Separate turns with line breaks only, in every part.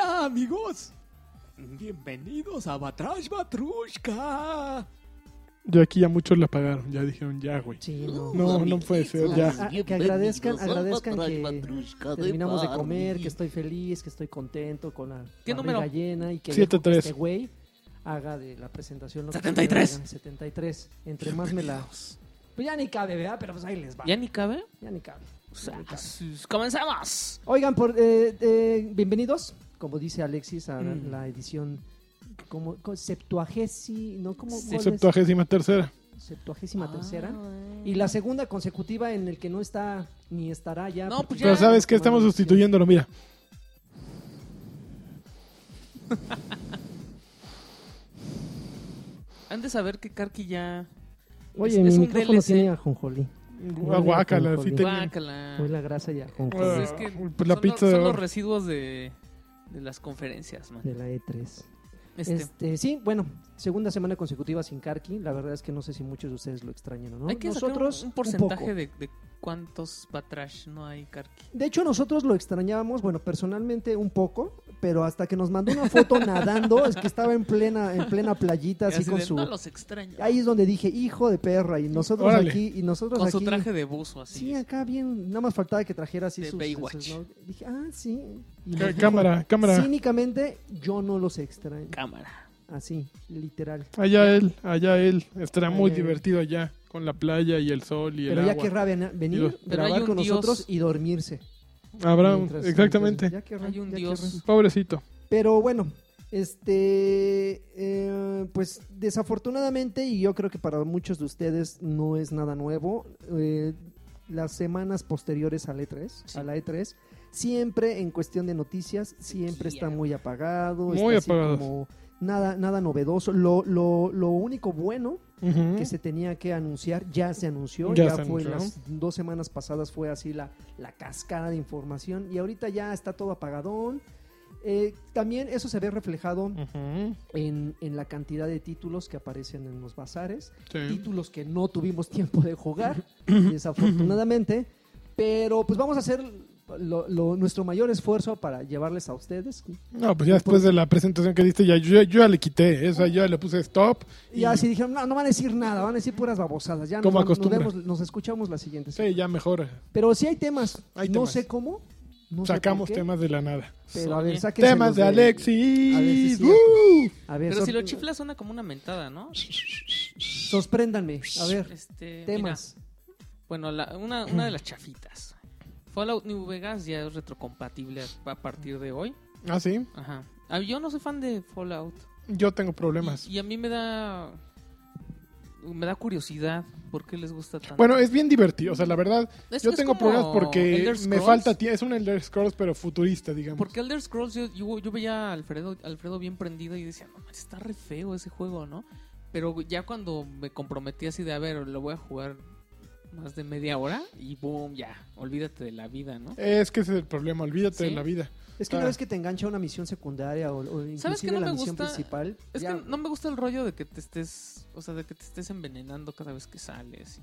amigos? Bienvenidos a Batrash Batrushka.
Yo aquí ya muchos la pagaron, ya dijeron ya, güey.
Sí, no.
No, no puede ser, ya.
Ah, que agradezcan, agradezcan
Batrash
que
Batrushka de
terminamos de
Barbie.
comer, que estoy feliz, que estoy contento con la
¿Qué
barriga
número?
llena y que,
Siete,
dejo que
tres.
este güey haga de la presentación lo que
73.
quiera, hagan 73. Entre más me la. Pues ya ni cabe, ¿verdad? Pero pues ahí les va.
¿Ya ni cabe?
Ya ni cabe.
Sas. ¡Comenzamos!
Oigan, por, eh, eh, bienvenidos, como dice Alexis, a
Mm.
la edición como co- septuagesi, ¿no? ¿Cómo, cuál es?
Septuagésima tercera.
Septuagésima tercera. Y la segunda consecutiva en el que no está ni estará ya.
No,
porque-
pues ya.
Pero sabes que
Bueno,
estamos
sí.
sustituyéndolo, mira.
Han de saber que Karki ya.
Oye,
es-
mi
es un
micrófono
DLC.
tiene ajonjolí. Huele a
Ah, Guácala,
ajonjolí.
sí tenían.
Guácala.
Huele a grasa y a ajonjolí
Pues es que
Pues la
son,
pizza
los,
de
son los
oro.
residuos de, de las conferencias, man.
de la E E3.
Este,
Este, sí, bueno, segunda semana consecutiva sin Karki. La verdad es que no sé si muchos de ustedes lo extrañan o no.
hay que sacar un,
nosotros
un porcentaje
poco.
de, de cuántos batrash no hay, Karki.
De hecho, nosotros lo extrañábamos, bueno, personalmente un poco, pero hasta que nos mandó una foto nadando, es que estaba en plena, en plena playita,
Y
así,
así
con
de,
su.
No los extraño.
Ahí es donde dije, hijo de perra, y nosotros
Órale.
aquí, y nosotros
con
aquí.
su traje de buzo, así.
Sí, acá bien, nada más faltaba que trajera así
De
sus,
Baywatch.
sus- ¿no? Dije, ah, sí. Y
Cá-
nos dijo,
Cámara, cámara.
Cínicamente, yo no los extraño.
Cámara.
Así, literal.
Allá él, allá él. Estará muy
Allá él.
divertido allá, con la playa y el sol y el
Pero ya
agua.
querrá ven- venir,
Pero hay
grabar
un
con
dios.
nosotros y dormirse.
Habrá un-
Mientras-
exactamente.
mientras- ya querrá,
Hay un
ya
dios.
querrá.
Pobrecito.
Pero bueno, este, eh, pues desafortunadamente, y yo creo que para muchos de ustedes no es nada nuevo, eh, las semanas posteriores al E3,
Sí.
a la E3, siempre en cuestión de noticias, siempre
Sequía.
está muy apagado,
Muy
está así
apagado.
como nada, nada novedoso. Lo, lo, lo único bueno
Ujú.
que se tenía que anunciar, ya se anunció,
Mm. Ya
ya,
se
fue en
anunció.
las dos semanas pasadas fue así la, la cascada de información y ahorita ya está todo apagadón. Eh, también eso se ve reflejado
Mm. Ujú.
en, en la cantidad de títulos que aparecen en los bazares,
Sí.
títulos que no tuvimos tiempo de jugar, desafortunadamente, pero pues vamos a hacer lo- lo- nuestro mayor esfuerzo para llevarles a ustedes.
No, pues ya después de la presentación que diste, ya yo, yo ya le quité. Eso yo ya le puse stop.
Y ya si dijeron, no, no van a decir nada, van a decir puras babosadas, ya
Como
nos, vamos- nos
acostumbra.
vemos, nos escuchamos la siguiente
Sí, ya mejor.
Pero sí hay temas.
Hay
no
temas.
sé cómo. no sé
Sacamos
por qué,
temas de la nada.
Pero a ver,
Sonia.
sáquense
Temas
los
de Alexis.
Alexis, sí,
¡Uh!
A ver,
Pero
sor-
si lo chiflas suena como una mentada, ¿no?
Sorpréndanme. A ver,
Este,
temas.
mira, bueno, la- una, una de las chafitas. Fallout New Vegas ya es retrocompatible a- a partir de hoy.
Ah, sí.
Ajá. Ah, Yo no soy fan de Fallout.
Yo tengo problemas.
Y, y a mí me da. Me da curiosidad por qué les gusta tanto.
Bueno, es bien divertido. O sea, la verdad,
Es
yo
que es
tengo
como
problemas porque
Elder
me
Scrolls.
falta tiempo. Es un Elder Scrolls, pero futurista, digamos.
Porque Elder Scrolls, yo, yo, yo veía a Alfredo, Alfredo bien prendido y decía, no, manches, está re feo ese juego, ¿no? Pero ya cuando me comprometí así de, a ver, lo voy a jugar más de media hora y boom, ya, olvídate de la vida, ¿no?
Es que ese es el problema. Olvídate
¿Sí?
de la vida.
Es que una
Ah.
vez que te engancha una misión secundaria o, o
qué
inclusive
no
la
me
misión
gusta?
principal.
Es
ya-
que no me gusta el rollo de que te estés, o sea, de que te estés envenenando cada vez que sales.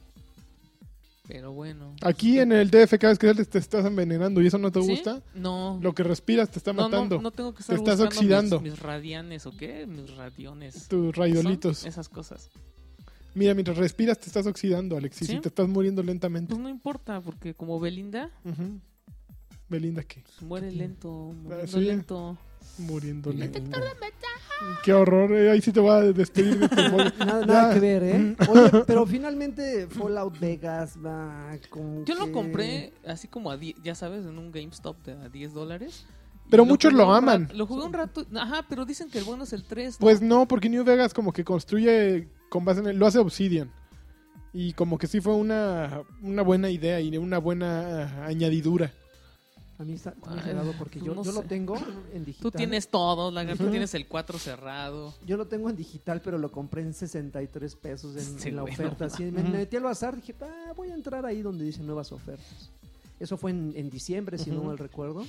Pero bueno.
Aquí en el DF, cada vez que sales, te estás envenenando y eso no te
¿Sí?
gusta.
No.
Lo que respiras te está
no, no,
matando.
no tengo que estar
estás
buscando mis-
oxidando.
Mis, radianes, ¿o qué? Mis radiones.
Tus rayolitos.
Son Esas cosas.
Mira, mientras respiras, te estás oxidando, Alexis.
¿Sí?
Y te estás muriendo lentamente.
Pues no importa, porque como Belinda,
Ujú. Belinda, ¿qué?
pues muere lento, muriendo
Ah, sí.
lento.
Muriendo lentamente. Qué horror. eh, Ahí sí te voy a despedir de este bol-
Nada, nada
Ya. Mm.
que ver, ¿eh? Oye, pero finalmente Fallout Vegas va con.
Yo lo compré así como a 10, ya sabes, en un GameStop de a 10 dólares.
Pero muchos
jugué
lo
un
aman.
rato- lo jugué un rato, ajá, pero dicen que el bueno es el 3. ¿no?
Pues no, porque New Vegas como que construye con base en el, lo hace Obsidian. Y como que sí fue una, una buena idea y una buena ah, añadidura.
A mí está muy
Ay,
regalado porque yo,
no
yo lo
sé.
tengo en digital.
Tú tienes todo, la tú tienes el 4 cerrado.
Yo lo tengo en digital, pero lo compré en 63 pesos en,
Este
en la
güey,
oferta.
no
Así, me
mames.
me metí al bazar, dije, "Ah, voy a entrar ahí donde dice nuevas ofertas. Eso fue en, en diciembre, si no
Ujú.
mal recuerdo.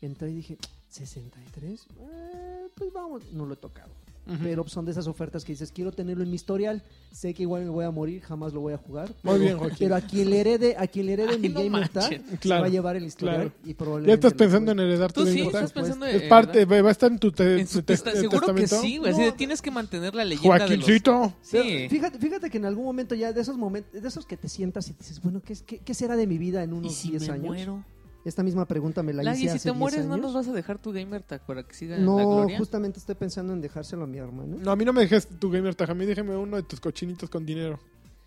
Entré y dije, 63, Ah, pues Eh, vamos, no lo he tocado.
Ujú.
pero son de esas ofertas que dices, quiero tenerlo en mi historial, sé que igual me voy a morir, jamás lo voy a jugar.
Muy
pero-
bien, Joaquín.
Pero a quien le herede, a quien le herede
Ay,
mi
no
Game of
manches.
Tab, se
Claro,
va a llevar el historial
claro.
y probablemente...
Ya estás
lo
pensando en
juegue.
heredar tu
Tú sí
Game of
estás
Thumb?
pensando
Es
en-
parte,
¿verdad?
va va a estar en tu, te-
En su
tu te-
testa- seguro que
testamento.
sí, güey. así
No,
de, tienes que mantener la leyenda de los...
Joaquincito.
Sí.
Fíjate, fíjate que en algún momento ya de esos momentos, de esos que te sientas y dices, bueno, ¿qué, es- qué, qué será de mi vida en
¿Y
unos
si
10
me
años?
muero?
Esta misma pregunta me la
Lagi,
hice
si
hace
te
10
mueres, ¿no
años.
nos vas a dejar tu gamer tag para que siga la
No,
gloria?
justamente estoy pensando en dejárselo a mi hermana.
No, a mí no me dejes tu gamer tag, a mí déjame uno de tus cochinitos con dinero.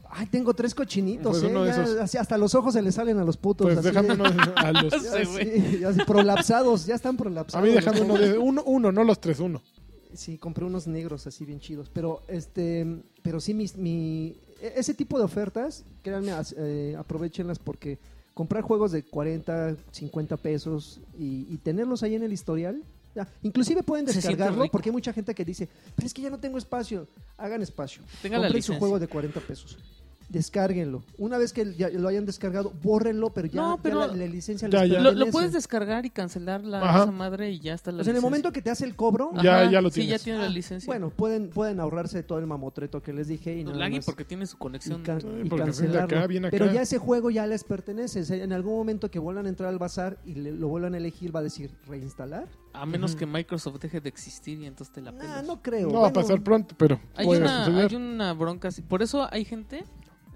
Ay, tengo tres cochinitos,
Pues
¿eh?
uno de
Ya,
esos.
así hasta los ojos se le salen a los putos.
Pues
así de-
déjame uno de- a los...
No sé,
ya,
güey.
sí, ya, sí, prolapsados, ya están
A
prolapsados.
mí
los
déjame uno
pobres.
de... Uno, uno, no los tres, uno.
Sí, compré unos negros así bien chidos. Pero este, pero sí, mis, mi, e- ese tipo de ofertas, créanme, as- eh, aprovechenlas porque comprar juegos de 40, 50 pesos y, y tenerlos ahí en el historial. ya, inclusive pueden
Se siente
descargarlo
rico.
porque hay mucha gente que dice, pero es que ya no tengo espacio. Hagan espacio.
Tenga la
Compren su
licencia.
juego de 40 pesos. Descárguenlo. Una vez que ya lo hayan descargado, bórrenlo, pero ya,
No,
ya
pero-
la, la licencia
Ya,
les
ya.
Lo, lo
pertenece.
puedes descargar y cancelar la
Ajá.
esa madre y ya está la
O sea, en el
licencia.
momento que te hace el cobro,
Ya, ya lo
sí,
tienes.
ya tiene la licencia.
Bueno, pueden, pueden ahorrarse todo el mamotreto que les dije y
No,
nada
Lagi
más
porque tiene su
y,
conexión.
can-
Eh,
y
porque viene
cancelarlo.
acá, viene acá.
Pero ya ese juego ya les pertenece. O sea, en algún momento que vuelvan a entrar al bazar y le- lo vuelvan a elegir, va a decir reinstalar.
A menos
Ujú.
que Microsoft deje de existir y entonces te la
Nah,
pelas.
no creo.
No va a
Bueno,
pasar pronto, pero
Hay
puede
una,
suceder.
hay una bronca así. Por eso hay gente.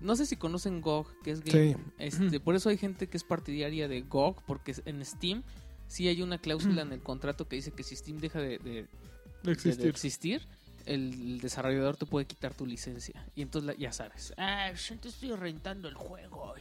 No sé si conocen GOG, que es game.
Sí.
Este, por eso hay gente que es partidaria de GOG, porque en Steam sí hay una cláusula en el contrato que dice que si Steam deja de, de-
De
de- de
existir.
existir, el, el desarrollador te puede quitar tu licencia. Y entonces la- ya sabes. Ah, yo te estoy rentando el juego.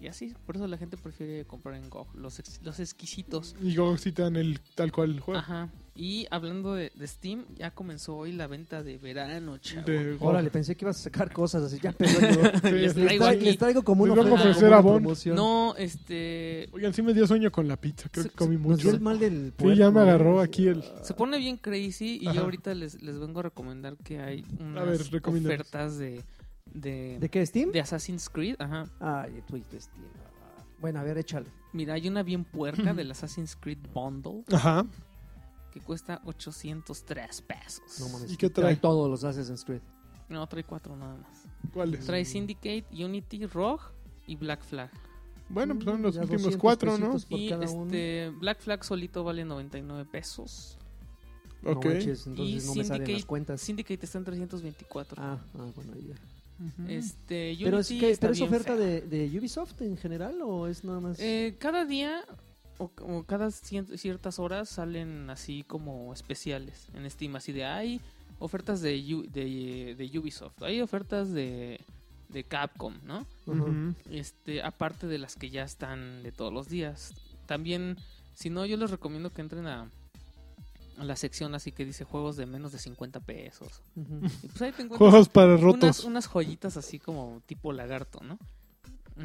Y así, por eso la gente prefiere comprar en GOG, los, ex- los exquisitos.
Y luego sí te dan el tal cual el juego.
Ajá. Y hablando de, de Steam, ya comenzó hoy la venta de verano, chavo.
De-
Órale, pensé que ibas a sacar cosas así. Ya, pero yo-
Sí,
Les
sí.
les,
traigo
tra-
aquí.
les traigo como una
Les vengo a
oferta, como
ofrecer
una
abón.
promoción.
No, este.
Oigan, sí me dio sueño con la pizza, creo
Se-
que comí
Nos
mucho.
dio el mal del
Sí, ya me agarró aquí el...
Se pone bien crazy y
Ah. Ajá.
yo ahorita les, les vengo a recomendar que hay unas
ver, recomiéndanos.
ofertas de, de,
¿De qué, Steam?
de Assassin's Creed. Ajá.
Ay, tu tu Steam. Ah, Bueno, a ver, échale.
Mira, hay una bien puerca del Assassin's Creed Bundle
Ajá.
que cuesta 803 pesos.
No mames.
¿Y qué trae?
todos los Assassin's Creed.
No, trae cuatro nada más.
¿Cuál
Pues
es?
Trae Syndicate, Unity, Rogue y Black Flag.
Bueno, pues son los
Ya
últimos
200
cuatro, ¿no?
pesitos por
y
cada uno.
este Black Flag solito vale 99 pesos.
Ok.
No manches, entonces
Y
no me salen las
Syndicate-
cuentas.
Syndicate está en 324.
Ah, ah, bueno, ahí ya.
Ujú.
Este, Unity
Pero es, que,
está
pero es
bien
oferta
fea.
de, de Ubisoft en general o es nada más.
Eh, cada día o, o cada cien- ciertas horas salen así como especiales en Steam, así de hay ofertas de, U- de, de Ubisoft, hay ofertas de, de Capcom, ¿no?
Ajá.
Ujú.
Este, aparte de las que ya están de todos los días. También, si no, yo les recomiendo que entren a, a la sección así que dice juegos de menos de 50 pesos.
Ujú.
Y pues ahí te encuentras
Juegos para
unas,
rotos.
unas joyitas así como tipo lagarto, ¿no?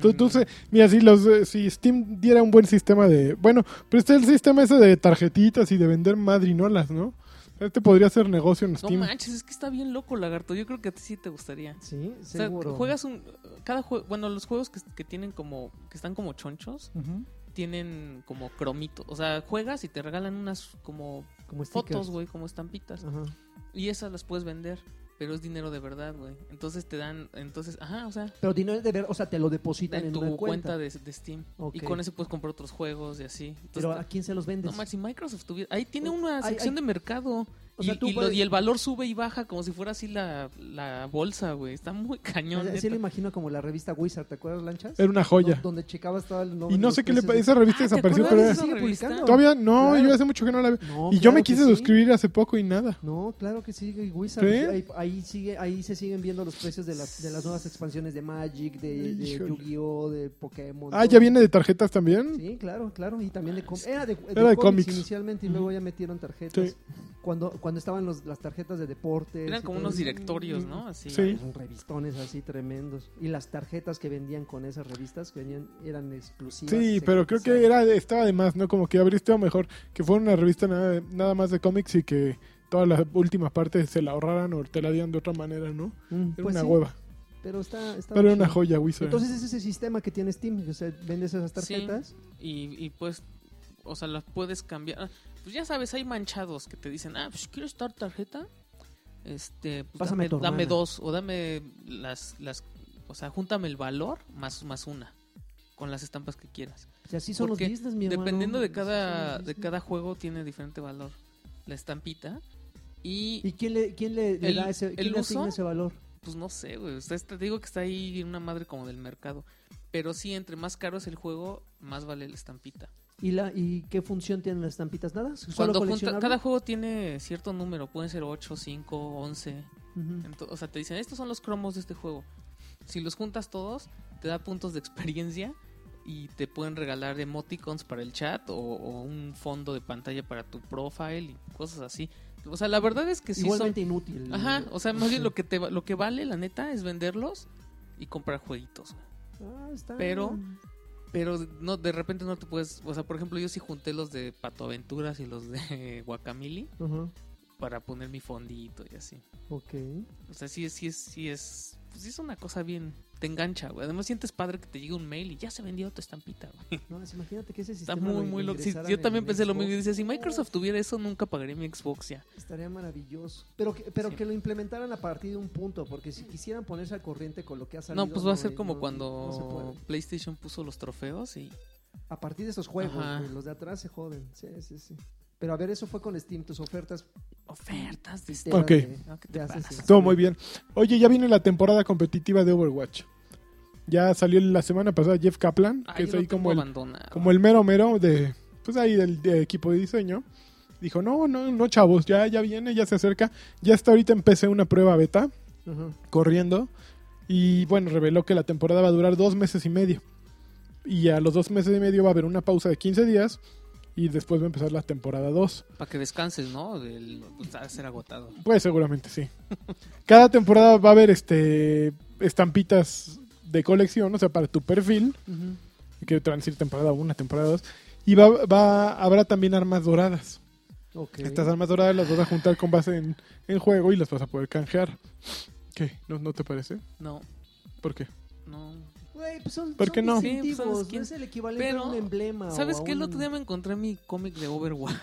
Tú- tú
Mm.
se- mira, si, los, eh, si Steam diera un buen sistema de... Bueno, pero está el sistema ese de tarjetitas y de vender madrinolas, ¿no? Este podría ser negocio en
No
Steam.
manches, es que está bien loco, lagarto. Yo creo que a ti sí te gustaría.
Sí,
O sea,
seguro.
juegas un. Cada juego. Bueno, los juegos que, que tienen como. que están como chonchos.
Ujú.
Tienen como cromitos. O sea, juegas y te regalan unas como
Pues
como stickers.
fotos, güey, como estampitas.
Ajá.
Y esas las puedes vender. Pero es dinero de verdad, güey. Entonces te dan. Entonces, ajá, o sea,
Pero dinero de ver, o sea, te lo depositan en,
en tu
una
cuenta,
cuenta.
de, de Steam.
Ok.
Y con eso puedes comprar otros juegos y así. Entonces,
Pero ¿a quién se los vendes? Eh,
no manches, si Microsoft tuviera. Ahí tiene una
Ay,
sección
ay.
de mercado.
O sea,
y,
tú
y lo-
puedes-
y el valor sube y baja como si fuera así la, la bolsa, güey. Está muy
Así
cañón.
eh, lo
neta.
imagino como la revista Wizard, ¿te acuerdas, Lanchas?
Era una joya.
Do- Donde checabas todo el
y no sé qué le
pasa
parece. Esa revista
Ah, ¿te
Este desapareció,
acuerdas
pero...
de
era-
esa
¿Sigue
revista?
publicando?
Todavía no,
Claro.
yo hace mucho que no la veo. y yo me quise suscribir hace poco y nada.
No, claro que sí, y Wizard.
¿Sí?
Ahí, ahí sigue, ahí se siguen viendo los precios de las, de las nuevas expansiones de Magic, de, de
Híjole.
Yu-Gi-Oh, de Pokémon.
Ah,
todo.
¿ya viene de tarjetas también?
Sí, claro, claro. Y también de com- Era de, de
Mm. Era de
cómics,
cómics.
inicialmente y luego ya metieron tarjetas.
Sí.
Cuando, cuando estaban los- las tarjetas de deportes.
Eran
y
como
todo
unos
eso.
directorios, ¿no? Así.
este, mm, Sí.
Eran revistones así tremendos. Y las tarjetas que vendían con esas revistas que venían eran exclusivas.
Sí, pero creo que era de- estaba de más, ¿no? Como que habría estado mejor que fuera una revista nada, de- nada más de cómics y que toda la última parte se la ahorraran o te la dieran de otra manera, ¿no?
Mm,
Era
pues
una
sí,
hueva.
Pero está, está
Pero era una
chido.
joya, Wizard.
Entonces es ese sistema que tiene Steam, o sea, vendes esas
Sí.
tarjetas.
Y, y, pues, o sea, las puedes cambiar. Ah, Pues ya sabes, hay manchados que te dicen, ah, pues quieres estar tarjeta. este, pues,
Pásame
dame,
tu
dame
hermana.
dos o dame las, las, o sea, júntame el valor más, más una con las estampas que quieras.
Si así son los
Porque
business, mi hermano.
Dependiendo de
Así son los
cada, de
business.
cada juego tiene diferente valor la estampita y
¿Y quién le, quién le, le
El-
da ese,
el
quién le
uso-
asigna ese valor?
pues no sé, güey, o sea, te digo que está ahí una madre como del mercado, pero sí entre más caro es el juego, más vale la estampita.
¿Y, la, ¿Y qué función tienen las estampitas? ¿Nada? ¿Solo
Cuando junta,
coleccionable?
cada juego tiene cierto número, pueden ser 8, 5, 11.
Ujú.
Ento- o sea, te dicen, estos son los cromos de este juego. Si los juntas todos, te da puntos de experiencia y te pueden regalar emoticons para el chat o, o un fondo de pantalla para tu profile y cosas así. O sea, la verdad es que sí
Igualmente inútil.
son... Ajá, o sea, más bien lo que, te, va- lo que vale, la neta, es venderlos y comprar jueguitos. güey.
Ah, está.
pero- Pero no, de repente no te puedes... O sea, por ejemplo, yo sí junté los de Pato Aventuras y los de Guacamili
Ajá,
para poner mi fondito y así.
ok.
O sea, sí es, sí es, sí es. Pues sí es una cosa bien. Te engancha, güey. Además, sientes padre que te llegue un mail y ya se vendió tu estampita, güey.
No, pues imagínate que ese
Está
sistema
muy,
lo
muy loco. Sí,
ingresaran
yo también
en
pensé lo
Xbox,
mismo. y Dice, si Microsoft tuviera eso, nunca pagaría mi Xbox ya.
ah, Estaría maravilloso. Pero, que, pero
Sí.
que lo implementaran a partir de un punto, porque si quisieran ponerse al corriente con lo que ha salido...
No, pues va a ser
es-
como
no- no se
cuando
puede.
PlayStation puso los trofeos y.
A partir de esos juegos,
Ajá.
güey, los de atrás se joden. Sí, sí, sí. Pero a ver, eso fue con Steam, tus ofertas.
Ofertas de este
eran
Steam.
Ok.
de-
¿no? Ah, ¿Qué
de
te
Assassin's
pasa?
Creed.
Todo muy bien. Oye, ya viene la temporada competitiva de Overwatch. Ya salió la semana pasada Jeff Kaplan,
Ah,
que
yo
es
lo
ahí
tengo
como el,
abandonado.
como el mero mero de, pues ahí del de equipo de diseño. Dijo, no, no, no, chavos, ya, ya viene, ya se acerca. Ya está ahorita empecé una prueba beta,
Ajá.
corriendo. Y bueno, reveló que la temporada va a durar dos meses y medio. Y a los dos meses y medio va a haber una pausa de 15 días. Y después va a empezar la temporada 2.
Para que descanses, ¿no? Del pues, ha de ser agotado.
Pues seguramente sí. Cada temporada va a haber este estampitas de colección, o sea, para tu perfil,
Ujú.
que te van a decir temporada 1, temporada 2, y va, va, habrá también armas doradas.
Ok.
Estas armas doradas las vas a juntar con base en, en juego y las vas a poder canjear. ¿Qué? ¿No, no te parece?
No,
¿por qué?
no.
Güey, pues son,
¿Por
son
qué no?
Sí, pues son
distintivos, no es
skins.
el equivalente
Pero,
a un emblema.
¿Sabes
o a
qué? El
un-
otro día me encontré mi cómic de Overwatch.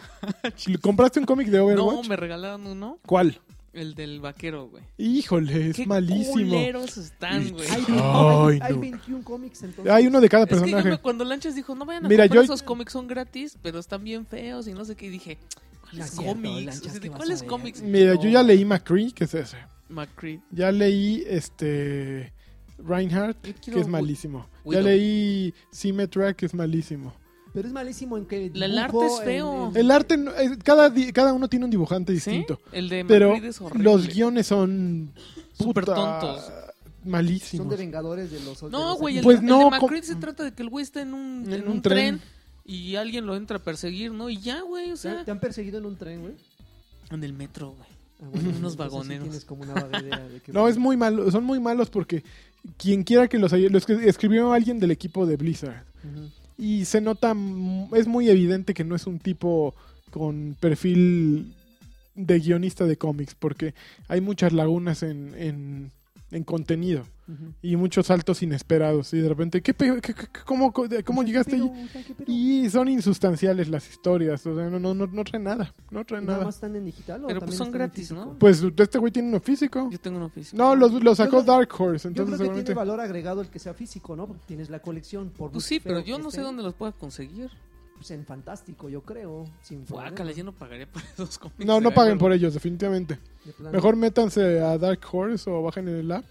¿Compraste un cómic de
No,
Overwatch?
me regalaron uno.
¿Cuál?
El del vaquero, güey.
Híjole, es
Qué
malísimo.
culeros están, güey.
Hay,
Es
Ay,
hay- hay
no.
21 cómics entonces.
Hay uno de cada
que yo
personaje.
me- cuando Lanchas dijo, no vayan a
Mira,
comprar
yo-
esos cómics, son gratis, pero están bien feos y no sé qué. Y dije,
No es
¿cuáles
cierto,
cómics?
Lanchas,
O sea,
¿qué vas
¿Cuáles
a ver?
cómics?
Mira, yo ya leí McCree, que es ese.
McCree.
Ya leí este Reinhardt,
Yo
que
quiero
es
Wi-
malísimo.
Widow.
Ya leí Symmetra, que es malísimo.
Pero es malísimo en que.
El arte
dibujo,
es feo.
en- en-
El arte, no- eh, cada, di- cada uno tiene un dibujante distinto.
¿Sí? El de
Pero
McCree es horrible.
los guiones son
Súper
puta,
tontos.
Malísimos.
Son de Vengadores de los. de
No,
los-
güey, el,
Pues
el de
no,
McCree
com-
se trata de que el güey está en un,
En
en
un
un tren. y alguien lo entra a perseguir, ¿no? Y ya, güey, o
¿Te,
sea,
te han perseguido en un tren, güey?
en el metro, güey.
Ah,
Unos
entonces sí
vagoneros.
tienes como una vaga idea de que-
No, es muy malo, son muy malos porque quien quiera que los haya, los que- escribió alguien del equipo de Blizzard.
Ujú.
Y se nota, mm, es muy evidente que no es un tipo con perfil de guionista de cómics, porque hay muchas lagunas en, en- en contenido
Ujú.
y muchos saltos inesperados. Y de repente, ¿qué, pe- qué- qué- qué- cómo, co- de- cómo
¿Qué
llegaste?
pedo,
ahí?
o sea, qué pedo?
Y son insustanciales las historias, o sea, no, no, no, no trae nada, no trae
¿Y nada
nada.
más están en digital o
Pero
también
pues son
están en
gratis,
físico?
¿no?
Pues este güey tiene uno físico.
Yo tengo un oficio.
No, lo, lo sacó
Yo creo-
Dark Horse, entonces
Yo creo que tiene
seguramente...
valor agregado el que sea físico, ¿no? Porque tienes la colección. Por
Pues
muy
sí, pero
feo
yo
que
no sé
esté,
dónde los pueda conseguir.
pues, en Fantástico, yo creo. Sin
Guácala, yo no pagaría por esos cómics.
No, no
de
paguen
Overwatch.
por ellos, definitivamente.
de plano.
Mejor métanse a Dark Horse o bajen el app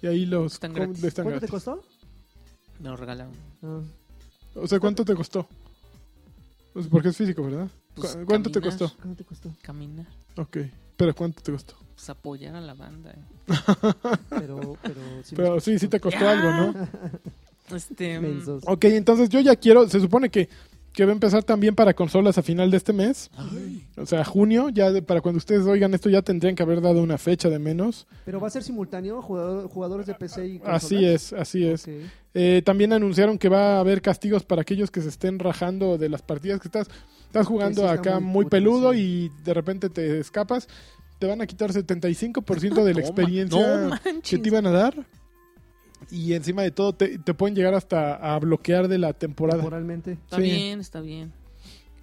y ahí los
Están
com-
gratis.
están
¿Cuánto te
gratis.
costó?
Me lo regalaron.
Ah,
O sea, ¿cuánto te costó? Pues porque es físico, ¿verdad?
Pues,
¿Cu- ¿Cuánto te
caminar,
costó?
¿Cuánto te costó?
Caminar.
Ok, pero ¿cuánto te costó?
Pues apoyar a la banda. eh.
Pero, pero, sí Ah. me
Pero sí, sí te Em, costó algo, ¿no?
Este. mm,
Mensos.
Ok, entonces yo ya quiero, se supone que, que va a empezar también para consolas a final de este mes,
Ay,
o sea, junio, ya de- para cuando ustedes oigan esto ya tendrían que haber dado una fecha de menos.
Pero va a ser simultáneo, jugador- jugadores de PC y
Así es, así es.
Ok.
Eh, también anunciaron que va a haber castigos para aquellos que se estén rajando de las partidas que estás, estás jugando
Sí, sí, está
acá
muy
muy
puto,
peludo y de repente te escapas. Te van a quitar 75% de la
toma,
experiencia
no
que
manches.
te iban a dar. Y encima de todo te, te pueden llegar hasta a bloquear de la temporada.
Temporalmente.
Está
Sí.
bien, está bien.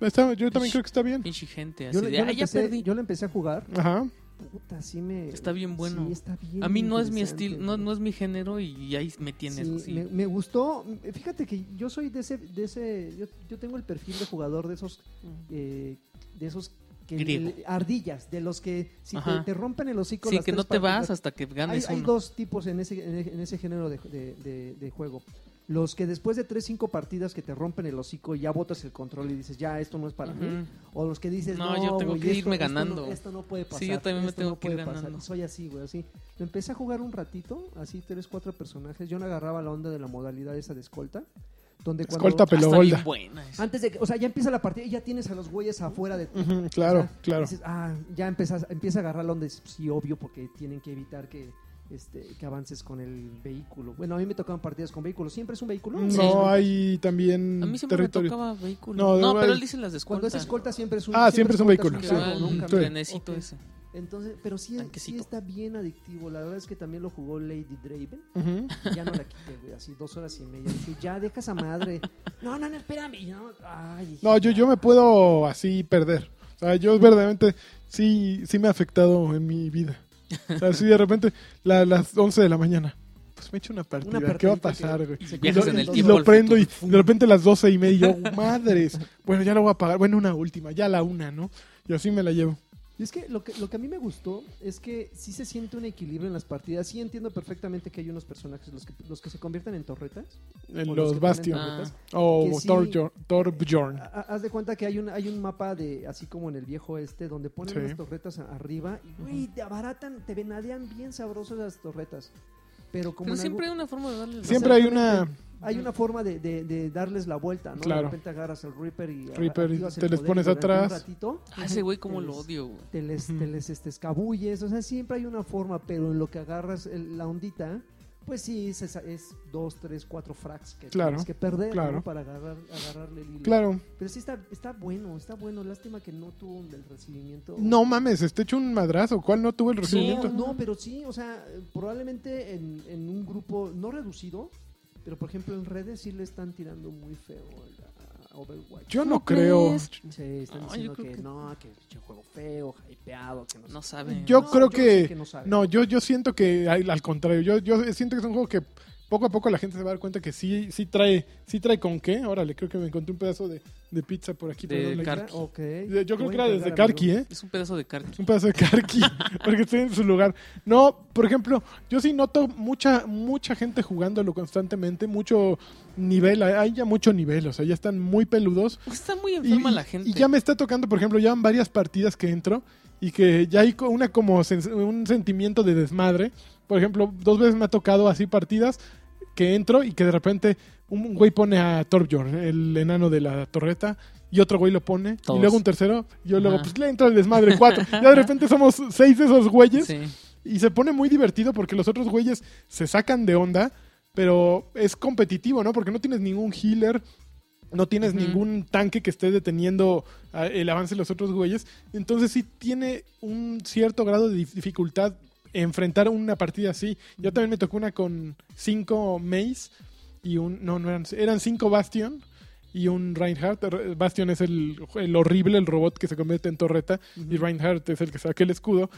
Está- yo también creo que está bien.
Pinche gente. Así
Yo, le-
de,
yo
"Ah,
lo
ya
empecé-
perdí.
yo lo empecé a jugar
Ajá.
puta, sí me...
Está bien bueno.
sí, está bien
A mí no es mi
interesante,
estilo, no, no es mi género y ahí me tienes.
Sí,
así.
Me, me gustó. Fíjate que yo soy de ese, de ese, yo, yo tengo el perfil de jugador de esos, eh, de esos que
Griego.
ardillas, de los que si te,
Ajá.
te rompen el hocico.
Sí,
las
que
tres
no te vas
partidas-
hasta que
Hay,
ganes
hay
uno.
dos tipos en ese, en e- en ese género de, de- de- de juego. Los que después de tres, cinco partidas que te rompen el hocico ya botas el control y dices, ya, esto no es para mí.
Ujú.
O los que dices, no,
No, yo tengo
güey,
que irme
esto- esto no-
ganando.
Esto no, puede pasar.
Sí, yo también me
esto
tengo
no
que ir
puede pasar.
ganando.
Soy así, güey, así. Lo empecé a jugar un ratito, así tres, cuatro personajes. Yo no agarraba la onda de la modalidad esa de escolta. Donde cuando-
Escolta,
Ah,
pero Ah,
está bien
golda.
buena. esa.
Antes de que, o sea, ya empieza la partida y ya tienes a los güeyes afuera de ti.
Ujú,
O
claro,
sea,
claro.
Dices, ah, ya empiezas, empieza a agarrar la onda. dices, "Pues Sí, obvio, porque tienen que evitar que, este, que avances con el vehículo. Bueno, a mí me tocaban partidas con vehículos. ¿Siempre es un vehículo?
Sí.
No hay también
A mí siempre me
territorio.
tocaba vehículo.
No,
No,
de verdad
pero
es-
él dice las de escolta.
Cuando es escolta siempre es un
Ah, siempre es un
escolta,
Que
vehículo,
va
sí.
un
Sí.
trenecito
Ok.
ese.
Entonces, pero sí, sí
Tanquecito.
está bien adictivo. La verdad es que también lo jugó Lady Draven.
Ujú.
Ya no la quité, güey. Así dos horas y media. Dije, ya, deja esa madre. No, no, no, espérame. y No, ay,
No, yo, yo me puedo así perder. O sea, yo verdaderamente sí, sí me ha afectado en mi vida. O sea, sí de repente la- las 11 de la mañana. Pues me echo una partida. ¿Qué va a
partidita
pasar,
que-
güey?
se
Y
Viajas
lo,
en el
y
tiempo
lo
al
prendo y
futuro.
de repente las 12 y media y yo, madres. Bueno, ya lo voy a pagar. Bueno, una última, ya la una, ¿no? Y así me la llevo.
Y es que lo, que lo que a mí me gustó es que sí se siente un equilibrio en las partidas. Sí entiendo perfectamente que hay unos personajes, los que, los que se convierten en torretas.
En
o
los,
que ponen
Bastion. Ah.
torretas.
O
que sí- Ah,
Torbjorn. Torbjorn.
Ha- Haz de cuenta que hay un, hay un mapa de, así como en el viejo este, donde ponen
Sí.
unas torretas a- arriba y, güey, te abaratan, te venadean bien sabrosos las torretas. Pero como
Pero
en algún-
siempre hay una forma de darle. la-
Siempre hay una...
hay una forma de, de- de darles la vuelta, ¿no?
Claro.
De repente agarras el Reaper y,
Reaper y
activas el
te les
poder
pones
durante
atrás.
Un ratito,
Ah, ese güey, cómo
Te
lo
les-
odio, güey.
Te les, te les, este, escabulles, o sea, siempre hay una forma, pero en lo que agarras el- la ondita, pues sí, es, esa- es dos, tres, cuatro frags que
Claro,
tienes que perder
claro.
¿no? para agarrar, agarrarle el hilo.
Claro.
Pero sí está, está bueno, está bueno. Lástima que no tuvo un- el recibimiento.
No mames, está hecho un madrazo. ¿Cuál no tuvo el recibimiento?
No, no, pero sí, o sea, eh, probablemente en, en un grupo no reducido, pero por ejemplo en redes sí le están tirando muy feo a- a Overwatch.
Yo no
¿Cómo
creo.
crees?
Sí, están
Ah,
diciendo
yo creo
que,
que-
no, que es un juego feo, hypeado, que no,
No
sé.
saben.
Yo
No,
creo
sé
que-
no, saben.
No, yo, yo siento que al al contrario, yo, yo siento que es un juego que poco a poco la gente se va a dar cuenta que sí, sí trae, sí trae con qué. Órale, creo que me encontré un pedazo de, de pizza por aquí.
De
perdón, la-
car-
Ah,
yo
ok. Te
creo
voy
que
a
era desde
encargar, amigo.
Karki, ¿eh?
Es un pedazo de carne.
Un pedazo de Karki, porque estoy en su lugar. No, por ejemplo, yo sí noto mucha, mucha gente jugándolo constantemente, mucho nivel, hay ya mucho nivel, o sea, ya están muy peludos.
Está muy
Y,
enferma la gente.
y ya me está tocando, por ejemplo, ya van varias partidas que entro y que ya hay co- una como sen- un sentimiento de desmadre. Por ejemplo, dos veces me ha tocado así partidas que entro y que de repente un güey pone a Torbjorn, el enano de la torreta, y otro güey lo pone,
Todos.
y luego un tercero, y yo luego,
Ajá.
pues le entro al desmadre, cuatro. Ya de repente somos seis de esos güeyes
Sí.
y se pone muy divertido porque los otros güeyes se sacan de onda, pero es competitivo, ¿no? Porque no tienes ningún healer, no tienes
Ujú.
ningún tanque que esté deteniendo ah, el avance de los otros güeyes. Entonces sí tiene un cierto grado de dif- dificultad enfrentar una partida así. Yo también me tocó una con cinco Maze y un... No, no eran... Eran cinco Bastion y un Reinhardt. Re- Bastion es el, el horrible, el robot que se convierte en torreta y Reinhardt es el que saca el escudo.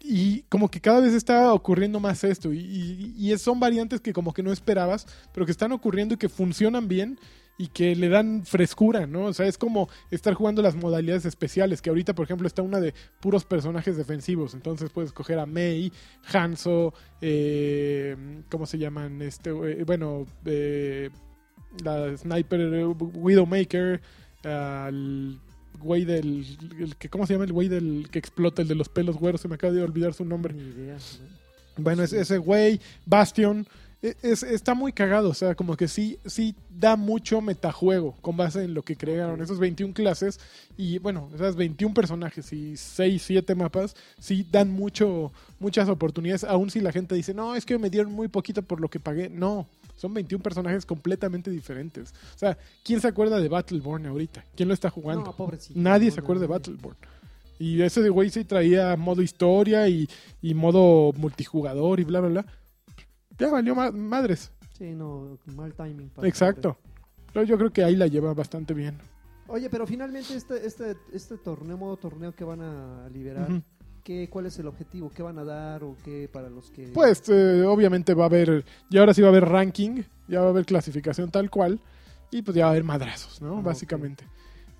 Y como que cada vez está ocurriendo más esto y, y- y es- son variantes que como que no esperabas, pero que están ocurriendo y que funcionan bien y que le dan frescura, ¿no? O sea, es como estar jugando las modalidades especiales, que ahorita por ejemplo está una de puros personajes defensivos, entonces puedes coger a Mei, Hanso, eh, ¿cómo se llaman? Este, eh, bueno, eh, la sniper eh, Widowmaker, al güey del el que cómo se llama el güey del que explota el de los pelos güeros, se me acaba de olvidar su nombre.
Ni idea, ¿no?
Bueno, es,
Sí.
ese güey, Bastion, e- es, está muy cagado, o sea, como que sí, sí da mucho metajuego con base en lo que crearon
Ok.
esos 21 clases y bueno, esas 21 personajes y 6, 7 mapas, sí dan mucho, muchas oportunidades, aun si la gente dice, no, es que me dieron muy poquito por lo que pagué, no. Son 21 personajes completamente diferentes. O sea, ¿quién se acuerda de Battleborn ahorita? ¿Quién lo está jugando?
No, pobrecito.
Nadie
no,
se acuerda de
nadie.
Battleborn. Y ese de güey sí traía modo historia y, y modo multijugador y bla, bla, bla. Ya valió ma- madres.
Sí, no, mal timing. para-
Exacto. Pero yo creo que ahí la lleva bastante bien.
Oye, pero finalmente este, este, este torneo, modo torneo que van a liberar,
Ujú.
qué, cuál es el objetivo, qué van a dar o qué para los que...
Pues eh, obviamente va a haber, y ahora sí va a haber ranking, ya va a haber clasificación tal cual, y pues ya va a haber madrazos, ¿no?
Ah,
Básicamente.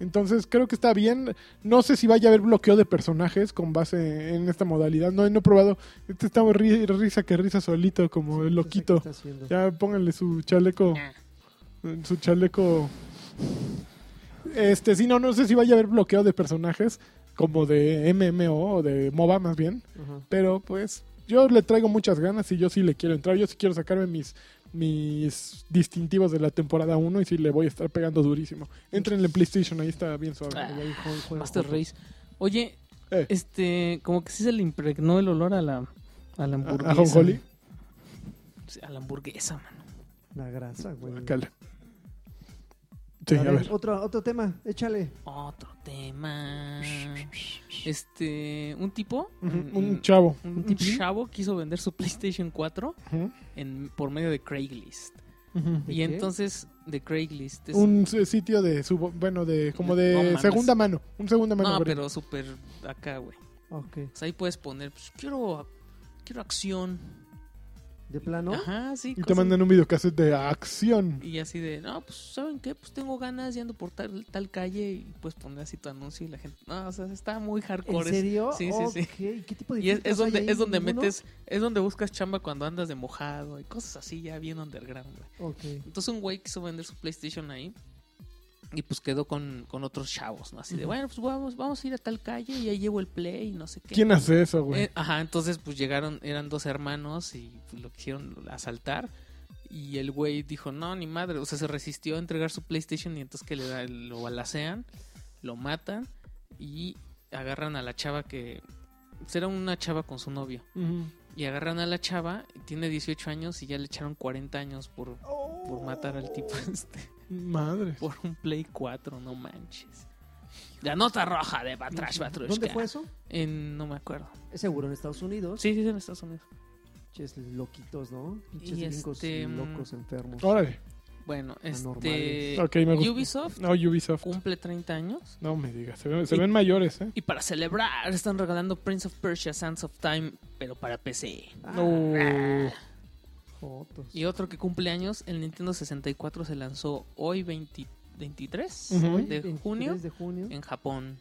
Entonces creo que está bien. No sé si vaya a haber bloqueo de personajes con base en esta modalidad. No, no he probado. Este está ri- risa que risa solito, como el loquito. Ya pónganle su chaleco.
Nah.
Su chaleco. Este, sí, no, no sé si vaya a haber bloqueo de personajes como de MMO o de MOBA más bien. Pero pues yo le traigo muchas ganas y yo sí le quiero entrar. Yo sí quiero sacarme mis, mis distintivos de la temporada 1 y sí le voy a estar pegando durísimo. Entren en PlayStation, ahí está bien suave.
Ah, Master Race. Oye,
Eh.
este, como que sí se le impregnó el olor a la, a la hamburguesa.
¿A Jonjoli?
Sí, A la hamburguesa, mano.
La grasa, güey.
Guácala. Sí,
A
a
ver,
ver.
Otro, otro tema, échale.
Otro tema. Este, un tipo,
Ujú,
mm.
Un chavo.
un tipo chavo quiso vender su PlayStation 4
Ujú,
en, por medio de Craigslist.
ujú.
Y
qué?
entonces, de Craigslist es.
Un s- sitio de subo, bueno, de como de
No mames.
segunda mano, un segunda mano.
no,
Brett.
Ah, pero súper acá, güey.
Ok.
O sea, ahí puedes poner, pues, quiero, quiero acción.
¿De plano?
Ajá, sí.
Y te
cosas-
mandan un videocassette de acción.
Y así de, no, pues, ¿saben qué? Pues tengo ganas y ando por tal, tal calle y pues poner así tu anuncio y la gente, no, o sea, está muy
¿En
hardcore. es-
serio?
Sí, sí, sí.
Ok, ¿Qué tipo de
Y es, es
filtros hay
donde,
ahí?
es donde
¿Ninguno?
metes, es donde buscas chamba cuando andas de mojado y cosas así ya bien underground, güey.
Ok.
Entonces un güey quiso vender su PlayStation ahí y pues quedó con, con otros chavos, ¿no? Así de,
Ujú.
bueno, pues vamos, vamos a ir a tal calle y ahí llevo el play y no sé qué.
¿Quién hace eso, güey?
Eh, ajá, entonces pues llegaron, eran dos hermanos y pues, lo quisieron asaltar. Y el güey dijo, no, ni madre. O sea, se resistió a entregar su PlayStation y entonces que le da- lo balacean, lo matan y agarran a la chava que... Será una chava con su novio.
Ujú.
Y agarran a la chava, y tiene 18 años y ya le echaron 40 años por, por matar al tipo
Oh.
este.
Madre.
Por un Play 4, no manches. La nota roja de Batrash Batrushka.
¿Dónde fue eso?
En, no me acuerdo.
Es Seguro en Estados Unidos.
Sí, sí, es en Estados Unidos.
Pinches loquitos, ¿no? Pinches
Y
gringos
este, mm,
locos, enfermos.
Órale.
Bueno,
Anormales.
este.
Ok, me gusta.
Ubisoft
No, Ubisoft.
cumple 30 años.
No me digas, se ven, se
Y-
ven mayores, ¿eh?
Y para celebrar, están regalando Prince of Persia Sands of Time, pero para PC.
No.
Jotos.
Y otro que cumple años, el Nintendo 64 se lanzó hoy 20 23
Ujú.
de
23
junio
de junio.
en Japón.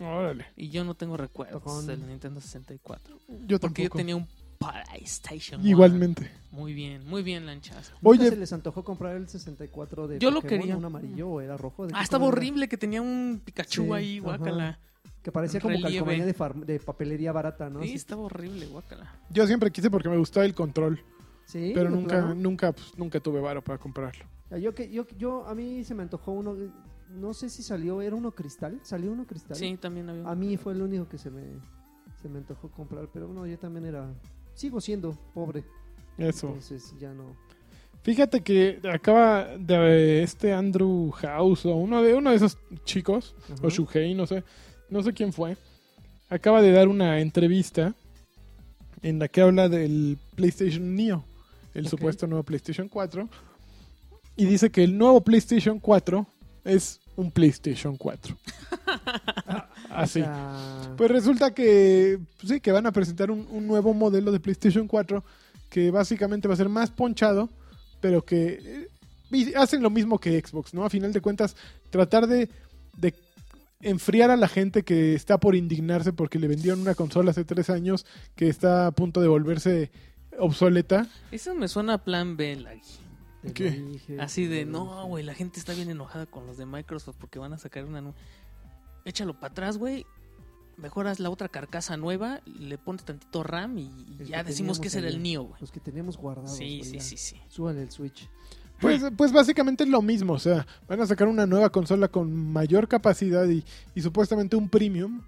Órale.
Y yo no tengo recuerdos
Con-
del Nintendo 64.
Yo
Porque yo
tampoco.
tenía un PlayStation. One.
Igualmente.
Muy bien, muy bien, lanchas. Ah,
Oye,
Oye,
se les antojó comprar el 64 de
Yo lo
Pokémon,
quería.
un amarillo o era rojo. ¿De
Ah,
qué
estaba
color era?
horrible que tenía un Pikachu
Sí,
ahí,
ajá.
guácala.
Que parecía como
Relieve.
calcomanía de, farm- de papelería barata, ¿no?
Sí,
Así-
estaba horrible, guácala.
yo siempre quise porque me gustaba el control,
Sí,
pero
de
nunca,
plano. Ah,
nunca, pues, nunca tuve varo para comprarlo.
Yo, que- yo, yo, a mí se me antojó uno, no sé si salió, ¿era uno cristal? ¿Salió uno cristal?
Sí, también había.
A mí fue el único que se me, se me antojó comprar, pero no, yo también era, sigo siendo pobre,
Eso.
Pues.
entonces ya no.
Fíjate que acaba de eh, este Andrew House o uno de uno de esos chicos
Ajá.
o Shuhei, no sé, no sé quién fue. Acaba de dar una entrevista en la que habla del PlayStation Neo, el
Ok.
supuesto nuevo PlayStation 4 y dice que el nuevo PlayStation 4 es un PlayStation 4. Así.
O sea,
Ah, Pues resulta que pues sí, que van a presentar un, un nuevo modelo de PlayStation 4 que básicamente va a ser más ponchado, pero que eh, y hacen lo mismo que Xbox, ¿no? A final de cuentas, tratar de, de enfriar a la gente que está por indignarse porque le vendieron una consola hace tres años que está a punto de volverse obsoleta.
Eso me suena a plan B, Lagui.
te lo
¿qué?
dije,
Así
te
de,
lo dije.
no, güey, la gente está bien enojada con los de Microsoft porque van a sacar una nu- Échalo para atrás, güey. Mejoras la otra carcasa nueva, le pones tantito RAM y, y
El
ya
que
decimos que
teníamos
ese era el
allá.
Neo, güey.
Los que teníamos guardados.
Sí,
güey,
sí,
ya.
sí, sí.
Súbanle el Switch.
Pues, pues básicamente es lo mismo, o sea, van a sacar una nueva consola con mayor capacidad y, y supuestamente un premium,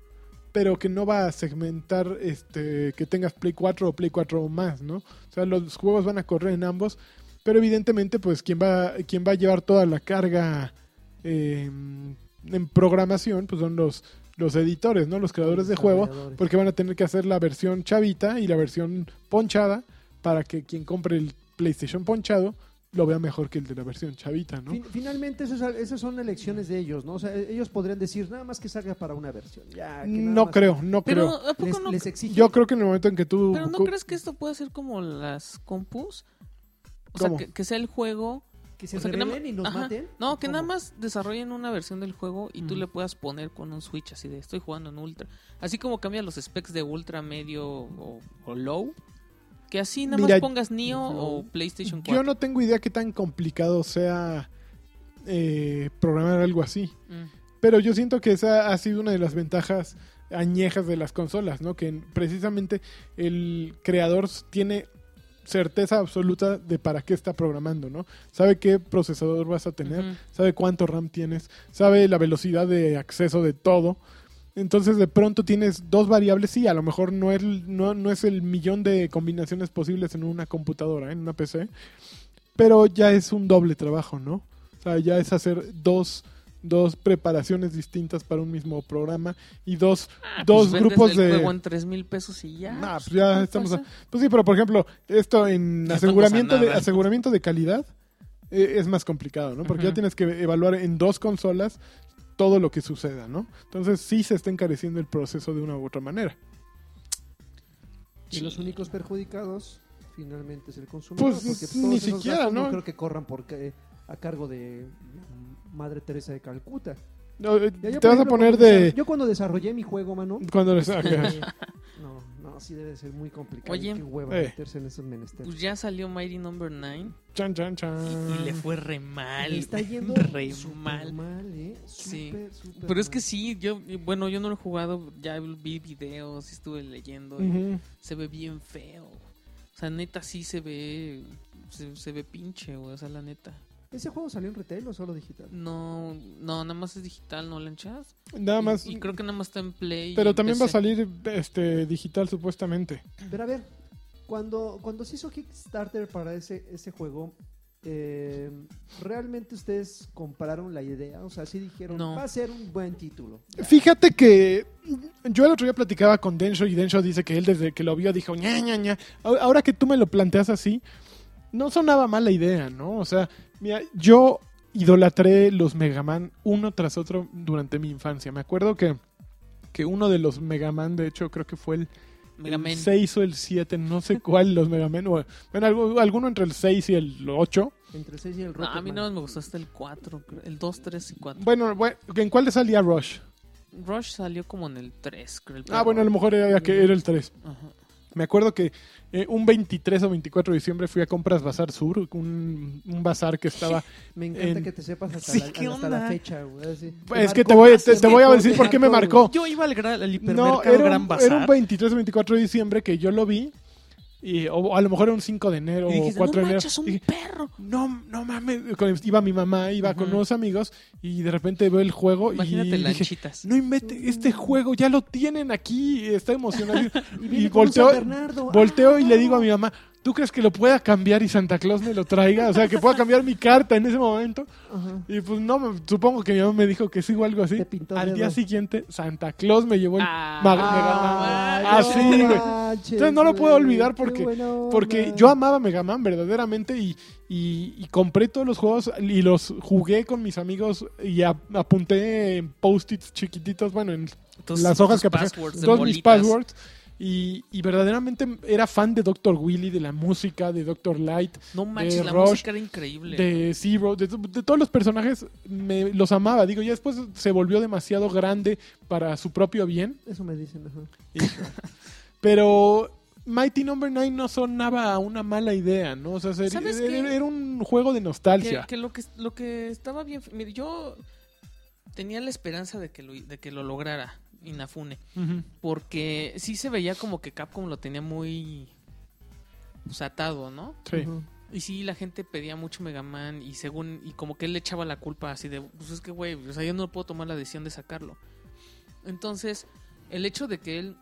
pero que no va a segmentar este que tengas Play 4 o Play 4 o más, ¿no? O sea, los juegos van a correr en ambos, pero evidentemente pues quien va, quien va a llevar toda la carga eh, en programación pues son los, los editores, ¿no? Los creadores de juego,
Desarrolladores.
porque van a tener que hacer la versión chavita y la versión ponchada para que quien compre el PlayStation ponchado lo vea mejor que el de la versión chavita, ¿no?
Fin- finalmente, eso es al- esas son elecciones de ellos, ¿no? O sea, e, ellos podrían decir nada más que salga para una versión. Ya, que nada
No
más
creo, no
Pero,
creo.
¿a poco
Les,
no?
les exigen.
Yo creo que en el momento en que tú...
¿Pero no
co-
crees que esto pueda ser como las compus? O sea,
¿Cómo?
que, que sea el juego.
que se
o sea, Pues que nada
rebelen
ma-
y nos
ajá.
maten.
No, que nada
¿Cómo?
más desarrollen una versión del juego y tú
Ujú.
le puedas poner con un Switch así de estoy jugando en Ultra. Así como cambia los specs de Ultra, medio o, o low. Que así nada
Mira,
más pongas Neo o PlayStation 4.
Yo no tengo idea qué tan complicado sea eh, programar algo así.
Mm.
Pero yo siento que esa ha sido una de las ventajas añejas de las consolas, ¿no? Que precisamente el creador tiene certeza absoluta de para qué está programando, ¿no? Sabe qué procesador vas a tener,
Ujú.
sabe cuánto RAM tienes, sabe la velocidad de acceso de todo. Entonces de pronto tienes dos variables, sí, a lo mejor no es, no, no es el millón de combinaciones posibles en una computadora, en una PC, pero ya es un doble trabajo, ¿no? O sea, ya es hacer dos, dos preparaciones distintas para un mismo programa y dos, dos
Pues vendes
grupos
el
de...
juego en 3 mil pesos y ya.
Nah,
pues,
pues ya
¿qué
estamos
pasa?
Pues sí, pero por ejemplo, esto en
Ya
aseguramiento
estamos a
de,
nada.
aseguramiento de calidad eh, es más complicado, ¿no? Porque
Ujú.
ya tienes que evaluar en dos consolas todo lo que suceda, ¿no? Entonces sí se está encareciendo el proceso de una u otra manera.
Y los únicos perjudicados finalmente es el consumidor.
Pues,
porque
ni
todos esos
siquiera,
gastos
¿no?
No creo que corran porque a cargo de Madre Teresa de Calcuta.
No, eh,
Ya,
te
yo, por
vas a
ejemplo,
poner
cuando
de...
desa- Yo cuando desarrollé mi juego, mano.
Cuando les-
eh, no, no, sí debe de ser muy complicado.
Oye.
Qué hueva
Eh.
meterse en esos menesteres.
Pues ya salió Mighty Number 9
Chan, chan,
y,
chan.
y le fue re mal.
Le está
güey,
yendo
re
súper
mal.
¿eh?
Sí.
Súper, súper
Pero es que
mal.
sí, yo, bueno, yo no lo he jugado, ya vi videos, estuve leyendo, y
Ujú.
se ve bien feo. O sea, neta sí se ve, se, se ve pinche, güey, o sea, la neta.
¿Ese juego salió en retail o solo digital?
No, no, nada más es digital, ¿no, Lanchas?
Nada
Y-
más...
Y, creo que nada más está en Play.
Pero también va a
salir
salir este digital supuestamente.
Mm.
Pero a ver, cuando, cuando se hizo Kickstarter para ese, ese juego, eh, ¿realmente ustedes compraron la idea? O sea, sí dijeron,
No.
va a ser un buen título.
Fíjate que yo el otro día platicaba con Densho y Densho dice que él desde que lo vio dijo ña ña ña. Ahora- Ahora que tú me lo planteas así, no sonaba mala idea, ¿no? O sea, mira, yo idolatré los Mega Man uno tras otro durante mi infancia. Me acuerdo que, que uno de los Mega Man, de hecho, creo que fue el,
Mega Man.
6 o el 7, no sé cuál, los Mega Man. o- Bueno, algo- alguno entre el 6 y el 8.
Entre el 6 y el
No,
Rocket
a mí nada más me gustó hasta el 4, el 2, 3 y 4.
Bueno, bueno, ¿en cuál le salía Rush?
Rush salió como en el 3, creo. el
Ah,
primero.
bueno, a lo mejor era, que era el 3.
Ajá.
Me acuerdo que eh, un 23 o 24 de diciembre fui a Compras Bazar Sur, un, un bazar que estaba...
Me encanta
en-
que te sepas hasta,
Sí,
la,
¿qué
hasta la
onda?
fecha, güey. así.
Pues es que
marcó,
te voy,
más
te, te voy a
marcó,
decir por qué me
güey.
marcó.
Yo iba al, gran, al
No,
hipermercado
era
Gran
un, era
Bazar.
un 23 o 24 de diciembre que yo lo vi, y, o a lo mejor era un 5 de enero
y dije,
o 4
no
de enero.
manches, un
Dije,
perro.
no, no mames. Con- Iba mi mamá, iba con
Ujú.
unos amigos y de repente veo el juego
Imagínate
y dije,
lanchitas.
no invente, este juego ya lo tienen aquí, está emocionante.
Y,
y
viene con un San
volteo,
Bernardo.
Volteo y le digo a mi mamá, ¿tú crees que lo pueda cambiar y Santa Claus me lo traiga? O sea, que pueda cambiar mi carta en ese momento.
Ajá.
Y pues no, me- supongo que mi mamá me dijo que sí o algo así.
Te pintó
Al
dedo.
día siguiente, Santa Claus me llevó el
Ah,
mag-
ah,
Mega Man. Así,
no
güey.
manches,
Entonces no lo puedo
güey,
olvidar
qué
porque-
buena onda.
Porque yo amaba Mega Man verdaderamente y, y- y compré todos los juegos y los jugué con mis amigos y a- apunté en post-its chiquititos, bueno, en
Tus-
las hojas
tus
que aparecen,
passwords de
todos mis
bolitas.
passwords. Y, y verdaderamente era fan de Dr. Willy, de la música, de Dr. Light,
No manches,
de
la
Rush,
música era increíble.
de Zero, de, de todos los personajes, me los amaba. Digo, ya después se volvió demasiado grande para su propio bien.
Eso me dicen, ajá.
Y- pero Mighty Number 9 no sonaba a una mala idea, ¿no? O sea, ser-
¿Sabes
era,
qué?
era un juego de
que,
nostalgia.
que lo que lo que estaba bien, mire, yo tenía la esperanza de que lo de que lo lograra Inafune,
Ujú.
porque sí se veía como que Capcom lo tenía muy pues, atado, ¿no?
Sí.
Ujú.
Y sí, la gente pedía mucho Mega Man y según y como que él le echaba la culpa así de, pues es que güey, o sea, yo no puedo tomar la decisión de sacarlo. Entonces, el hecho de que él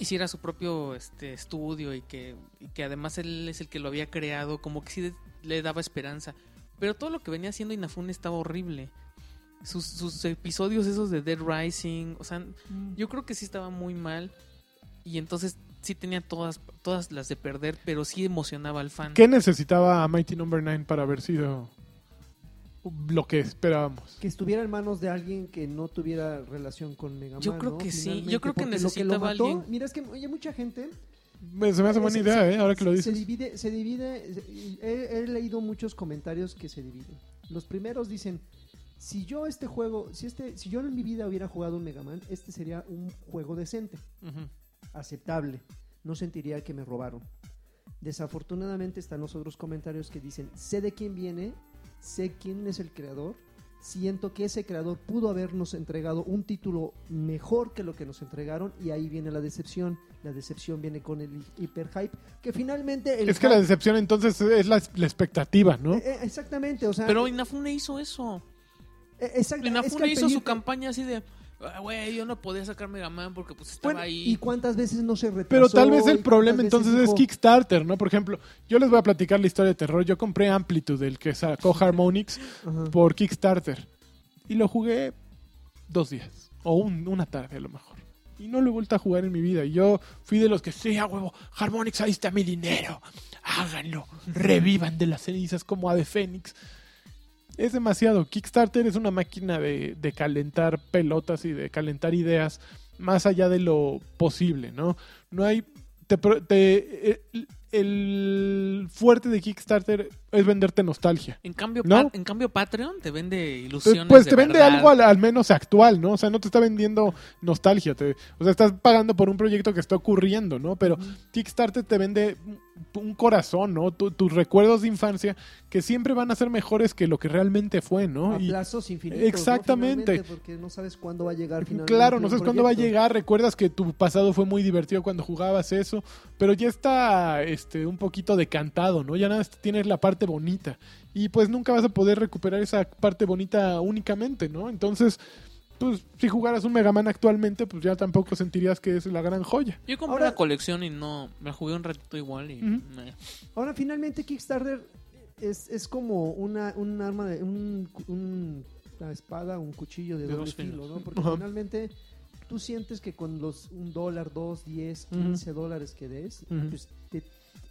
hiciera su propio este estudio y que y que además él es el que lo había creado, como que sí de- le daba esperanza. Pero todo lo que venía haciendo Inafune estaba horrible. Sus, sus episodios esos de Dead Rising, o sea, yo creo que sí estaba muy mal. Y entonces sí tenía todas, todas las de perder, pero sí emocionaba al fan.
¿Qué necesitaba Mighty Number 9 para haber sido lo que esperábamos?
Que estuviera en manos de alguien que no tuviera relación con Mega Man.
Yo creo
¿no?
que sí.
Finalmente,
Yo creo que
porque lo
necesitaba
lo mató-
alguien.
Mira, es que oye, mucha gente
Me- Se me hace buena
Se-
idea,
se-
¿eh? Ahora que lo
Se
dices.
divide, se divide. se- y He, he leído muchos comentarios que se dividen. Los primeros dicen: si yo este juego, si este, si yo en mi vida hubiera jugado un Mega Man, este sería un juego decente,
Ujú.
aceptable. No sentiría que me robaron. Desafortunadamente están los otros comentarios que dicen: sé de quién viene, sé quién es el creador. Siento que ese creador pudo habernos entregado un título mejor que lo que nos entregaron y ahí viene la decepción. La decepción viene con el hi- hiperhype que finalmente el
Es que la
hype-
decepción entonces es la, la expectativa, ¿no?
Eh, eh, exactamente, o sea,
Pero Inafune hizo eso.
eh, exacta- es que
Inafune
al
hizo su
pedir-
campaña así de, "Ah, güey, yo no podía sacar Mega Man porque pues estaba
Bueno,
ahí.
y cuántas veces no se retrasó.
Pero tal vez
y
el
cuántas
problema
veces
entonces es
dijo,
Kickstarter, ¿no? Por ejemplo, yo les voy a platicar la historia de terror. Yo compré Amplitude, el que sacó Harmonix,
ajá.
por Kickstarter. Y lo jugué dos días. O un- una tarde a lo mejor. Y no lo he vuelto a jugar en mi vida. Y yo fui de los que, sí, a huevo, Harmonix, ahí está mi dinero. Háganlo. Revivan de las cenizas como ave fénix. Es demasiado. Kickstarter es una máquina de, de calentar pelotas y de calentar ideas más allá de lo posible, ¿no? No hay... te pro- te- el- el fuerte de Kickstarter es venderte nostalgia.
En cambio,
¿No?
Pat- en cambio Patreon te vende ilusiones.
Entonces, pues
de
te vende
verdad.
algo al, al menos actual, ¿no? O sea, no te está vendiendo nostalgia. Te, o sea, estás pagando por un proyecto que está ocurriendo, ¿no? Pero Kickstarter te vende un- un corazón, ¿no? Tu- tus recuerdos de infancia que siempre van a ser mejores que lo que realmente fue, ¿no?
Ah,
a
Y-
plazos infinitos. ¿no?
Exactamente.
Finalmente, porque no sabes cuándo va a llegar finalmente.
Claro,
un
no sabes cuándo va a
proyecto.
llegar. Recuerdas que tu pasado fue muy divertido cuando jugabas eso, pero ya está este, un poquito decantado, ¿no? Ya nada más tienes la parte bonita. Y pues nunca vas a poder recuperar esa parte bonita únicamente, ¿no? Entonces, pues si jugaras un Mega Man actualmente, pues ya tampoco sentirías que es la gran joya.
Yo compré
Ahora-
la colección y no, me jugué un ratito igual y
Ujú.
meh.
Ahora, finalmente, Kickstarter es, es como una, un arma de. Un, un- una espada, un cuchillo de,
De
doble
dos filos.
filo, ¿no? Porque
Ajá.
finalmente tú sientes que con los un dólar, dos, diez,
Ujú.
quince dólares que des,
Ujú.
pues, te-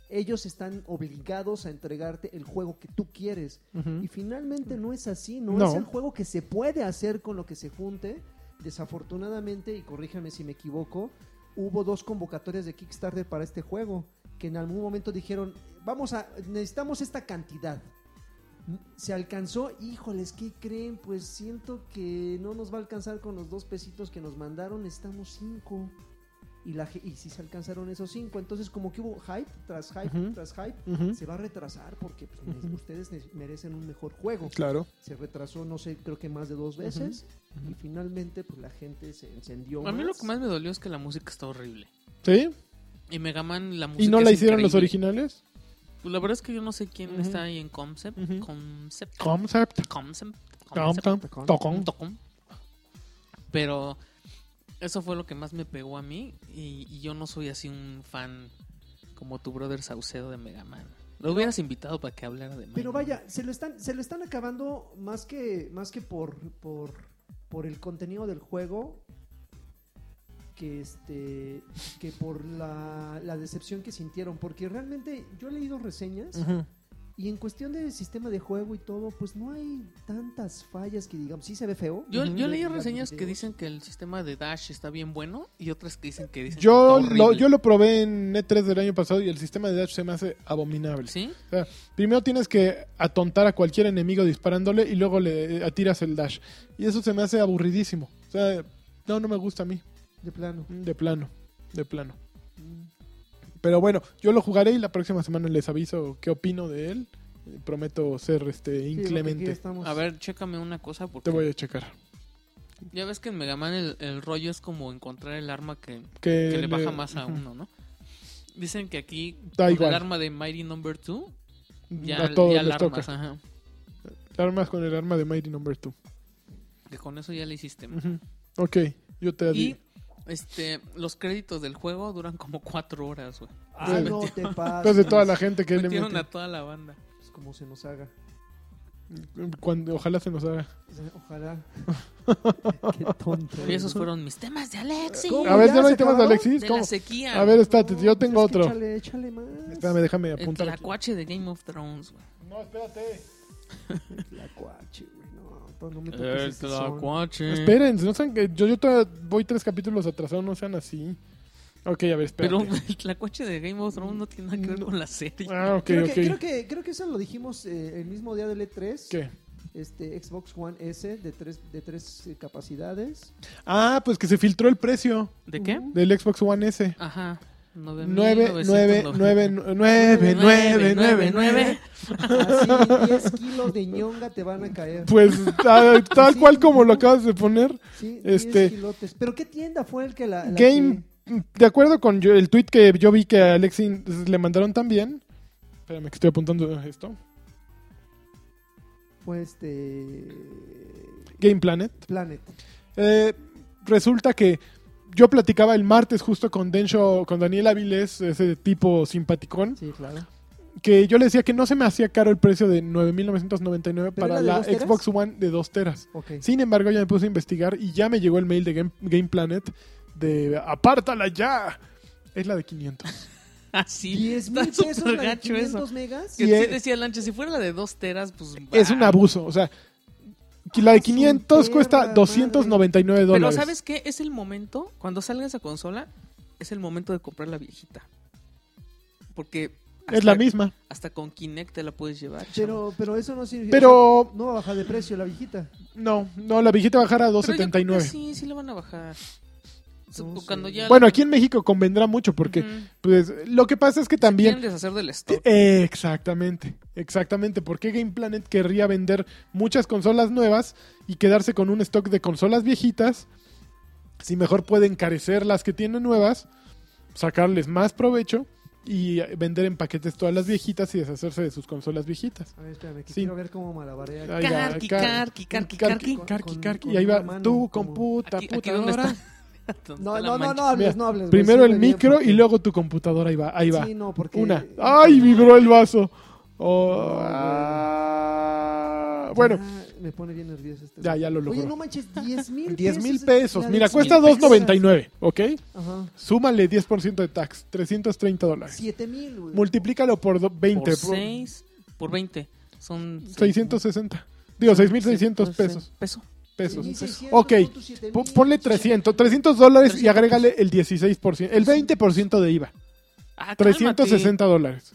ellos están obligados a entregarte el juego que tú quieres. Y finalmente no es así, no,
No.
es el juego que se puede hacer con lo que se junte. Desafortunadamente, y corríjame si me equivoco, hubo dos convocatorias de Kickstarter para este juego, que en algún momento dijeron, vamos a, necesitamos esta cantidad. Mm, Se alcanzó, híjoles, ¿qué creen? Pues siento que no nos va a alcanzar con los dos pesitos que nos mandaron, estamos cinco. Y, la, ge- y si se alcanzaron esos cinco, entonces como que hubo hype tras hype
Ujú.
tras hype
Ujú.
se va a retrasar porque pues, me-
Ujú.
ustedes ne- merecen un mejor juego.
Claro.
Se retrasó, no sé, creo que más de dos veces.
Ujú.
Y finalmente, pues la gente se encendió.
A mí lo que más me dolió es que la música está horrible.
¿Sí?
Y Mega Man, la música
¿Y no la
es
hicieron los
increíble.
originales?
Pues la verdad es que yo no sé quién
Ujú.
está ahí en Concept.
Ujú.
Concept.
Concept.
Concept.
Tom,
Concept.
tom,
Tocón.
tocón.
Tocón. Pero eso fue lo que más me pegó a mí. Y, y yo no soy así un fan como tu brother Saucedo de Mega Man. Lo hubieras invitado para que hablara de Mega
Pero
Man.
vaya, se lo están, se lo están acabando más que, más que por, por, por el contenido del juego que este que por la, la decepción que sintieron porque realmente yo he leído reseñas
Ujú.
y en cuestión de sistema de juego y todo pues no hay tantas fallas que digamos sí se ve feo
Yo, yo leí
Ve- ve-
reseñas que
videos.
dicen que el sistema de Dash está bien bueno y otras que dicen que dicen
Yo
que está
lo,
horrible.
yo lo probé en E3 del año pasado y el sistema de Dash se me hace abominable.
¿Sí?
O sea, primero tienes que atontar a cualquier enemigo disparándole y luego le atiras el dash. Y eso se me hace aburridísimo. O sea, no, no me gusta a mí.
de plano
De plano, de plano. Pero bueno, yo lo jugaré y la próxima semana les aviso qué opino de él. Eh, Prometo ser este
Sí, porque aquí
inclemente.
estamos-
A ver, chécame una cosa porque
Te voy a checar.
ya ves que en Mega Man el, el rollo es como encontrar el arma que,
Que,
que le baja más a uno, ¿no? Dicen que aquí
Da
con
igual.
el arma de Mighty Number 2 ya,
a todos
ya la
les
armas,
toca.
ajá.
Armas con el arma de Mighty Number 2.
Que con eso ya le hiciste.
Ok, yo te
Y
digo.
este los créditos del juego duran como cuatro horas, güey.
Ah,
Sí.
no te pases.
Entonces, toda la gente que le
Metieron
mete.
a toda la banda.
Pues como se nos haga.
Cuando, ojalá se nos haga.
Ojalá. Qué tonto.
Y esos fueron mis temas de Alexis.
¿Cómo?
Eh, A ver,
¿Ya
ya no
se
hay temas de
acabaron?
Alexis.
De
¿Cómo?
la sequía.
A ver, este, estate,
No,
yo tengo
Pues es que
otro.
Échale, échale más.
Espérame, déjame
el
apuntar. aquí.
tlacuache de Game of Thrones. güey.
No, espérate.
La cuache, güey. No, no, no me
Eh,
toques ese son.
Mm.
Esperen, no sean que- yo, yo todavía voy tres capítulos atrasado, no sean así. Ok, a ver, espérate.
Pero el tlacuache de Game of Thrones no tiene nada que ver con la serie.
Ah, ok,
Creo,
ok.
que, creo, que, creo que eso lo dijimos eh, el mismo día del E3.
¿Qué?
Este Xbox One S de tres, de tres eh, capacidades.
Ah, pues que se filtró el precio
¿De qué?
Ujú.
del Xbox One S.
Ajá. 9.990.
9, 9, 9, 9, 9, 9, 9.
Así 10 kilos de ñonga te van a caer.
Pues tal, tal
Sí.
cual como lo acabas de poner.
Sí,
Este-
10 kilotes. ¿Pero qué tienda fue el que la. la
Game, de acuerdo con yo- el tweet que yo vi que a Alexin le mandaron también. Espérame que estoy apuntando esto.
que fue este.
Game Planet.
Planet.
Eh, resulta que yo platicaba el martes justo con Densho, con Daniel Avilés, ese tipo simpaticón,
Sí, claro.
que yo le decía que no se me hacía caro el precio de 9.999
¿Pero
para
era de
la
dos teras?
Xbox One de 2 teras.
Ok.
Sin embargo, ya me puse a investigar y ya me llegó el mail de Game, Game Planet de apártala ya. Es la de 500.
Así.
10 mil
Ah, está
pesos
súper
la de
gacho eso.
500 megas.
Que
Y
sí
es-
decía Lancha, si fuera la de 2 teras, pues.
es un
bah.
abuso, o sea, que la
Ah,
de
su
500 cuesta
perra
299 dólares.
Pero ¿sabes qué? Es el momento, cuando salga esa consola, es el momento de comprar la viejita. Porque.
Es
hasta-
la misma.
Hasta con Kinect te la puedes llevar. chavo.
Pero, pero eso no significa.
Pero
No va a bajar de precio la viejita.
no, no, la viejita bajará a
Pero yo creo que
279.
Sí, sí la van a bajar. O sea,
No
pues,
sé.
cuando ya
Bueno, aquí en México convendrá mucho porque
Ujú.
pues lo que pasa es que
Quieren
también
deshacer del stock.
Eh, exactamente, exactamente, porque Game Planet querría vender muchas consolas nuevas y quedarse con un stock de consolas viejitas, si mejor puede encarecer las que tiene nuevas, sacarles más provecho y eh, vender en paquetes todas las viejitas y deshacerse de sus consolas viejitas.
A ver, espérame, que
Sí.
quiero ver cómo malabarea.
Ay, ya,
Carqui,
car-
carqui, carqui,
Carqui,
carqui.
Con-
carqui,
con-
carqui,
con
y ahí
una
va
mano,
tu
como-
computa,
Aquí, aquí donde
putadora.
está. donde
No,
está la
no, no,
mancha.
no hables,
Mira,
no hables. güey,
Primero el
síguele bien,
micro
porque-
y luego tu computadora, ahí va, ahí va.
Sí, no, porque.
Una. ¡Ay, vibró el vaso! Oh,
güey.
ah. bueno,
Ah, me pone bien nervioso este.
Ya,
güey.
ya lo
Oye,
logró.
no manches, 10 mil
10 mil
es-
pesos.
la de
Mira,
10,000
cuesta
pesos.
2.99, ¿ok?
Ajá.
Súmale 10% de tax, 330 dólares.
7 mil, güey.
Multiplícalo por do- 20,
Por
por
6, por 20. Son
660. Digo, 6.600 pesos.
Peso.
pesos.
1,600,
Ok,
pon tus 7,000,
Po- Ponle 300, 300 dólares y agrégale el 16%, el 20% de IVA.
Ah, cálmate.
360 dólares.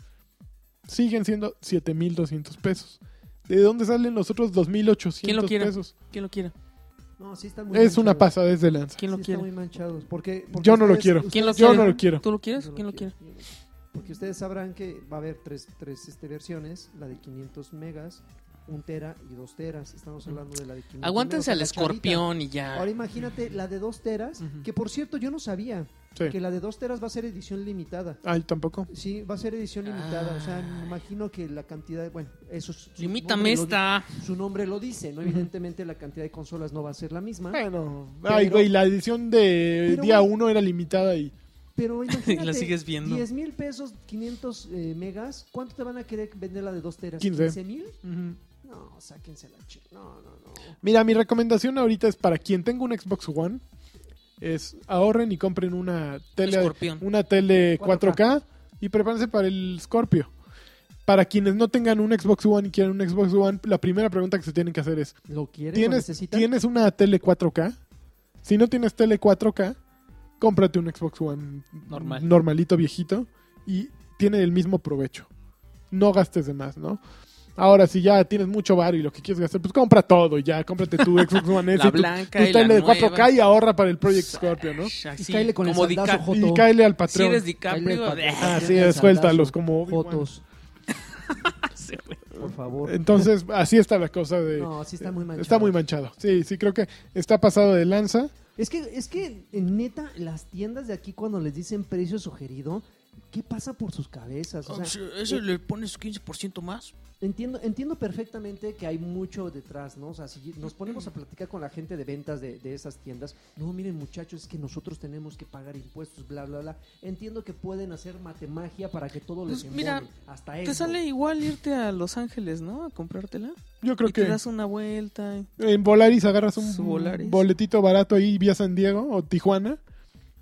Siguen siendo 7.200 pesos. ¿De dónde salen los otros 2.800
¿Quién lo quiere?
pesos?
¿Quién lo quiere?
No, sí están muy
Es una
manchados.
pasada desde lanza.
¿Quién lo
Sí están muy
quiere?
manchados. Porque, porque
Yo no lo
ustedes-
quiero.
¿Quién lo
ustedes
Yo
quiere?
no
sabrán-
lo quiero.
¿Tú lo quieres?
Yo
¿Quién lo quiere?
quiero. Porque ustedes sabrán que va a haber tres, tres este, versiones: la de 500 megas, 1 tera y 2 teras. Estamos hablando de la de 500
Aguántense al
megas, o sea, la chavita.
escorpión y ya.
Ahora imagínate la de 2 teras,
Ujú.
que por cierto yo no sabía
Sí.
que la de 2 teras va a ser edición limitada.
Ay, tampoco.
Sí, va a ser edición limitada, o sea, me
Ah.
imagino que la cantidad de, bueno, eso es... su
Limítame
nombre lo
esta.
di- Su nombre lo dice, ¿no? Evidentemente la cantidad de consolas no va a ser la
Ah.
misma,
Bueno, ay,
Pero-
güey, la edición de
Pero,
día
güey.
1 era limitada y
pero imagínate...
La sigues viendo.
10 mil pesos, 500 eh, megas, ¿cuánto te van a querer vender la de 2 teras?
15.
mil? No, sáquense la ch... No, no, no.
Mira, mi recomendación ahorita es para quien tenga un Xbox One es ahorren y compren una tele
Escorpión.
una tele 4K,
4K.
y prepárense para el Scorpio. Para quienes no tengan un Xbox One y quieran un Xbox One, la primera pregunta que se tienen que hacer es
¿Lo quieren? ¿Lo
¿Tienes,
necesitan?
¿Tienes una tele 4K? Si no tienes tele 4K, cómprate un Xbox One
Normal.
normalito, viejito, y tiene el mismo provecho. No gastes de más, ¿no? Ahora, si ya tienes mucho bar y lo que quieres gastar, pues compra todo y ya, cómprate tu Xbox One S,
La
y tu,
blanca
tu
y la
tele de
nueva.
4K y ahorra para el Project Scorpio, ¿no?
Así,
Y cáele con el
como
saldazo,
DiCap-
joto.
Y cáele al
Si
patrón.
eres DiCaprio,
Cáele con-
ah,
Así
Cáele al
es,
saldazo.
suéltalos como Obi-Wan.
Fotos,
se fue.
por favor.
Entonces, así está la cosa de... eh,
No, sí está muy manchado.
Está muy manchado. Sí, sí, creo que está pasado de lanza.
Es que, es que, eh, neta, las tiendas de aquí cuando les dicen precio sugerido, ¿Qué pasa por sus cabezas? O sea,
Ah, ¿Eso le pones 15% más?
Entiendo, entiendo perfectamente que hay mucho detrás, ¿no? O sea, si nos ponemos a platicar con la gente de ventas de, de esas tiendas, no, miren muchachos, es que nosotros tenemos que pagar impuestos, bla, bla, bla. Entiendo que pueden hacer matemagia para que todo
Pues
les
mira,
embone, hasta
Te
eso.
sale igual irte a Los Ángeles, ¿no? A comprártela.
Yo creo
y te
que
das una vuelta. y-
en Volaris agarras un
Su Volaris.
boletito barato ahí vía San Diego o Tijuana,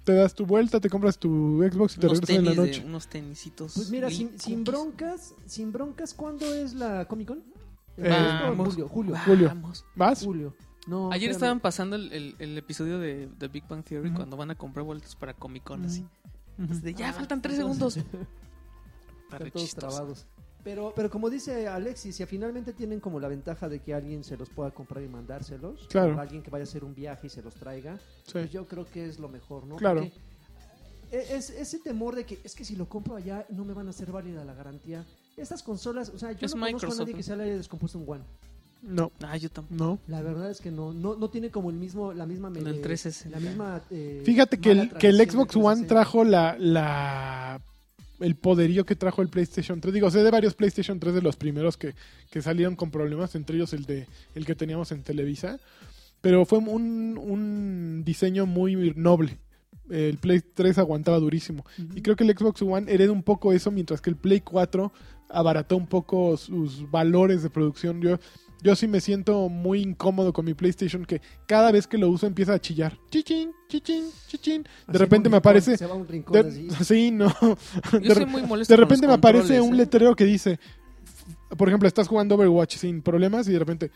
te das tu vuelta, te compras tu Xbox y te regresas
unos
en
tenis,
la
de-
noche.
unos tenisitos.
Pues mira,
Lee
sin, sin
Cookies.
broncas, sin broncas, ¿cuándo es la Comic Con? ¿En
Eh,
agosto o en
Vamos.
julio, julio,
Julio.
Vamos.
¿Vas?
julio. No,
Ayer
espérame.
estaban pasando el, el- el episodio de, de Big Bang Theory
Ujú. Mm.
cuando van a comprar boletas para Comic Con así.
Ujú.
Así de, ya
Ah,
faltan tres
entonces-
segundos. Está re
Están todos
chistoso.
trabados. Pero, pero como dice Alexis, si finalmente tienen como la ventaja de que alguien se los pueda comprar y mandárselos,
Claro.
o alguien que vaya a hacer un viaje y se los traiga, pues
Sí.
yo creo que es lo mejor, ¿no?
Claro.
Porque e- es, ese temor de que es que si lo compro allá no me van a hacer válida la garantía. Estas consolas, o sea, yo
Es
no conozco a
Microsoft,
nadie
¿no?
que se le haya descompuesto un One.
No,
Ah, yo tampoco.
no.
La verdad es que no, no, no tiene como el mismo, la misma
En
medida.
el 360.
La misma. eh,
Fíjate que
mala
el, que el
tradición
Xbox
del
One
360.
trajo la, la el poderío que trajo el PlayStation 3. Digo, sé de varios PlayStation 3 de los primeros que, que salieron con problemas, entre ellos el de el que teníamos en Televisa. Pero fue un, un diseño muy noble. El Play 3 aguantaba durísimo. Y creo que el Xbox One hereda un poco eso, mientras que el Play 4 abarató un poco sus valores de producción. Yo, yo sí me siento muy incómodo con mi PlayStation que cada vez que lo uso empieza a chillar. Chichín, chichín, chichín. De
Así
repente
un
me
rincón,
aparece...
Se va a un rincón así.
de- sí, no.
Yo
De,
soy
re-
muy molesto.
de
con los
repente me aparece
controles,
un
¿eh?
letrero que dice, por ejemplo, estás jugando Overwatch sin problemas y de repente...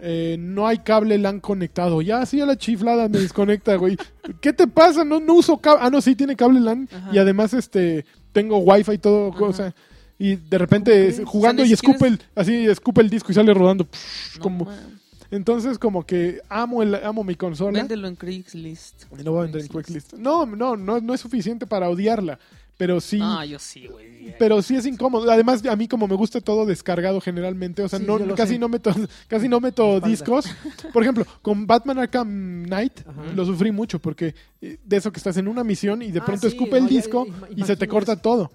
eh, no hay cable LAN conectado. Ya, sí, a la chiflada me desconecta, güey. ¿Qué te pasa? No, no uso cable. Ah, no, sí, tiene cable LAN.
Ajá.
Y además, este, tengo wifi y todo,
Ajá.
o sea, y de repente
crees?
es- jugando
O sea, ni
y escupe
siquiera
el, así escupe el disco y sale rodando. Psh,
No,
como,
man.
entonces, como que amo el, amo mi consola.
Véndelo en Craigslist.
Y lo voy a vender en Craigslist. No, no, no, no es suficiente para odiarla. Pero sí,
Ah, yo sí, güey.
pero sí es incómodo. Además, a mí como me gusta todo descargado generalmente, o sea,
Sí,
no,
yo lo
casi,
sé.
no meto, casi no meto
Espalda.
discos. Por ejemplo, con Batman Arkham Knight
Ajá.
lo sufrí mucho porque eh, de eso que estás en una misión y de
Ah,
pronto
sí,
escupe el
no, ya,
disco
ima-
y se te
imagino
corta
eso.
todo.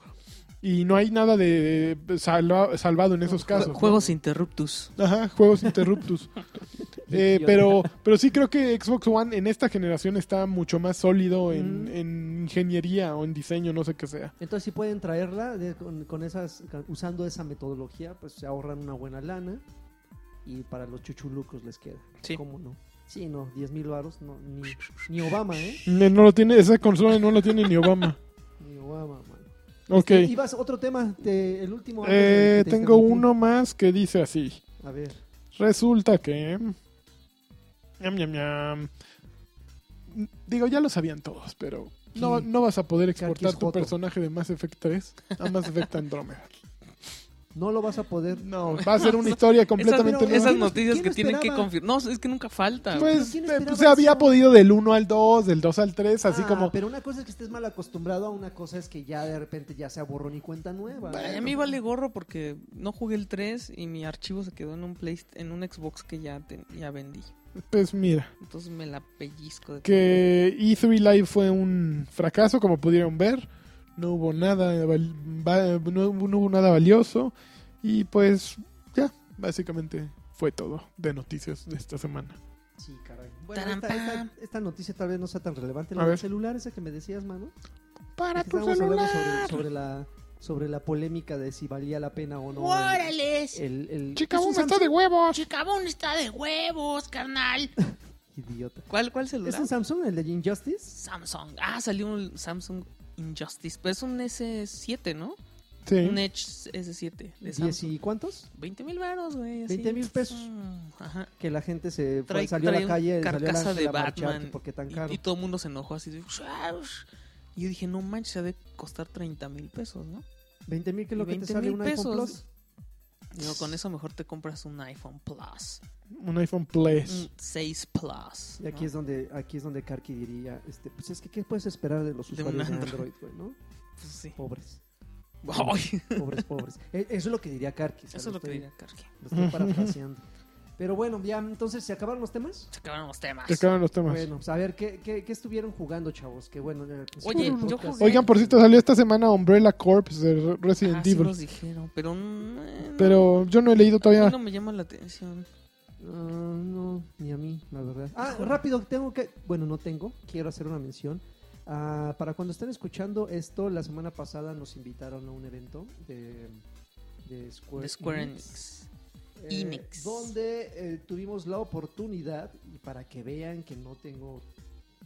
Y no hay nada de eh, salva- salvado en esos casos. ¿no?
Juegos Interruptus.
Ajá, juegos interruptus. Eh, pero, pero sí creo que Xbox One en esta generación está mucho más sólido en,
Mm.
en ingeniería o en diseño, no sé qué sea.
Entonces si pueden traerla de- con, con esas con- usando esa metodología, pues se ahorran una buena lana y para los chuchulucos les queda.
Sí.
¿Cómo no? Sí, no, 10 mil varos, no, ni, ni Obama, ¿eh?
Ne- No lo tiene, esa consola no la tiene ni Obama.
Ni Obama, mano.
Ok.
Este, ibas a otro tema, te- el último. antes
Eh,
de que te
tengo
interrumpí.
uno más que dice así.
A ver,
Resulta que... ñam, ñam, ñam. Digo, ya lo sabían todos, pero no,
Sí.
no vas a poder exportar tu
Carquisjoto.
personaje de Mass Effect 3 a Mass Effect Andrómeda.
no lo vas a poder.
No, va a ser una historia completamente
esas,
nueva.
esas
¿Quién-
noticias
quién
que tienen que
esperaba?
confirmar. No, es que nunca falta. güey.
Pues,
¿quién
eh,
esperaba
pues, se había
eso?
podido del 1 al 2, del 2 al 3, así
Ah,
como...
Pero una cosa es que estés mal acostumbrado a una cosa es que ya de repente ya sea borrón y cuenta nueva.
Ay, a mí vale gorro porque no jugué el 3 y mi archivo se quedó en un Play, en un Xbox que ya, ten- ya vendí.
Pues mira,
Entonces me la pellizco de
que E3 Live fue un fracaso, como pudieron ver. No hubo nada, val- va- no, hubo- no hubo nada valioso. Y pues ya, básicamente fue todo de noticias de esta semana.
Sí, caray. Bueno,
Tarán,
esta, esta-
pam.
esta noticia tal vez no sea tan relevante.
A
La del
ver.
celular esa que me decías, mano.
Para
Pues
que Pues estábamos hablando sobre, sobre la sobre la polémica de si valía la pena o no. el-
¡Órales!
El, el-
Chica,
es un
bomba está de
Samsung-
huevos.
Chicabón está de huevos, carnal.
Idiota.
¿Cuál, cuál celular?
¿Es un Samsung el de Injustice?
Samsung. Ah, salió un Samsung Injustice. Pero es un S7, ¿no?
Sí.
Un Edge S7 de Samsung.
¿Diez y cuántos?
20 mil baros, güey. así.
20,000 pesos.
Mm, Ajá.
Que la gente se fue-
Trae-
salió a
trae
la
un
calle, salió a la
carcasa de
Ángela a marchar,
Batman
que porque tan
Y-
caro.
Y, todo el mundo se enojó así. de, "Shush". Y yo dije, no manches, ha de costar 30 mil pesos, ¿no?
20 mil que es lo que te
20,000
sale un iPhone
pesos.
Plus.
Digo, con eso mejor te compras un iPhone Plus. e-
Un iPhone Plus.
Un 6 Plus.
Y aquí
¿no?
es donde aquí es donde Karki diría, este, pues es que qué puedes esperar de los
De un
usuarios de
Android.
Android, güey, ¿no?
Pues sí.
Pobres,
Ay,
pobres, pobres. E- Eso es lo que diría Karki. o sea,
eso es lo que
estoy-
diría Karki.
Lo estoy parafraseando. Pero bueno, ya entonces, ¿se acabaron los temas?
Se acabaron los temas.
Se acaban los temas.
Bueno, pues a ver, ¿qué, qué, qué estuvieron jugando, chavos? Que bueno, en el principio
Oye,
del
yo
podcast-
jugué-
Oigan, por cierto, salió esta semana Umbrella Corps de
Ah,
Resident
sí
Evil.
nos dijeron, pero. mm,
Pero yo no he leído
a mí
todavía.
no me llama la atención.
Ah, no, ni a mí, la verdad. Ah, rápido, tengo que. Bueno, no tengo. Quiero hacer una mención. Ah, para cuando estén escuchando esto, la semana pasada nos invitaron a un evento de, de Square,
De Square
Enix,
Enix.
eh,
Enix.
donde eh, tuvimos la oportunidad, y para que vean que no tengo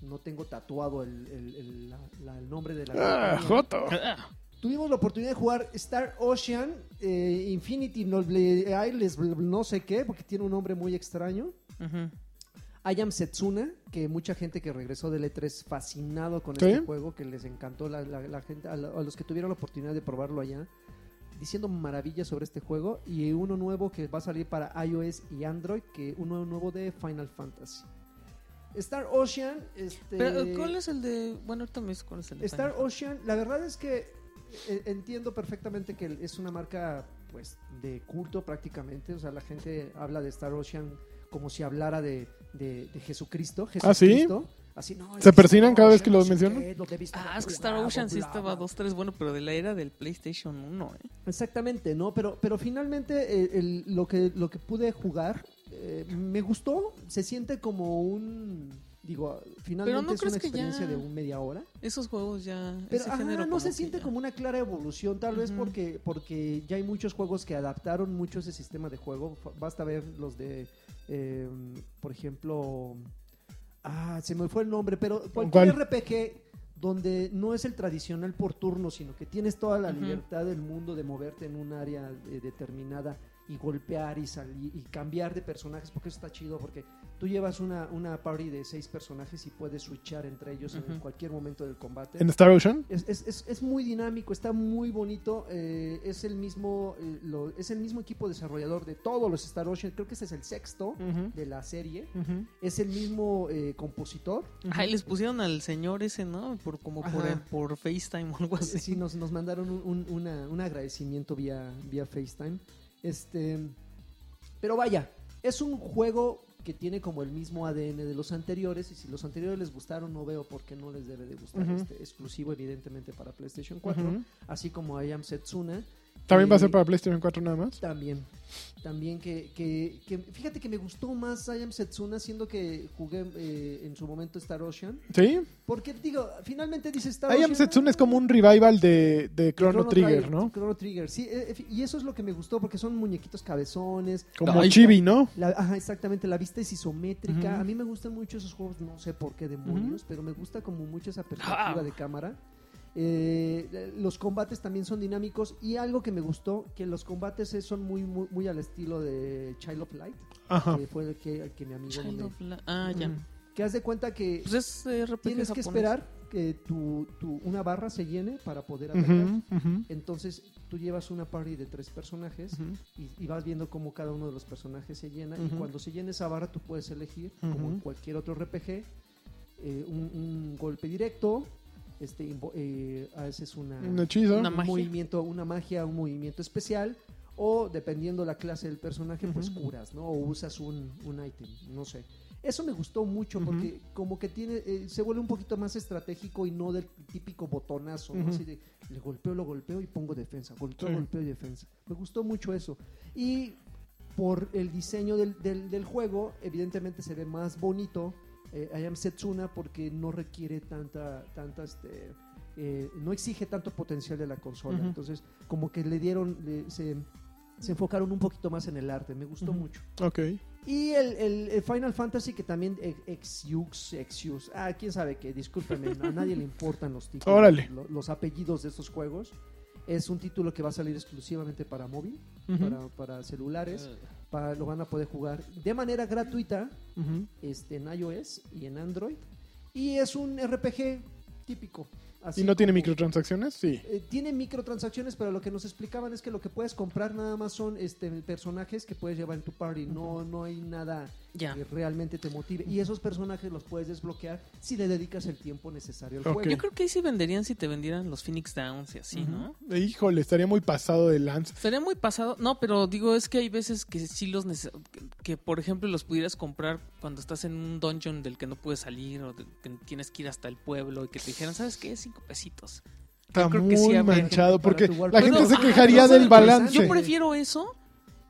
no tengo tatuado el, el- el- la- la- el nombre de la
Ah,
compañía.
Joto.
Tuvimos la oportunidad de jugar Star Ocean, eh, Infinity Noble- Airless, bl- bl- no sé qué, porque tiene un nombre muy extraño.
Ujú.
Ayam Setsuna, que mucha gente que regresó del E3 fascinado con
¿Sí?
este juego, que les encantó la, la- la gente, a, la- a los que tuvieron la oportunidad de probarlo allá, diciendo maravillas sobre este juego, y uno nuevo que va a salir para iOS y Android, que uno nuevo de Final Fantasy. Star Ocean, este...
Pero, ¿cuál es el de.? Bueno, ahorita me dices cuál es el de.
Star
Final
Ocean, la verdad es que eh, entiendo perfectamente que es una marca pues de culto prácticamente, o sea, la gente habla de Star Ocean como si hablara de, de- de Jesucristo,
¿Ah, sí?
Jesucristo. Así, no, es
¿Se
que
persinan
Star
cada vez que
Ocean,
lo
no sé
mencionan?
qué, lo debiste
Ah,
haber
es que Star
jugado,
Ocean sí
bla,
estaba
bla.
2-3 bueno, pero de la era del PlayStation 1, ¿eh?
Exactamente, ¿no? Pero, pero finalmente eh, el- lo, que, lo que pude jugar eh, me gustó, se siente como un, digo, finalmente
no
es una
crees que ya-
experiencia de un media hora.
Esos juegos ya.
Pero
ese
ajá,
género
no se
que
siente
ya-
como una clara evolución, tal vez
Ujú.
porque, porque ya hay muchos juegos que adaptaron mucho ese sistema de juego. Fa- Basta ver los de, eh, por ejemplo, ah, se me fue el nombre, pero cualquier
¿Cuál?
RPG donde no es el tradicional por turno, sino que tienes toda la
Ujú.
libertad del mundo de moverte en un área eh, determinada y golpear y salir y cambiar de personajes, porque eso está chido, porque tú llevas una, una party de seis personajes y puedes switchar entre ellos en
Ujú.
cualquier momento del combate.
¿En Star Ocean?
Es, es- es- es muy dinámico, está muy bonito. eh, es, el mismo, eh, lo- es el mismo equipo desarrollador de todos los Star Ocean. Creo que este es el sexto de la serie. Es el mismo eh, compositor.
Ay, les pusieron al señor ese, ¿no? Por, como por,
Ajá.
por FaceTime o algo
Pues
así.
Eh, Sí, nos, nos mandaron un, un- una- un agradecimiento vía, vía FaceTime. Este, pero vaya, es un juego que tiene como el mismo ADN de los anteriores. Y si los anteriores les gustaron, no veo por qué no les debe de gustar
Ujú.
este exclusivo, evidentemente, para PlayStation 4.
Ujú.
Así como I Am Setsuna.
También va a ser
Eh,
para PlayStation 4 nada más.
También. También que, que, que- Fíjate que me gustó más I Am Setsuna, siendo que jugué eh, en su momento Star Ocean.
¿Sí?
Porque, digo, finalmente dice Star
I
Ocean.
Am Setsuna es como un revival de, de Chrono Trigger, ¿no?
Chrono Trigger, sí. eh, eh, Y eso es lo que me gustó, porque son muñequitos cabezones.
Como
Ay,
Chibi, ¿no?
La- ajá, exactamente, la vista es isométrica.
Ujú.
A mí me gustan mucho esos juegos, no sé por qué demonios, pero me gusta como mucho esa perspectiva
Ah.
de cámara. Eh, los combates también son dinámicos y algo que me gustó, que los combates eh, son muy, muy, muy al estilo de Child of Light,
Ajá.
que fue el que, el que mi amigo...
Ah. Child
me-
of Light. Ah, ya.
Mm.
Que haz de cuenta que
Pues es eh, RPG
tienes que
japonés.
esperar que tu, tu- una barra se llene para poder atacar.
Ujú, ujú,
Entonces tú llevas una party de tres personajes
ujú.
y, y vas viendo cómo cada uno de los personajes se llena. Y
Ujú.
cuando se llena esa barra, tú puedes elegir, como en
Ujú.
cualquier otro RPG, eh, un, un golpe directo. Este, invo- eh, haces una,
Un hechizo.
Una
un
magia.
movimiento, una magia, un movimiento especial. O dependiendo la clase del personaje, pues
Ujú.
curas, ¿no? O usas un, un item, no sé. Eso me gustó mucho
Ujú.
porque como que tiene, eh, se vuelve un poquito más estratégico y no del típico botonazo, ¿no?
Ujú.
Así de, le golpeo, lo golpeo y pongo defensa, golpeo,
Sí.
golpeo y defensa. Me gustó mucho eso. Y por el diseño del, del- del juego, evidentemente se ve más bonito eh, I Am Setsuna porque no requiere tanta, tanta este, eh, no exige tanto potencial de la consola.
Ujú.
Entonces, como que le dieron, le- se, se enfocaron un poquito más en el arte. Me gustó
Ujú.
mucho.
Ok.
Y el, el- el Final Fantasy que también eh, Exius, Exius. Ah, quién sabe qué, discúlpeme, a nadie le importan los títulos,
Órale.
lo- los apellidos de estos juegos. Es un título que va a salir exclusivamente para móvil,
Ujú,
para, para celulares, para, lo van a poder jugar de manera gratuita
ujú.
este, en iOS y en Android. Y es un RPG típico. así
¿Y no tiene
como-
microtransacciones? Sí.
eh, tiene microtransacciones, pero lo que nos explicaban es que lo que puedes comprar nada más son este personajes que puedes llevar en tu party. No, no hay nada
Ya.
que realmente te motive. Y esos personajes los puedes desbloquear si le dedicas el tiempo necesario al
Ok.
juego.
Yo creo que ahí sí venderían si te vendieran los Phoenix Downs y así, ¿no?
Híjole, estaría muy pasado de lanza.
Sería muy pasado. No, pero digo, es que hay veces que sí los neces- que, que, por ejemplo, los pudieras comprar cuando estás en un dungeon del que no puedes salir o de- que tienes que ir hasta el pueblo y que te dijeran, ¿sabes qué? Cinco pesitos.
Está
creo
muy
que sí habría
manchado
gente para
porque
tu
la
Warcraft.
gente se
Bueno, ah,
quejaría
no sé,
del
pues,
balance.
Yo prefiero eso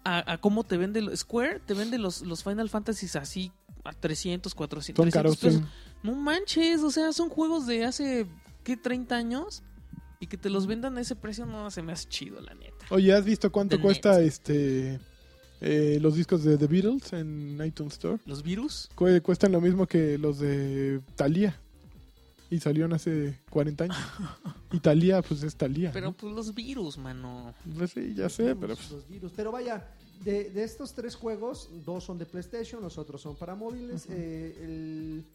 a, a cómo te vende lo- Square, te vende los, los Final Fantasies así a 300, 400.
Son
300
caros.
pesos.
sí.
No manches, o sea, son juegos de hace, ¿qué? 30 años y que te los vendan a ese precio no se me hace chido, la neta.
Oye, ¿has visto cuánto
The
cuesta este eh, los discos de The Beatles en iTunes Store?
¿Los virus?
Cu- Cuestan lo mismo que los de Thalía. Y salieron hace 40 años. Y Thalía, pues es Thalía.
Pero
¿no?
pues los virus, mano.
Pues sí, ya sé, pero pues,
Los virus. Pero vaya, de, de estos tres juegos, dos son de PlayStation, los otros son para móviles. Eh, el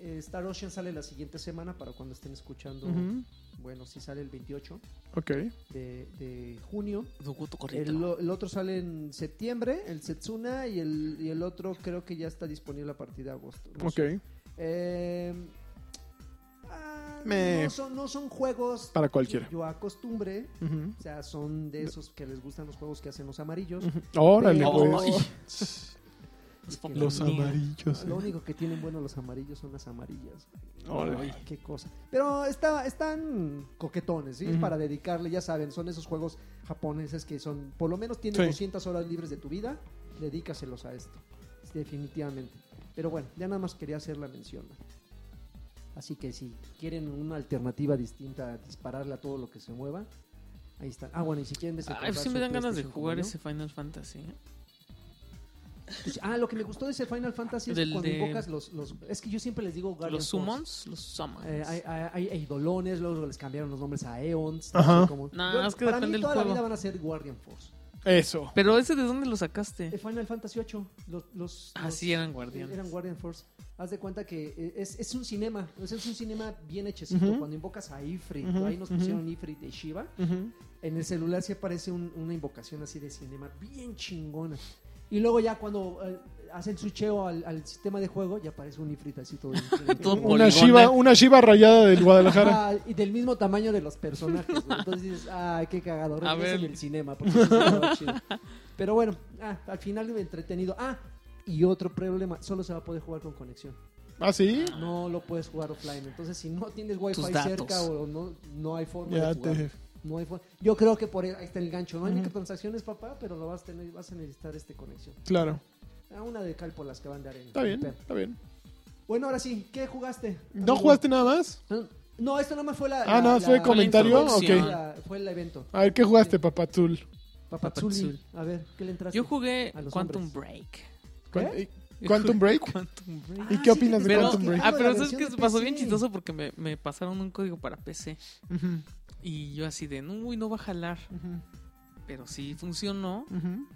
eh, Star Ocean sale la siguiente semana para cuando estén escuchando.
ujú,
Bueno, sí sale el 28
Ok.
de, de junio.
Duguto corriente.
El, o- el otro sale en septiembre, el Setsuna, y el, y el otro creo que ya está disponible a partir de agosto. No
Ok.
sé. Eh, ah,
Me-
no, son, no son juegos
Para cualquiera.
que yo acostumbre.
Ujú.
O sea, son de esos que les gustan los juegos que hacen los amarillos.
Ujú. Órale,
Pero-
pues.
Ay.
Los
Los amarillos.
Lo
eh.
único que tienen bueno los amarillos son las amarillas.
Órale.
Ah, qué cosa. Pero está, están coquetones, ¿sí?
Ujú.
Para dedicarle, ya saben, son esos juegos japoneses que son, por lo menos tienes
Sí.
200 horas libres de tu vida, dedícaselos a esto, definitivamente. Pero bueno, ya nada más quería hacer la mención. ¿no? Así que si quieren una alternativa distinta a dispararle a todo lo que se mueva, ahí están. Ah, bueno, y si quieren
Ay, pues,
desencontrar
sí me
su
dan ganas de
PlayStation
jugar
como yo,
ese Final Fantasy. ¿eh?
pues, Ah, lo que me gustó de ese Final Fantasy es
Del
que cuando
de-
invocas los, los... Es que yo siempre les digo Guardian
Los
Force.
summons, los summons.
Eh, hay, hay, hay- hay idolones, luego les cambiaron los nombres a Eons.
Ajá.
cómo-
Nah,
Yo-
es que
para mí
depende del
toda la
juego.
vida van a ser Guardian Force.
Eso.
Pero ese de dónde lo
Eh,
sacaste?
Final Fantasy VIII, los, los,
Ah,
los- eh,
sí, eran guardianes.
eran Guardian Force. Haz de cuenta que eh, es, es un cinema, o sea, es un cinema bien hechecito.
Ujú.
Cuando invocas a Ifrit,
Ujú,
ahí nos
ujú.
pusieron Ifrit de Shiva.
Ujú.
En el celular sí aparece un- una invocación así de cinema bien chingona. Y luego ya cuando eh, hacen switcheo al, al sistema de juego, ya aparece un Ifrit así todo.
Todo
increíble.
Una
Poligonal.
shiva, una shiva rayada del Guadalajara.
Ajá, y del mismo tamaño de los personajes. güey. Entonces dices, ay, qué cagado.
A
Regresen
ver.
el cinema. porque sí se estaba chido. Pero bueno, ah, al final entretenido. Ah, y otro problema, solo se va a poder jugar con conexión.
¿Ah, sí?
No lo puedes jugar offline. Entonces, si no tienes wifi
Tus datos.
cerca o no, no hay forma
Ya
de jugar.
te.
No hay forma. Yo creo que por ahí ahí está el gancho. No hay
Ujú.
microtransacciones, papá, pero lo vas a tener, vas a necesitar este conexión.
Claro.
Ah, una de cal por las que van de arena.
Está bien,
Pero-
está bien.
Bueno, ahora sí, ¿qué jugaste?
¿No
amigo?
jugaste nada más?
No, esto nomás fue la.
Ah,
la-
nada más fue
la-
comentario.
la
Ok.
introducción.
la- fue el evento.
A ver, ¿qué jugaste, papazul?
Papazuli.
Papazuli.
A ver, ¿qué le entraste?
Yo jugué
A los
Quantum
hombres.
Break.
¿Cuán-
¿Eh?
eh, ¿Quantum Break?
Quantum Break.
¿Y
Ah,
qué
sí,
opinas de
pero-
Pero,
Quantum Break?
ah, pero
Ah, la
¿sabes qué?
versión de
Pasó
PC.
bien chistoso porque me, me pasaron un código para PC.
Ujú,
Y yo así de, uy, no va a jalar.
ujú,
Pero sí funcionó.
ujú.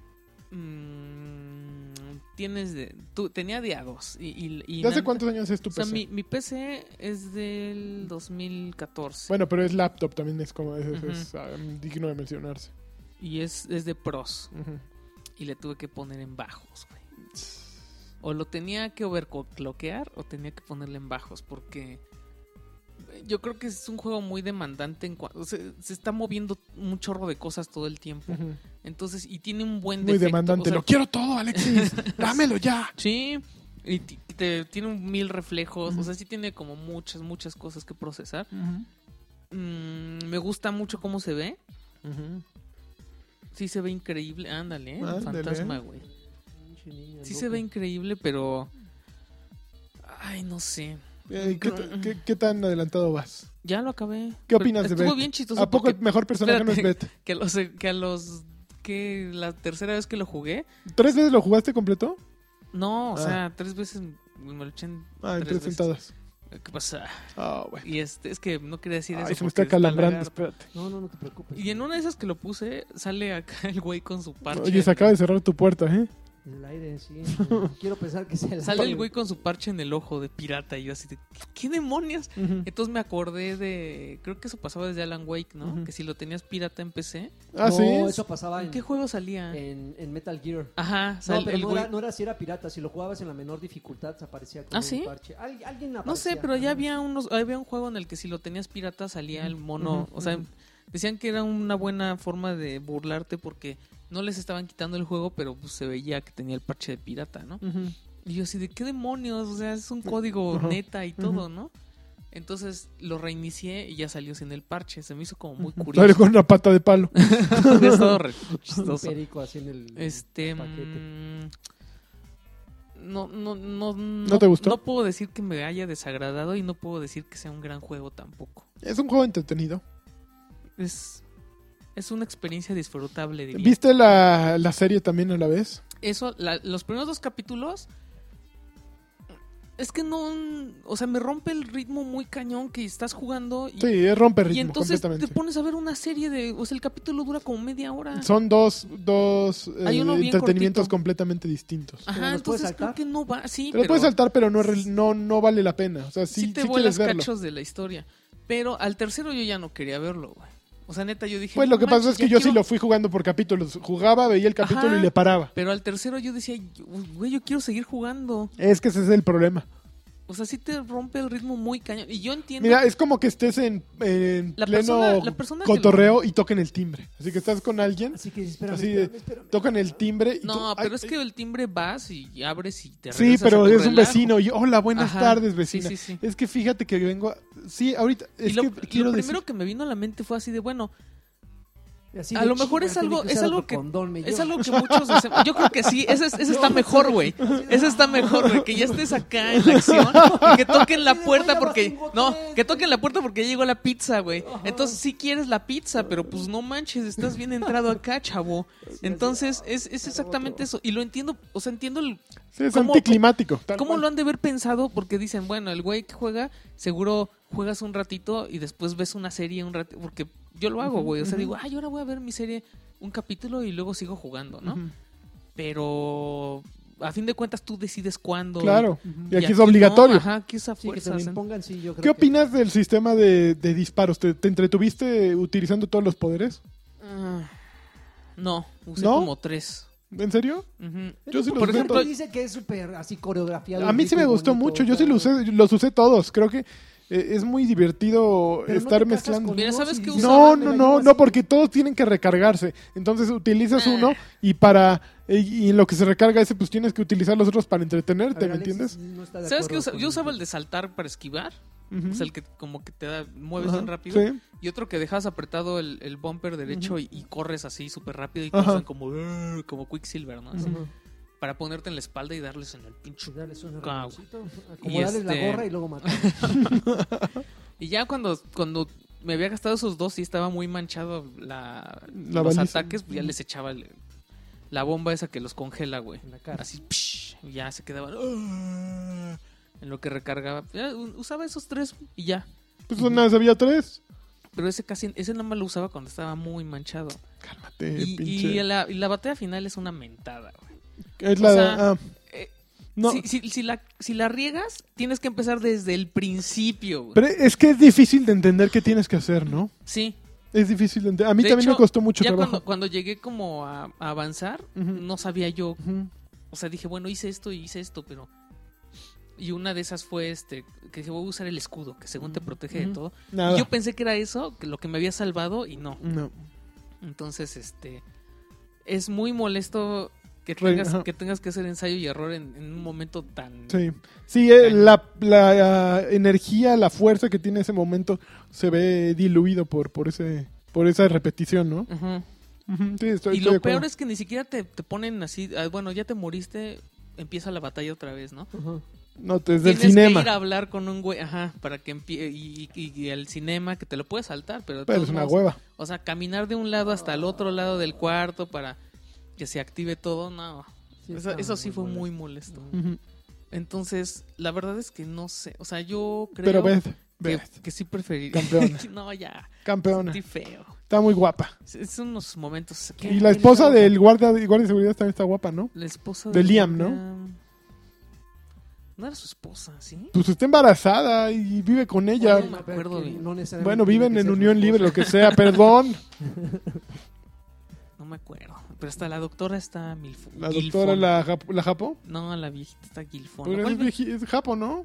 Mm, tienes de, tú, tenía de a dos. Y, y, y
¿De hace
na-
cuántos años es tu
O sea,
PC?
mi, mi PC es del 2014.
Bueno, pero es laptop también, es como es, es-
Ujú.
es, ah, digno de mencionarse.
Y es, es de pros.
Ujú.
Y le tuve que poner en bajos, güey. O lo tenía que overclockear o tenía que ponerle en bajos. Porque yo creo que es un juego muy demandante. En cua- o sea, se está moviendo un chorro de cosas todo el tiempo.
Ujú.
Entonces, y tiene un buen
Mm. Muy
defecto,
demandante.
o sea,
Lo quiero todo, Alexis. Dámelo ya.
Sí, y ti- te- tiene un mil reflejos. O sea, sí tiene como muchas, muchas cosas que procesar. Mm, me gusta mucho cómo se ve.
Ujú.
Sí se ve increíble. Ándale, ¿eh?
Ándale.
fantasma, güey.
Pinche niña
Sí
loca.
se ve increíble, pero... Ay, no sé.
Eh, ¿qué, ta- qué- qué tan adelantado vas?
Ya lo acabé.
¿Qué
Pero
opinas de
Estuvo
Beth?
bien chistoso.
¿A poco el
porque
mejor personaje no es
espérate.
Beth?
que, a los, que a los... Que la tercera vez que lo jugué...
¿Tres veces lo jugaste completo?
No, o
Ah.
sea, tres veces me lo eché en
Ah, en
tres
tres
veces.
sentadas.
¿Qué pasa?
Ah, bueno.
Y este, es que no quería decir
Ay,
eso.
se me
porque
está calambrando,
lagarto.
espérate.
No, no, no te preocupes.
Y en una de esas que lo puse, sale acá el güey con su parche.
Oye, se acaba de cerrar tu puerta, ¿eh?
En el aire, sí. Quiero pensar que se la
Sale el güey con su parche en el ojo de pirata y yo así de, ¿qué, qué demonios?
Ujú.
Entonces me acordé de, creo que eso pasaba desde Alan Wake, ¿no?
Ujú.
Que si lo tenías pirata en PC,
Ah,
no,
sí.
eso pasaba
¿en
en,
qué juego salía?
en, en Metal Gear.
Ajá,
Eh, No,
sale
pero
el
no
güey.
era, no era si era pirata, si lo jugabas en la menor dificultad se aparecía con
¿Ah,
un
sí?
parche. Al- alguien
No
aparecía.
sé, pero
Ajá.
ya había unos, había un juego en el que si lo tenías pirata salía el mono,
Ujú,
o sea,
ujú.
decían que era una buena forma de burlarte porque no les estaban quitando el juego, pero pues, se veía que tenía el parche de pirata, ¿no?
Ujú.
Y yo así de qué demonios, o sea, es un código
Ajá.
neta y todo,
Ujú.
¿no? Entonces lo reinicié y ya salió sin el parche, se me hizo como muy
Sale
curioso.
con una pata de palo.
Hubiera estado re
Un
chistoso.
perico así en el
Este.
paquete.
mm, No, no, no, no,
te gustó?
No puedo decir que me haya desagradado y no puedo decir que sea un gran juego tampoco.
Es un juego entretenido.
Es, es una experiencia disfrutable, diría.
¿Viste la, la serie también a la vez?
Eso, la- los primeros dos capítulos. Es que no. O sea, me rompe el ritmo muy cañón que estás jugando y,
Sí, es romper
y
ritmo
entonces te
completamente.
pones a ver una serie de. O sea, el capítulo dura como media hora.
Son dos, dos eh,
Hay uno bien
entretenimientos
cortito.
completamente distintos.
¿Pero
Ajá,
los puedes
entonces creo
saltar?
que no va. Sí,
Te lo puedes
pero-
saltar, pero no, es re- no, no vale la pena. O sea, sí,
sí, te
sí quieres
vuelas
verlo.
cachos de la historia. Pero al tercero yo ya no quería verlo, güey. O sea, neta, yo dije.
Pues
"No
lo que
manches,
pasa es que
ya
yo sí
quiero-".
lo fui jugando por capítulos. Jugaba, veía el capítulo
Ajá.
y le paraba.
Pero al tercero yo decía, güey, yo quiero seguir jugando.
Es que ese es el problema.
O sea, sí te rompe el ritmo muy cañón. Y yo entiendo.
Mira, eh, es como que estés en, en
La
pleno
persona- la persona que Ah,
cotorreo y toquen el timbre. Así que estás con alguien,
Así que espérame,
Así de-
espérame, espérame.
tocan el timbre. Y
no,
tú-
pero
ay,
es que el timbre vas y abres y te
Sí,
regresas a
pero
tu
es un
relajo.
vecino y hola, buenas
Ajá,
tardes,
sí,
vecina.
sí, sí.
Es que fíjate que vengo. a- Sí, ahorita.
Y
Es
lo,
que
lo
quiero
primero
decir.
que me vino a la mente fue así de, bueno,
Así
a
de
lo mejor es
chinga,
algo-
tiene
es
usar
algo
otro
que-
condón, me
es
llevo.
algo que muchos hacemos. Yo creo que sí, ese, es- ese está mejor, güey. Ese está mejor, güey. Que ya estés acá en la acción y que toquen la
Sí,
puerta
güey,
porque...
ya vas cinco,
No,
tres,
que toquen la puerta porque ya llegó la pizza, güey. Entonces sí quieres la pizza, pero pues no manches, estás bien entrado acá, chavo. Entonces es, es exactamente eso. Y lo entiendo, o sea, entiendo el
Sí, es
¿Cómo-
anticlimático. tal
¿Cómo
cual.
lo han de haber pensado? Porque dicen, bueno, el güey que juega, seguro juegas un ratito y después ves una serie un ratito. Porque yo lo hago, güey. O sea, digo, ay, ahora voy a ver mi serie un capítulo y luego sigo jugando, ¿no?
Ujú.
Pero a fin de cuentas tú decides cuándo.
Claro.
Ujú.
Y aquí es
no,
obligatorio.
ajá, aquí es a
Sí, que se
fuerzas.
lo
¿eh?
impongan, sí, yo creo
¿Qué
que-
opinas del sistema de, de disparos? ¿Te, te entretuviste utilizando todos los poderes?
Ah, no, usé
¿No?
como tres.
¿En serio?
Ujú.
Yo sí
Por
los usé
ejemplo,
todos.
dice que es súper así coreografiado.
A mí sí me
rico,
gustó
bonito,
mucho.
o
Yo sí
sea,
los usé, los usé todos. Creo que eh, es muy divertido
pero no
estar
te casas
mezclando.
con
Mira,
uno
¿sabes
si
qué
dices,
No,
"Ah, me
no,
la
no,
llevo
no,
así"?
porque todos tienen que recargarse. Entonces utilizas
Ah.
uno y para y, y en lo que se recarga ese, pues tienes que utilizar los otros para entretenerte,
A ver,
¿me
Alexis
entiendes?
no está de
¿Sabes qué?
acuerdo
usa-
con
Yo
el-
usaba el de saltar para esquivar.
Ujú.
O sea, pues el que como que te da, mueves
Ajá,
bien rápido.
sí.
Y otro que dejas apretado el, el bumper derecho y, y corres así súper rápido y
Ajá.
causan como, "Urgh", como Quicksilver, ¿no? Así,
Ujú.
Para ponerte en la espalda y darles en el pincho.
Y darles un
Cagua.
arranconcito,
Y
acomodarles la
este-
gorra y luego matar.
Y ya cuando, cuando me había gastado esos dos y estaba muy manchado la,
La
los
baliza.
ataques, pues ya les echaba el- la bomba esa que los congela, güey.
en la cara.
Así, psh, y ya se quedaban. "Urgh", En lo que recargaba. Ya, u- Usaba esos tres y ya.
Pues nada, más había tres.
Pero ese casi, ese nada más lo usaba cuando estaba muy manchado.
Cálmate,
Y,
Eh, pinche.
y la, y la batalla final es una mentada, güey.
Es la
o sea,
ah,
eh,
no,
Si, si- si la, si la riegas, tienes que empezar desde el principio. güey.
pero es que es difícil de entender qué tienes que hacer, ¿no?
sí.
Es difícil de entender. A mí
De
también
hecho,
me costó mucho
ya
trabajo.
cuando, cuando llegué como a, a avanzar,
Ujú.
no sabía yo.
Ujú.
O sea, dije, bueno, hice esto y hice esto, pero... Y una de esas fue este, que dije, voy a usar el escudo, que según te protege
Ujú.
de todo.
Nada.
Y yo pensé que era eso, que lo que me había salvado y no.
No.
Entonces, este... Es muy molesto que
Re-
tengas,
ajá.
que, tengas que hacer ensayo y error en, en un momento tan...
Sí, sí eh,
Cañón.
la, la, ah, energía, la fuerza que tiene ese momento se ve diluido por, por, ese, por esa repetición, ¿no?
Ujú.
Ujú, Sí, estoy,
y
estoy de
lo
acuerdo.
peor es que ni siquiera te, te ponen así, ah, bueno, ya te moriste, empieza la batalla otra vez, ¿no?
Ajá.
No, desde el
Tienes
cinema.
que ir a hablar con un güey, ajá, para que empie y, y, y el cinema que te lo puedes saltar, pero, de
Pero
todos
es una
modos,
hueva.
o sea, caminar de un lado hasta el otro lado del cuarto para que se active todo, no. eso,
está
eso sí fue muy
molesto.
molesto.
Ujú.
Entonces, la verdad es que no sé, o sea, yo creo
Pero ves,
Que,
Beth,
que sí preferí.
Campeona.
no, ya.
campeona.
Sentí feo.
Está muy guapa.
Es, es unos momentos.
Y la esposa del guardia, guardia de seguridad también está guapa, ¿no?
La esposa
de
del
Liam, ¿no?
guardia- No era su esposa, ¿sí?
Pues está embarazada y vive con ella.
Bueno, me acuerdo
que
bien.
no necesariamente
Bueno,
tiene
viven
que
en
ser
unión
su
libre, lo
esposa.
que sea, perdón.
No me acuerdo. Pero hasta la doctora está milfo.
La doctora,
Gilfón.
la, Jap- la Japo.
No, la viejita está Gilfón.
Pero
¿Cuál
es,
ve-
vieji- es Japo, ¿no?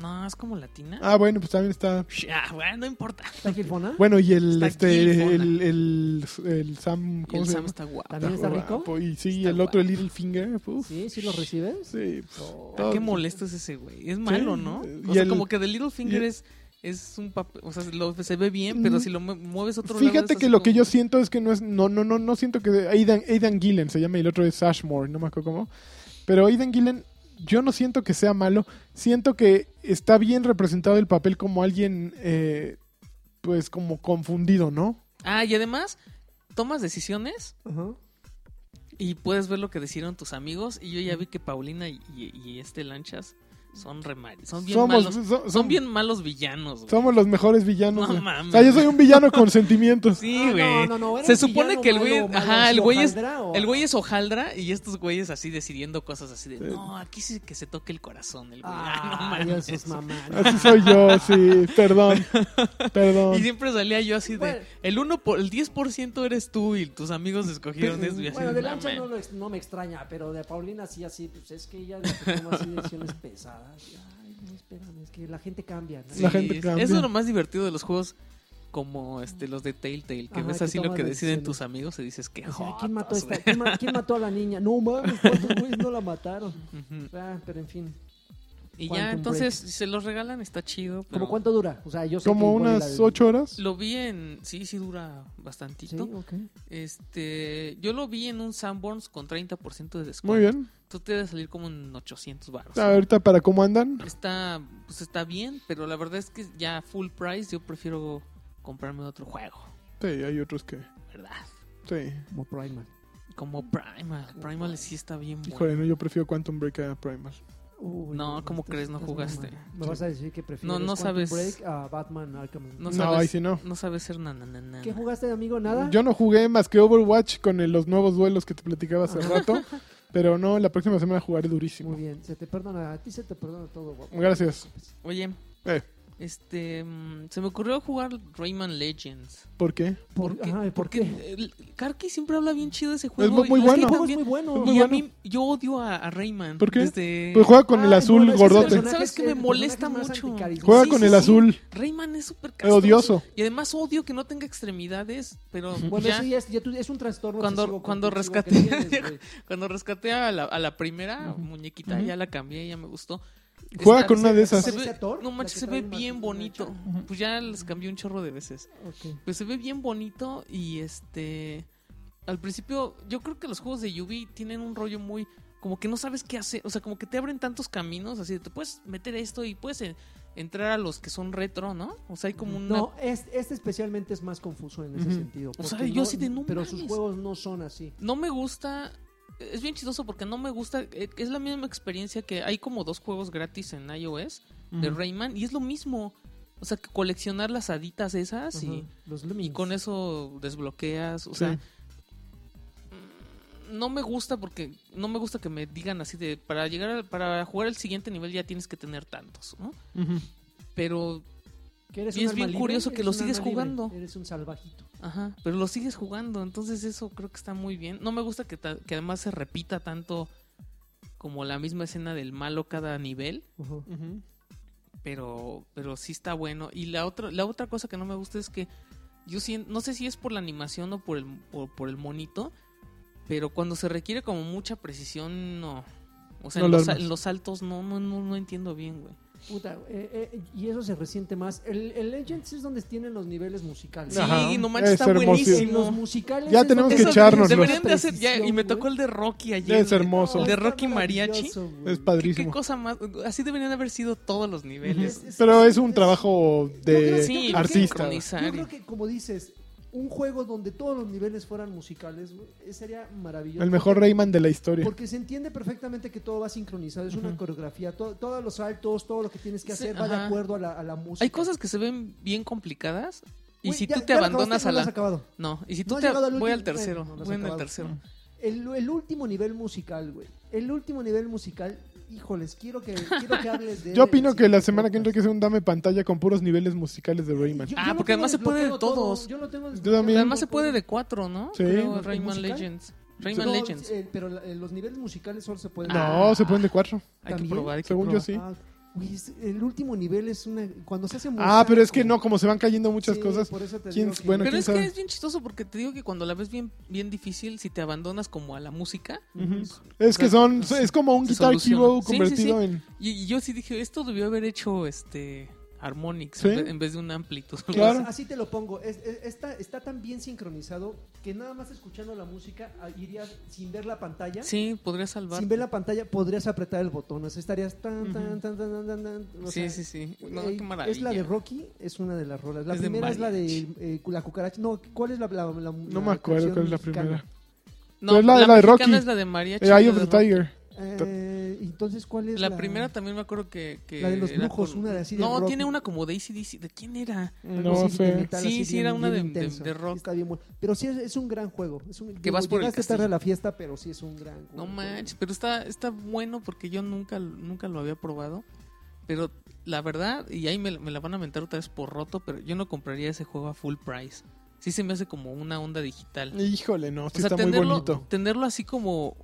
No, es como latina.
Ah, bueno, pues también está.
Ah, bueno, no importa.
¿Está Gilfona?
Bueno, y el,
Está
este,
Gilfona.
el, el, el Sam.
Y
¿Cómo
el
se
Sam
llama?
está guapo.
¿También está rico?
Guapo, Y sí,
Está
el otro, el
guapo.
Little Finger. uf,
Sí, sí lo recibes.
sí, pues,
Ah,
todo.
qué molesto es ese güey. Es malo,
Sí,
¿no?
eh,
O
y
sea,
el-
como que The Little Finger
y-
es, es un papel. O sea, lo- se ve bien, pero
Mm.
si lo mue- mueves a otro lado.
Fíjate
es
que
así
lo que
como-
yo siento es que no es. No, no, no, no siento que. Aidan, Aidan Gillen se llama y el otro es Ashmore, no me acuerdo cómo. Pero Aidan Gillen, yo no siento que sea malo. Siento que está bien representado el papel como alguien. eh, pues como confundido, ¿no?
Ah, y además, tomas decisiones
Ajá.
y puedes ver lo que decidieron tus amigos. Y yo ya vi que Paulina y, y este Lanchas son re mal- Son bien malos.
so-
Son,
som-
bien malos villanos, güey.
Somos los mejores villanos.
No
güey.
mames.
O sea, yo soy un villano con sentimientos.
Sí, güey.
No, no, no, era
Se
un
supone
villano
que el
malo,
güey.
malo,
Ajá, el
así,
güey es.
hojaldra, o-
El güey es hojaldra y estos güeyes así decidiendo cosas así de. No, aquí sí que se toque el corazón. El güey. Ah, no
Ah,
mames.
ya sus mamás.
Así soy yo, sí. Perdón.
Y
Perdón.
siempre salía yo así de,
Bueno.
el 1 por, el 10% eres tú y tus amigos escogieron
Pero-
esto y así.
Bueno, de
"No,
Lancha
man".
no, lo ex- no me extraña, pero de Paulina sí, así, pues es que ella toma así decisiones pesadas. Y, Ay, no, espérame, es que la gente cambia. ¿no?
La gente
es-
cambia.
Eso es lo más divertido de los juegos como este los de Telltale, que
Ajá,
ves
que
así lo
tomas
que deciden
decisiones.
tus amigos y dices que
O sea, ¿quién mató, a esta? ¿Quién, ma- quién mató a la niña? No mames, ¿cuántos güeyes no la mataron? Ah, pero en fin.
Y
Quantum
ya entonces si se los regalan, está chido, pero
¿Cómo cuánto dura? O sea, yo sé
Como
que igual
unas
la-
ocho horas.
lo vi en sí, sí dura
Pues, Sí,
bastantito.
ok.
Este, yo lo vi en un Sanborns con 30% de descuento.
Muy bien.
Tú te debe salir como en 800 baros.
Ahorita para cómo andan.
está pues está bien, pero la verdad es que ya full price yo prefiero comprarme otro juego,
Sí, hay otros que.
¿verdad?
Sí.
Como Primal.
Como Primal, Primal sí está bien
Híjole,
bueno.
no, yo prefiero Quantum Break a Primal.
Uy,
No, ¿cómo
estás-
crees? No
estás
jugaste.
mamando. ¿Me vas a decir que prefieres
no
Quantum
sabes.
Break a Batman Arkham?
No
No,
sabes.
ahí sí no.
No sabe ser nananana.
¿Qué jugaste, amigo? ¿Nada?
Yo no jugué más que Overwatch con el- los nuevos duelos que te platicaba hace rato. Pero no, la próxima semana jugaré
Ah. Muy
durísimo.
bien, se te perdona, a ti se te perdona todo, guapo.
Gracias.
Oye,
Eh,
este mm, se me ocurrió jugar Rayman Legends.
¿por qué?
¿Por,
Porque-
ajá, ¿por
porque
qué?
el- Karki siempre habla bien chido de ese juego.
muy- muy
y los que
bueno.
El
también-
juego es muy bueno.
muy
y a
bueno.
mí yo odio a, a Rayman.
¿Por qué?
Desde-
Pues juega con el
Ah,
azul
bueno, es que
gordote.
el personaje
¿Sabes qué
es-
me
el
molesta
personaje es más
mucho?
anticarismático.
Juega
Sí,
con
sí,
el
sí.
azul.
Rayman es súper
Es
castroso.
odioso.
Y además odio que no tenga extremidades, pero
Bueno,
ya
sí, es, ya tú- es un trastorno.
Cuando-
obsesivo
cuando
compulsivo que
rescaté-
tienes, güey.
cuando rescaté a la, a la primera muñequita, ya la cambié, ya me gustó.
Juega
Está-
con una de esas.
se ve-
¿Parece a Thor?
no
La
manches,
que
se
trae
ve
una-
bien
una
bonito.
hacha.
Pues ya les cambié un chorro de veces.
Ok.
Pues se ve bien bonito y este... Al principio, yo creo que los juegos de Yubi tienen un rollo muy... Como que no sabes qué hacer, o sea, como que te abren tantos caminos, así de te puedes meter esto y puedes en- entrar a los que son retro, ¿no? O sea, hay como una...
No, es- este especialmente es más confuso en ese
Ujú.
sentido.
O sea,
porque
yo sí de no
Pero
mames.
sus juegos no son así.
no me gusta. Es bien chistoso porque no me gusta. eh, Es la misma experiencia que hay como dos juegos gratis en iOS de
Ujú.
Rayman y es lo mismo. O sea, que coleccionar las haditas esas y,
Ajá, Los
Ah, y
Lemmings.
con eso desbloqueas. O
Sí.
sea, mm, no me gusta porque no me gusta que me digan así de para llegar al- para jugar al siguiente nivel ya tienes que tener tantos, ¿no?
Ujú.
Pero
Que eres
y
un
es
alma
bien
libre,
curioso que
eres
lo
un
sigues
alma libre,
jugando.
Eres un salvajito.
Ajá, pero lo sigues jugando, entonces eso creo que está muy bien. No me gusta que, ta- que además se repita tanto como la misma escena del malo cada nivel,
Ajá.
Ujú.
pero, pero sí está bueno. Y la otra, la otra cosa que no me gusta es que yo sien- no sé si es por la animación o por el, o por el monito, pero cuando se requiere como mucha precisión, no. O sea,
No
en,
lo
los, sa-
armas.
en los saltos no, no, no, no entiendo bien, güey.
Puta, eh, eh, y eso se resiente más. El, el Legends es donde tienen los niveles musicales.
Sí,
Ajá.
no manches,
Es
está
hermoso.
En
buenísimo.
los musicales.
Ya
es
tenemos
donde
que
Eso
se
echarnos,
recibe
deberían de
esa
hacer ya, y me
precisión,
tocó
güey. Oh,
el de Rocky ayer.
Es hermoso.
el de
Está
Rocky Mariachi.
maravilloso, güey.
Es
¿Qué, qué
padrísimo.
cosa más? Así deberían haber sido todos los niveles.
Es-
Pero es un trabajo
Yo creo
de
que-
Sí,
artista.
sincronizar
Yo
y-
creo que, como dices, un juego donde todos los niveles fueran musicales, güey, eh, sería maravilloso.
El mejor Rayman de la historia.
Porque se entiende perfectamente que todo va sincronizado, es una
Ujú.
coreografía, to- todos los saltos, todo lo que tienes que
Sí,
hacer va de
ajá.
acuerdo a la, a la música.
Hay cosas que se ven bien complicadas y
Güey,
si
ya-
tú te
ya lo
abandonas
acabaste,
a
no lo has
la...
acabado.
No, y si tú
No has
te...
llegado al
voy
último-
al tercero,
Bueno, no Mm. lo has
voy en el
acabado.
tercero.
El, el último nivel musical, güey. El último nivel musical, híjoles, quiero que, quiero que hables de él
Yo
en el
opino que la
siguiente
semana que entra hay
podcast.
que hacer un dame pantalla con puros niveles musicales de Rayman.
Yo-
Ah,
yo lo
porque
tengo
además se puede de
desbloqueado todo.
todos.
Yo lo tengo
también.
desbloqueado
Además se
todo.
puede de cuatro, ¿no?
Sí.
Creo,
¿El
Rayman
musical?
Legends. Rayman
No,
Legends.
eh, pero la- eh, los niveles musicales solo se pueden.
No, se ponen de cuatro.
hay que
también,
probar, hay que
según yo
probar.
sí.
Ah, güey, es- el último nivel es una. Cuando se hace
Ah, pero es que
mosaico.
no, como se van cayendo muchas
Sí,
cosas.
por eso te
¿Quién-
digo que-
bueno,
Pero
quién
es que
sabe?
es bien chistoso porque te digo que cuando la ves bien, bien difícil, si te abandonas como a la música,
Ujú. Es que son, es como un
Se
Guitar
soluciona.
Hero
Sí, sí,
convertido
sí.
en...
y, y yo sí dije, esto debió haber hecho este Harmonix
Sí.
en vez- en vez de un amplitud.
Claro.
Así te lo pongo. Es- es- está, está tan bien sincronizado que nada más escuchando la música ah, irías sin ver la pantalla.
Sí, podría salvar.
Sin ver la pantalla podrías apretar el botón. O sea, estarías tan, tan,
Ujú.
tan, tan, tan, tan, tan, o
Sí,
sea,
sí, sí. No,
eh,
qué maravilla.
es la de Rocky, es una de las rolas. La
Es de
primera es la de
mariachi.
eh, La Cucaracha. No, ¿cuál es la, la- la-
No
la
me acuerdo
canción
cuál es la
mexicana?
primera.
No,
Pero es la de- la de
mexicana
Rocky.
es la de Mariachi.
Eh, Eye
la
of the
de Rocky.
Tiger.
Eh, entonces, ¿cuál es
La primera también me acuerdo que... que
La de los
era
brujos, una de así de
No,
Rocky.
tiene una como de ACDC. ¿De quién era?
Algo
No
así de
sé.
metal,
Sí,
así
sí,
bien-
era una
bien
de- de-
intenso.
de rock.
Está bien bueno. Pero sí, es, es un gran juego. Es un,
Que vas por el
llegaste
castillo.
tarde a la fiesta, pero sí es un gran juego.
No manches, pero está, está bueno porque yo nunca, nunca lo había probado. Pero la verdad, y ahí me, me la van a mentar otra vez por roto, pero yo no compraría ese juego a full price. Sí se me hace como una onda digital.
Híjole, no, sí
o sea,
está muy
tenerlo,
bonito.
tenerlo así como...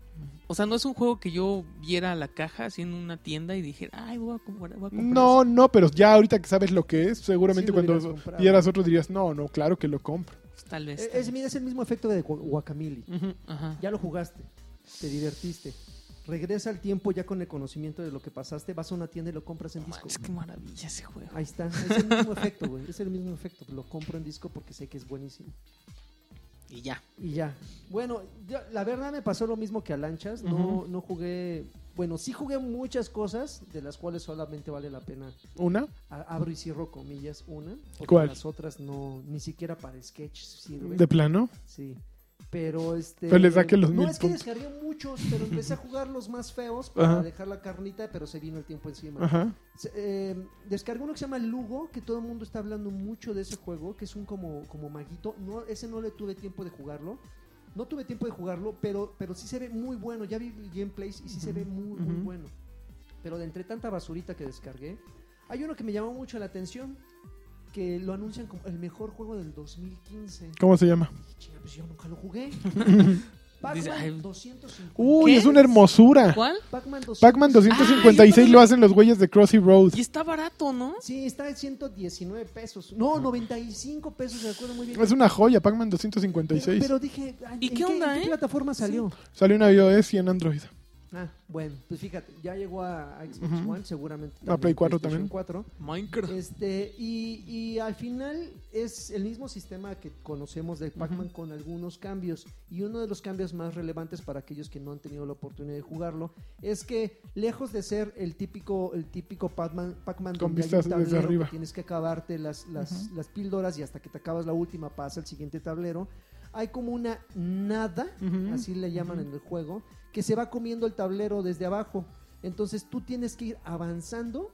O sea, no es un juego que yo viera a la caja así en una tienda y dijera, ay, voy a comprar. voy a comprar
No, no, pero ya ahorita que sabes lo que es,
Sí,
seguramente
lo
cuando
hubieras comprado.
vieras otro dirías, no, no, claro que lo compro.
ese". Tal vez.
Eh,
e-,
tal
Es, mira, es el mismo efecto de Gua- Guacamili.
vez. Ujú, ajá.
Ya lo jugaste, te divertiste. Regresa al tiempo ya con el conocimiento de lo que pasaste, vas a una tienda y lo compras en
No
disco.
manches, qué maravilla ese juego.
Ahí está, es el mismo efecto, güey. Es el mismo efecto. Lo compro en disco porque sé que es buenísimo.
Y ya.
Y ya. Bueno, yo- la verdad me pasó lo mismo que a Lanchas. No, no jugué. Bueno, sí jugué muchas cosas de las cuales solamente vale la pena.
¿Una?
a- abro y cierro comillas una. Porque
¿Cuál?
Las otras no, ni siquiera para sketch sirven.
¿De plano?
Sí. Pero este.
Pero les da que los
No
mil
es que
puntos.
descargué muchos, pero empecé a jugar los más feos para
Ajá.
dejar la carnita, pero se vino el tiempo encima.
Ajá.
Se- eh, descargué uno que se llama Lugo, que todo el mundo está hablando mucho de ese juego, que es un como, como maguito. No, ese no le tuve tiempo de jugarlo. No tuve tiempo de jugarlo, pero, pero sí se ve muy bueno. Ya vi gameplays y sí se ve muy, muy
ujú.
bueno. Pero de entre tanta basurita que descargué, hay uno que me llamó mucho la atención, que lo anuncian como el mejor juego del 2015.
¿Cómo se llama?
Y chinga, pues yo nunca lo jugué.
Dice, ay.
Pac-Man 250.
Uy,
¿Qué?
es una hermosura.
¿Cuál?
Pac-Man 250.
Pac-Man 256
Ah, yo
lo hacen los güeyes de Crossy Road.
Y está barato, ¿no?
Sí, está en 119 pesos. No, 95 pesos, me acuerdo muy bien.
Es una joya, Pac-Man
pero,
256.
pero dije, ay,
¿Y
¿en
qué onda,
en
eh?
plataforma salió?
Salió una iOS y en Android.
Ah, bueno, pues fíjate, ya llegó a a Xbox
Ujú.
One, seguramente.
A Play 4 también.
PlayStation 4.
Minecraft.
Este, y, y al final es el mismo sistema que conocemos del Pac-Man con algunos cambios. Y uno de los cambios más relevantes para aquellos que no han tenido la oportunidad de jugarlo es que, lejos de ser el típico, el típico Pac-Man Pac-Man
Con
donde hay un
vistas desde
tablero que
arriba.
tienes que acabarte las, las, las píldoras y hasta que te acabas la última pasa al siguiente tablero, hay como una nada,
Ujú.
así le llaman en el juego, que se va comiendo el tablero desde abajo. Entonces tú tienes que ir avanzando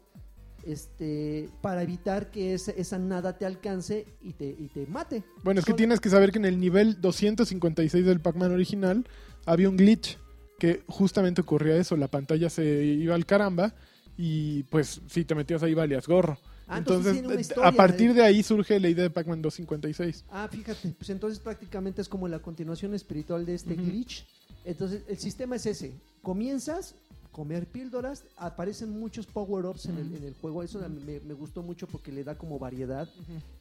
este, para evitar que ese- esa nada te alcance y te, y te mate.
Bueno, es que
Solo-
tienes que saber que en el nivel 256 del Pac-Man original había un glitch que justamente ocurría eso, la pantalla se iba al caramba y pues si te metías ahí valías gorro.
Ah, entonces
entonces,
tiene una
eh,
historia,
a partir
eh.
de ahí surge la idea de Pac-Man 256.
Ah, fíjate, pues entonces prácticamente es como la continuación espiritual de este
Ujú.
glitch. Entonces el sistema es ese. Comienzas comer píldoras, aparecen muchos power-ups en, el, en el juego. Eso me, me gustó mucho porque le da como variedad.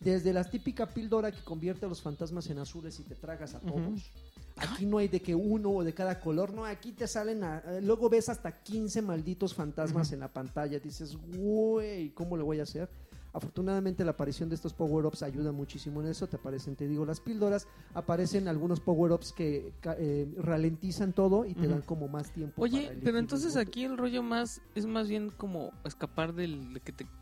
Desde la típica píldora que convierte a los fantasmas en azules y te tragas a todos. Aquí no hay de que uno o de cada color, no, aquí te salen, a- eh, luego ves hasta 15 malditos fantasmas en la pantalla, dices, güey, ¿cómo le voy a hacer? Afortunadamente la aparición de estos power-ups ayuda muchísimo en eso, te aparecen, te digo, las píldoras, aparecen algunos power-ups que ca- eh, ralentizan todo y te
Ujú.
dan como más tiempo. para
Oye,
elegir
pero
los
entonces
botones.
aquí el rollo más es más bien como escapar del de que te coman.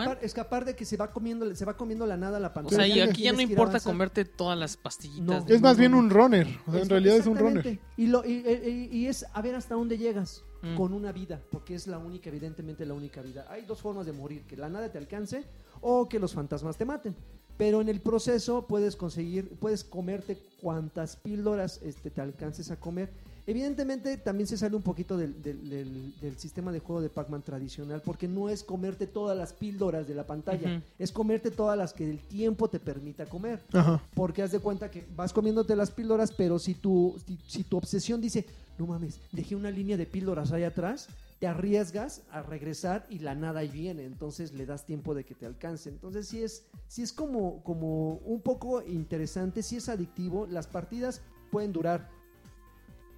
Escapar, escapar de que se va comiendo, se va comiendo la nada la
O
pantalla.
sea, y
ya
aquí ya no
Tienes que ir
importa
avanzando.
comerte todas las pastillitas.
No.
de-
Es más bien un runner. O sea, en
Eso,
realidad es un runner.
exactamente. Y, lo, y, e, y- y es a ver hasta dónde llegas
Mm.
con una vida, porque es la única, evidentemente la única vida. Hay dos formas de morir, que la nada te alcance o que los fantasmas te maten. Pero en el proceso puedes conseguir, puedes comerte cuantas píldoras este, te alcances a comer. Evidentemente también se sale un poquito del, del- del- del sistema de juego de Pac-Man tradicional, porque no es comerte todas las píldoras de la pantalla,
Ujú.
es comerte todas las que el tiempo te permita comer.
Ajá.
Porque haz de cuenta que vas comiéndote las píldoras, pero si tu, si, si tu obsesión dice, no mames, dejé una línea de píldoras ahí atrás, te arriesgas a regresar y la nada ahí viene. Entonces le das tiempo de que te alcance. Entonces sí es, sí es como, como un poco interesante, sí es adictivo. Las partidas pueden durar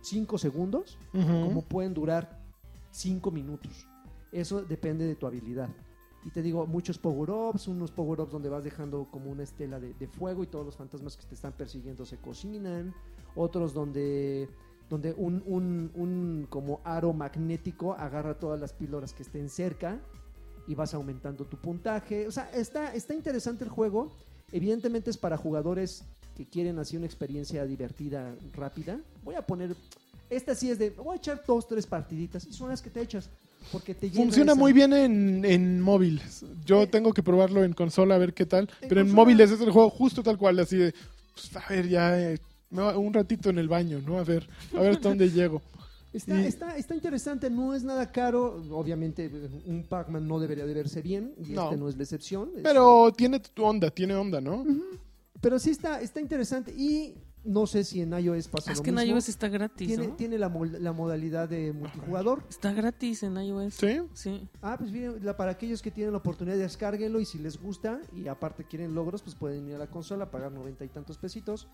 5 segundos,
Ujú.
como pueden durar 5 minutos. Eso depende de tu habilidad. Y te digo, muchos power-ups, unos power-ups donde vas dejando como una estela de, de fuego y todos los fantasmas que te están persiguiendo se cocinan. Otros donde, donde un, un- un como aro magnético agarra todas las píldoras que estén cerca y vas aumentando tu puntaje. O sea, está, está interesante el juego. Evidentemente es para jugadores que quieren así una experiencia divertida, rápida. Voy a poner... Esta sí es de... Voy a echar dos, tres partiditas. Y son las que te echas. Porque te llena
Funciona
esa-
muy bien en, en móvil. Yo
Eh,
tengo que probarlo en consola a ver qué tal.
en
pero en
consola-
móviles es el juego justo tal cual, así de, pues, a ver, ya eh, me va- un ratito en el baño, ¿no? A ver, a ver hasta dónde llego.
Está,
Y-
está, está interesante, no es nada caro. Obviamente, un Pac-Man no debería de verse bien, y
No.
este no es la excepción. Es-
Pero tiene tu onda, tiene onda, ¿no?
pero sí está, está interesante. Y no sé si en iOS pasa
Es
lo
que en
mismo.
iOS está gratis,
tiene,
¿no?
tiene la, mol- la modalidad de multijugador.
Está gratis en iOS.
Sí.
Sí.
Ah, pues bien, la- para aquellos que tienen la oportunidad, descárguenlo y si les gusta y aparte quieren logros, pues pueden ir a la consola, pagar noventa y tantos pesitos.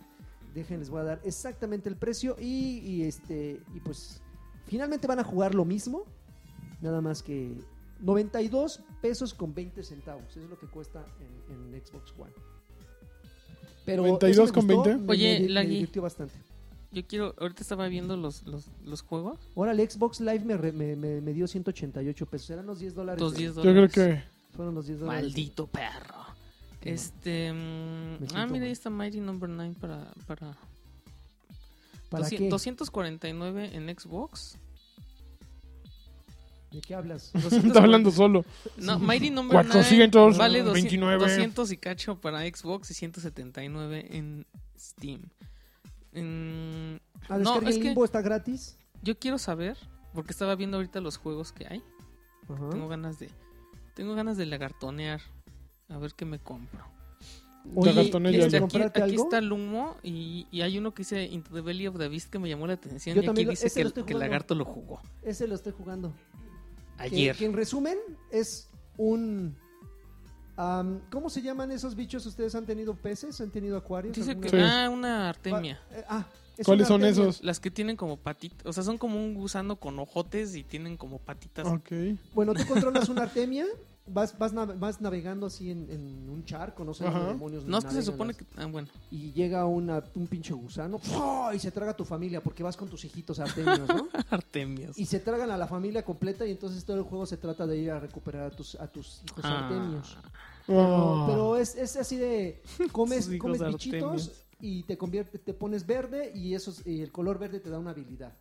Dejen, les voy a dar exactamente el precio y, y este y pues finalmente van a jugar lo mismo, nada más que 92 pesos con 20 centavos, eso es lo que cuesta en, en Xbox One. Pero
92
eso me
con
gustó,
20.
me-
Oye,
me di- me,
Lagui.
divirtió bastante.
Yo quiero. Ahorita estaba viendo los, los, los juegos.
Ahora el Xbox Live me, re- me, me- me dio 188 pesos, eran los 10 dólares.
Los
de-
10
Yo creo
dólares.
que...
Fueron los 10 dólares. de-
Maldito perro.
Qué
Este. mm,
Me siento
ah, mira,
mal.
ahí está Mighty Number 9 para. para,
¿Para
doci-
qué?
249 en Xbox.
¿De qué hablas?
Está hablando solo.
No, Mighty Number
Cuatro,
9
cientos,
vale 200,
29.
200 y cacho para Xbox y 179 en Steam. En-
Ah,
No,
descarga
es
en
que-
Limbo está gratis.
yo quiero saber, porque estaba viendo ahorita los juegos que hay.
Ajá.
Tengo ganas de. Tengo ganas de lagartonear. A ver qué me compro.
Oye,
Lagartón,
¿quieres
ya
Este,
lo-
aquí,
comprarte
aquí
algo?
está Lumo y, y hay uno que dice Into the Belly of the Beast que me llamó la atención.
Yo
y aquí
también lo-
dice
ese lo
que, el-
estoy
que el
jugando.
lagarto lo jugó
Ese lo estoy jugando. Que-
ayer.
Que, en resumen es un... am, ¿Cómo se llaman esos bichos? ¿Ustedes han tenido peces? ¿Han tenido acuarios?
Dice
¿Alguna-
que.
Sí.
Ah, una artemia.
Ah, eh, ah, es
¿Cuáles
una
son
artemia.
esos?
Las que tienen como patitas. O sea, son como un gusano con ojotes y tienen como patitas.
Ok.
Bueno, tú controlas una artemia, vas, vas, nav- vas navegando así en, en un charco, no sé
Ajá.
los demonios.
No es que se
navegan
supone
las-
que. Ah, bueno.
Y llega una- un pinche gusano ¡fua! y se traga a tu familia porque vas con tus hijitos artemios, ¿no?
Artemias.
Y se tragan a la familia completa y entonces todo el juego se trata de ir a recuperar a tus, a tus hijos
Ah.
artemios. Oh.
Ah.
Pero, pero es, es así de comes,
Sus hijos
comes
artemios.
bichitos y te convierte, te pones verde y eso es- y el color verde te da una habilidad.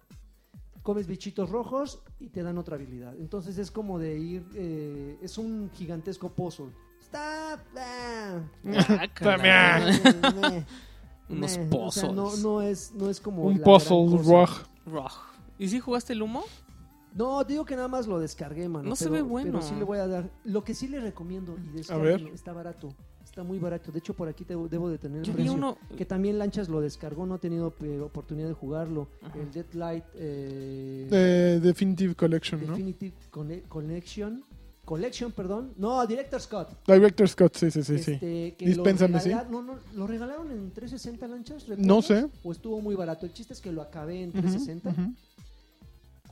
Comes bichitos rojos y te dan otra habilidad. Entonces es como de ir, eh, es un gigantesco puzzle. Está ah,
Ah, caray.
meh, meh,
Unos
meh. O
pozos.
sea, no, no es, no es como
Un
la gran
puzzle
cosa.
rock.
Roj. ¿Y si jugaste el humo?
No, te digo que nada más lo descargué, mano.
No se
pero-
ve bueno.
Pero sí le voy a dar. Lo que sí le recomiendo, y
ver.
descargue, está barato. Está muy barato. De hecho, por aquí te- debo de tener el
Yo vi
precio.
uno.
Que también Lanchas lo descargó, no he tenido eh, oportunidad de jugarlo.
Ajá.
El Deadlight eh,
Eh, Definitive Collection, ¿no?
Definitive Conne- Connection. Collection, perdón. No, Director Scott.
Director Scott, sí, sí, sí. sí.
Este, que
Dispénsame,
lo
sí.
regala- no, no, ¿Lo regalaron en 360 lanchas?
No
¿Recuerdas?
sé.
¿O estuvo muy barato? El chiste es que lo acabé en
Ujú,
360.
ujú.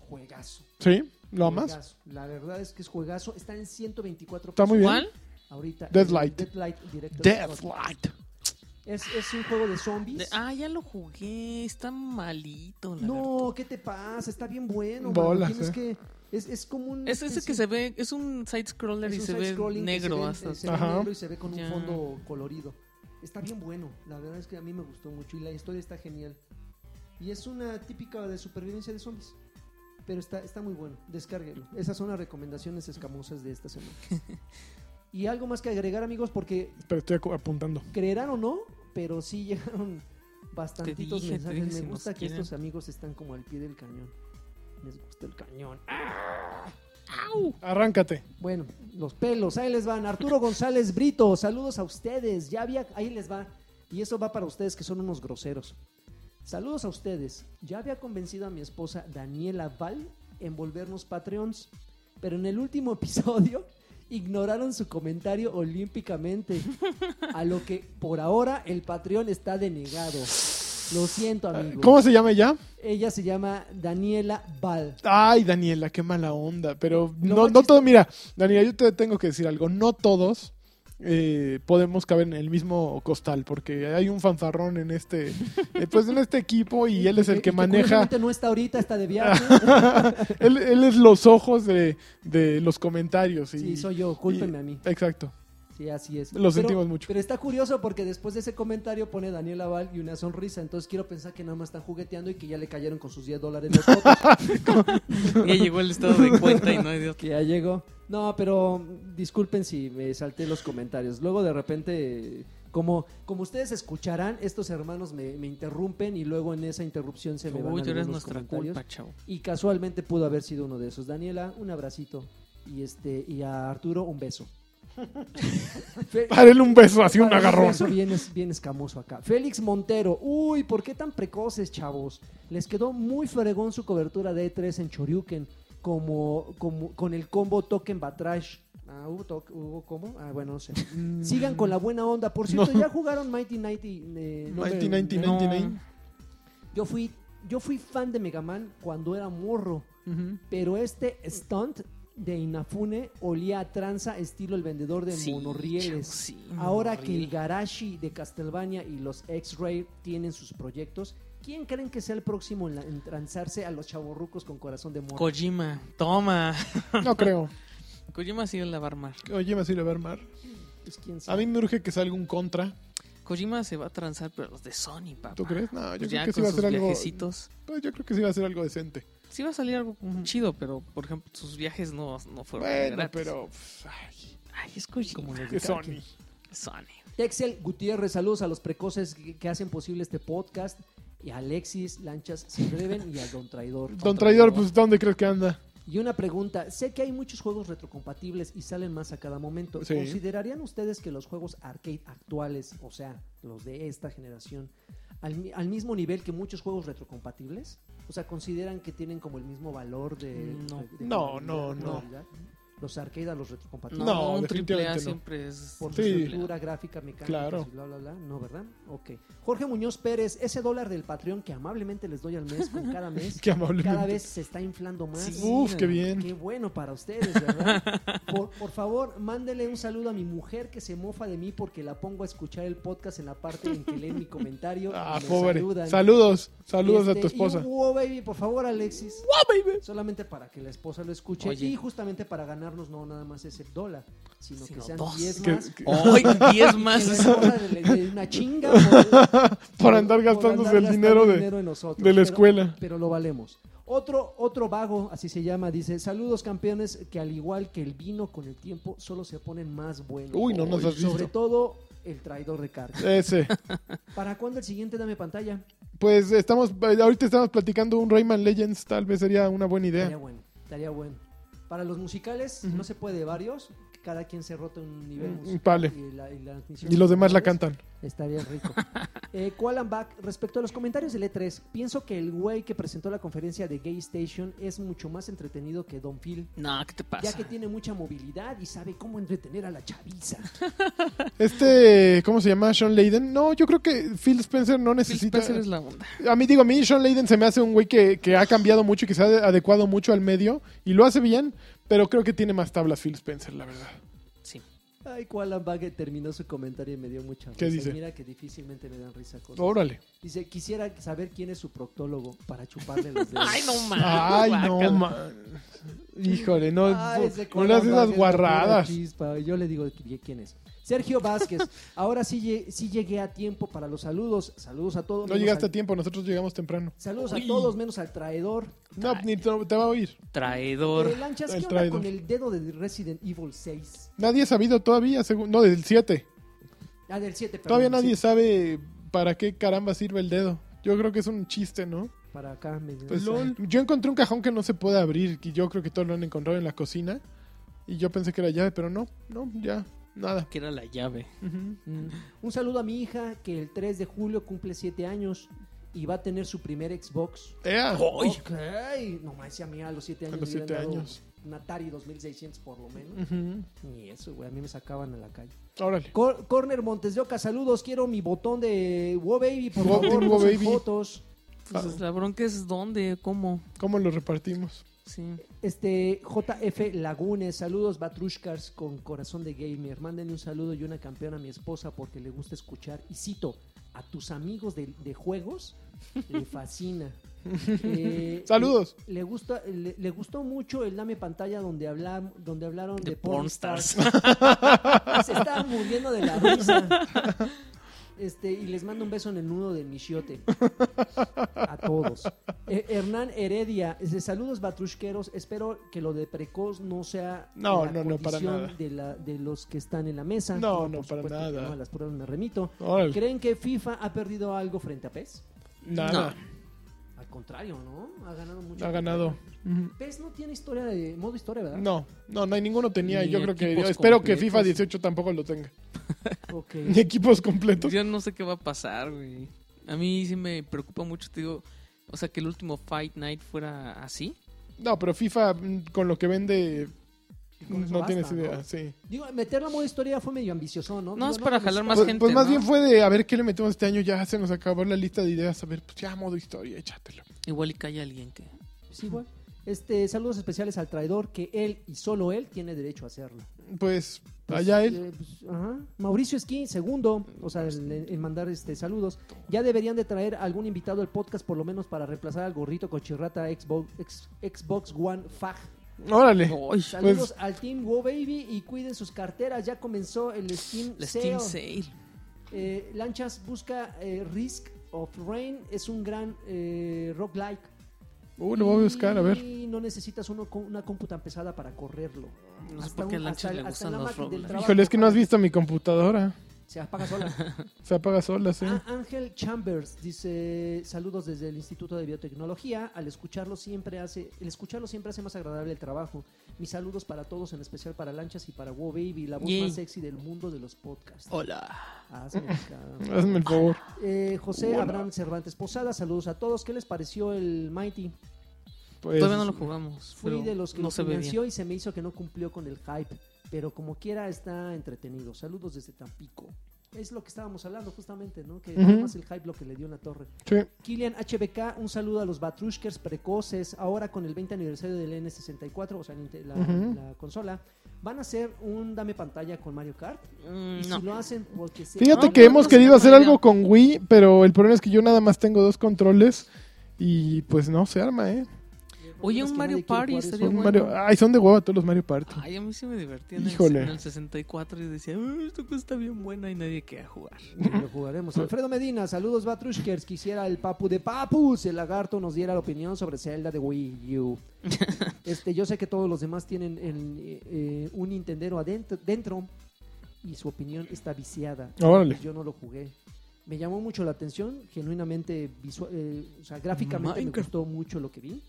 Juegazo.
Sí, lo amas.
Juegazo. La verdad es que es juegazo. Está en 124
Está muy bien.
¿Cuál?
Ahorita.
Deadlight.
Deadlight. Director Scott.
Deathlight.
Es, es un juego de zombies.
De- ah, ya lo jugué. Está malito. La
no, ¿qué te pasa? Está bien bueno. mano.
Bolas,
Tienes
eh.
que. Es, es como un.
Es ese que se ve, es un side scroller
es
y
un
se ve
side-scrolling que
negro
se ve-
hasta.
se ve
Ajá.
negro y se ve con
Ya.
un fondo colorido. Está bien bueno. La verdad es que a mí me gustó mucho y la historia está genial. Y es una típica de supervivencia de zombies. Pero está, está muy bueno. Descárguelo. Esas son las recomendaciones escamosas de esta semana. y algo más que agregar, amigos, porque
Pero estoy acu- apuntando.
creerán o no, pero sí llegaron bastantitos
Te dije, te
mensajes.
dije, si
Me
nos
gusta que
quieren.
estos amigos están como al pie del cañón. Les gusta el cañón.
Arráncate.
Bueno, los pelos, ahí les van. Arturo González Brito, saludos a ustedes. Ya había, ahí les va. Y eso va para ustedes que son unos groseros. Saludos a ustedes. Ya había convencido a mi esposa Daniela Val en volvernos Patreons, pero en el último episodio ignoraron su comentario olímpicamente, a lo que por ahora el Patreon está denegado. Lo siento,
Ah,
amigo.
¿Cómo se llama ya?
Ella se llama Daniela Val.
Ay, Daniela, qué mala onda. Pero
Lo
no,
más
no
chistoso-
todo, mira, Daniela, yo te tengo que decir algo. No todos eh, podemos caber en el mismo costal, porque hay un fanfarrón en este, eh, pues en este equipo y él es el que maneja,
curiosamente No está ahorita, está de viaje.
él, él es los ojos de, de los comentarios. Y,
Sí, soy yo, cúlpenme a mí.
Exacto.
Sí, así es.
Lo sentimos mucho.
Pero está curioso porque después de ese comentario pone Daniel Aval y una sonrisa. Entonces quiero pensar que nada más están jugueteando y que ya le cayeron con sus 10 dólares los otros.
Ya llegó el estado de cuenta y no hay de otro.
que ya llegó. No, pero mm, disculpen si me salté los comentarios. Luego de repente, eh, como, como ustedes escucharán, estos hermanos me, me interrumpen y luego en esa interrupción se me van
Uy, tú eres
algunos
nuestra
comentarios.
culpa, chavo.
Y casualmente pudo haber sido uno de esos. Daniela, un abracito. Y, este, y a Arturo, un beso. Fe-
Párele un beso, así un
Para mí
agarrón.
Eso bien, es- bien escamoso acá. Félix Montero. Uy, ¿por qué tan precoces, chavos? Les quedó muy fregón su cobertura de E3 en Choryuken. Como, como con el combo Token Batrash. Ah, ¿hubo, to- hubo combo? Ah, bueno, no sé. Sigan con la buena onda. Por cierto, ya jugaron Mighty Nighty. eh, no,
Mighty
eh,
Nighty,
no.
99.
Yo fui, yo fui fan de Mega Man cuando era morro.
Ujú.
Pero este stunt de Inafune olía a tranza estilo el vendedor de
Sí, chavo,
monorrieles.
sí,
Ahora que
monorriel.
el Garashi de Castlevania y los X-Ray tienen sus proyectos, ¿quién creen que sea el próximo en, la- en transarse a los chavorrucos con corazón de morro?
Kojima, toma.
No creo.
Kojima ha sido el barmar.
Oye, me sirve ver mar.
Pues, ¿quién
A
sabe?
mí me urge que salga un contra.
Kojima se va a transar, pero los de Sony, papá.
¿Tú crees? No, yo
Pues ya
creo que sí
con
va a
sus
ser algo.
viajecitos.
Pues yo creo que sí va a ser algo decente.
Sí va a salir algo chido, pero por ejemplo, sus viajes no, no fueron
Bueno,
gratis.
pero. pues, ay,
Ay, es
Pues
Kojima.
que Sony.
Sony.
Texel Gutiérrez, saludos a los precoces que, que hacen posible este podcast. Y a Alexis Lanchas se y a Don Traidor.
Don Traidor, pues ¿dónde crees que anda?
Y una pregunta, sé que hay muchos juegos retrocompatibles y salen más a cada momento.
Sí.
¿Considerarían ustedes que los juegos arcade actuales, o sea, los de esta generación, al, mi- al mismo nivel que muchos juegos retrocompatibles? O sea, ¿consideran que tienen como el mismo valor de...
Mm, No.
de- de
No,
jugabilidad,
no,
de
no.
jugabilidad? Los arcade a los retrocompatibles.
No,
No, un triple A
definitivamente no.
siempre es.
Por
Sí.
su
triple A.
estructura gráfica, mecánica,
Claro.
y bla, bla, bla. No, ¿verdad? Ok. Jorge Muñoz Pérez, ese dólar del Patreon que amablemente les doy al mes, con cada mes,
Qué amablemente.
cada vez se está inflando más.
Sí.
Uf, qué
Qué
bien.
bueno para ustedes, ¿verdad? Por, por favor, mándele un saludo a mi mujer que se mofa de mí porque la pongo a escuchar el podcast en la parte en que leen mi comentario. y
Ah,
me
pobre.
saludan.
Saludos, saludos a
Este,
tu esposa.
Y, un wow, baby, por favor, Alexis. Solamente para que la esposa lo escuche
Oye.
y justamente para ganarnos no nada más ese dólar, sino,
Sino
que sean
dos.
10
Que-
más.
que-
¡Ay, 10
Que la
más!
esposa le dé una chinga por,
Por andar
por
gastándose
andar
el dinero
gastando
de,
en nosotros.
de la
Pero-
escuela.
pero lo valemos. Otro, otro vago, así se llama, dice, saludos campeones, que al igual que el vino con el tiempo, solo se ponen más buenos.
Uy, no nos has
Sobre
visto.
todo el traidor de carga.
Ese.
¿Para cuándo el siguiente dame pantalla?
Pues estamos, ahorita estamos platicando un Rayman Legends, tal vez sería una buena
Estaría
idea.
bueno, estaría bueno. Para los musicales, no se puede varios, cada quien se rota un nivel
Mm,
musical.
vale.
Y, la- y la transmisión
Y los demás la
musicales.
cantan.
Estaría rico. eh, Kualan Bach, respecto a los comentarios del E3, pienso que el güey que presentó la conferencia de Gay Station es mucho más entretenido que Don Phil.
No, ¿qué te pasa?
ya que tiene mucha movilidad y sabe cómo entretener a la chaviza.
Este, ¿cómo se llama? Sean Layden. No, yo creo que Phil Spencer no
Phil
necesita.
Spencer es la onda.
A mí digo, a mí Sean Layden se me hace un güey que, que ha cambiado mucho y que se ha adecuado mucho al medio y lo hace bien, pero creo que tiene más tablas Phil Spencer, la verdad.
Sí.
Ay, Koala Bague terminó su comentario y me dio mucha risa.
¿Qué
Y
dice? Oh.
Mira que difícilmente me dan risa cosas.
Órale.
Dice, quisiera saber quién es su proctólogo para chuparle los dedos.
Ay, no mames.
Ay, no,
guácala.
man. Híjole, no,
Ah, ese
no le haces
Colombague,
esas
no
guarradas.
tiene chispa. Yo le digo qui- quién es. Sergio Vázquez. Ahora sí, lle- sí llegué a tiempo para los saludos. Saludos a todos.
No
menos
llegaste
al-
a tiempo, nosotros llegamos temprano.
Saludos
Uy.
a todos menos al traidor.
No, ni te, te va a oír.
Traidor.
Eh, Lanchas, ¿qué
El
onda
traidor.
con el dedo de Resident Evil 6?
Nadie ha sabido todavía, según, no, del 7.
Ah, del 7, perdón.
Todavía nadie
sí,
sabe para qué caramba sirve el dedo. Yo creo que es un chiste, ¿no?
Para acá. me-
Pues, Yo encontré un cajón que no se puede abrir y yo creo que todos lo han encontrado en la cocina. Y yo pensé que era llave, pero no, no, ya, nada.
Que era la llave.
Ujú.
Mm. Un saludo a mi hija que el 3 de julio cumple 7 años y va a tener su primer Xbox.
¡Ea!
¡Ay!
Ok, no más, a mí a los 7 años
los
me hubieran
siete
dado
años.
un Atari 2600 por lo menos.
Ujú.
Ni eso, güey, a mí me sacaban a la calle.
Órale.
Cor- Corner Montes de Oca, saludos, quiero mi botón de Wo Baby, por
Wo-
favor,
Wo
no
Baby.
baby. fotos.
Pues la bronca es dónde, cómo.
¿Cómo lo repartimos?
Sí.
Este, JF Lagunes, saludos Batrushkars con corazón de gamer. Mándenle un saludo y una campeona a mi esposa porque le gusta escuchar. Y cito, a tus amigos de, de juegos le fascina. Eh,
Saludos.
Le, le gusta, le, le gustó mucho el Dame Pantalla donde, hablam- donde hablaron de,
De
Pornstars.
Pornstars.
Se estaba muriendo de la risa. Este, y les mando un beso en el nudo de mi chiote. A todos. Eh, Hernán Heredia, es de saludos batrushqueros. Espero que lo de precoz no sea
No,
la
no, no, para
condición
nada.
De, la- de los que están en la mesa.
No,
Por
no, para
supuesto que
nada.
no, a las pruebas me remito.
Órale.
¿Creen que FIFA ha perdido algo frente a PES?
Nada.
Al contrario, ¿no? Ha ganado mucho.
Ha ganado. Ujú.
PES no tiene historia de modo historia, ¿verdad?
No, no, no hay ninguno tenía.
Ni
yo creo que.
equipos
espero que
completos.
FIFA 18 tampoco lo tenga.
Ok.
Ni equipos completos.
Yo no sé qué va a pasar, güey. A mí sí me preocupa mucho, te digo. O sea, que el último Fight Night fuera así.
No, pero FIFA mm, con lo que vende.
Y con eso
No tienes
basta,
idea,
¿no?
sí.
Digo, meterla modo historia fue medio ambicioso, ¿no?
No,
Digo,
es para jalar más
Pues,
gente.
pues más
¿no?
bien fue de a ver qué le metemos este año. Ya se nos acabó la lista de ideas. A ver, pues ya modo historia, échatelo.
Igual y cae alguien que.
Sí, güey. Este, saludos especiales al traidor, que él y solo él tiene derecho a hacerlo.
Pues,
Pues,
allá él.
eh, pues, ajá. Mauricio Esquín, segundo, o sea, en, en mandar este saludos. Ya deberían de traer algún invitado al podcast, por lo menos para reemplazar al gorrito cochirrata Xbox, ex- Xbox One Fag.
Órale. Pues,
¡Ay!
Saludos al Team Wo Baby y cuiden sus carteras, ya comenzó el Steam
La
Sale.
Steam Sale.
Eh, Lanchas busca eh, Risk of Rain, es un gran eh, roguelike.
Uh, lo voy a buscar, a ver.
Y no necesitas uno con una compu tan pesada para correrlo.
No sé
Hasta
por qué a
un-
Lanchas
hasta-
le
hasta
gustan
la
los
máquina del
roguelikes.
trabajo.
Híjole, es que no has visto mi computadora.
Se apaga sola.
Se apaga sola, sí.
Ah, Ángel Chambers dice saludos desde el Instituto de Biotecnología. Al escucharlo siempre hace, el escucharlo siempre hace más agradable el trabajo. Mis saludos para todos, en especial para Lanchas y para Wow Baby, la voz
Yay.
más sexy del mundo de los podcasts.
Hola.
Hazme caso.
Hazme el favor.
Eh, José Abraham Cervantes Posada, saludos a todos. ¿Qué les pareció el Mighty?
Pues,
Todavía no lo jugamos.
Fui
pero
de los que
no
lo
se ve bien.
financió y se me hizo que no cumplió con el hype, pero como quiera está entretenido. Saludos desde Tampico. Es lo que estábamos hablando justamente, ¿no? Que
Ujú.
nada más el hype lo que le dio en la torre.
sí.
Kilian HBK, un saludo a los Batrushkers precoces. Ahora con el 20 aniversario del N64, o sea, Ninte- la,
Ujú.
la consola, van a hacer un dame pantalla con Mario Kart.
Mm,
Y
no.
si lo hacen porque se...
Fíjate
No,
que
no,
hemos
no sé,
querido
no
hacer
idea.
algo con Wii, pero el problema es que yo nada más tengo dos controles y pues no se arma, ¿eh.
Oye,
Es
un
que
Mario
nadie quiere
Party
jugar eso.
estaría
Son
bueno.
Mario- Ay, son de hueva todos los Mario Party.
Ay, a mí sí me divertía en el,
Híjole.
en el 64 y decía, "Uh, esta cosa está bien buena y nadie quería jugar.
Lo jugaremos. Alfredo Medina, saludos Batrushkers. Quisiera el papu de papus, el lagarto, nos diera la opinión sobre Zelda de Wii U. este, yo sé que todos los demás tienen el, eh, eh, un Nintendero adentro dentro, y su opinión está viciada.
Órale.
Yo no lo jugué. Me llamó mucho la atención, genuinamente, visual, eh, o sea, gráficamente me
Minecraft.
gustó mucho lo que vi,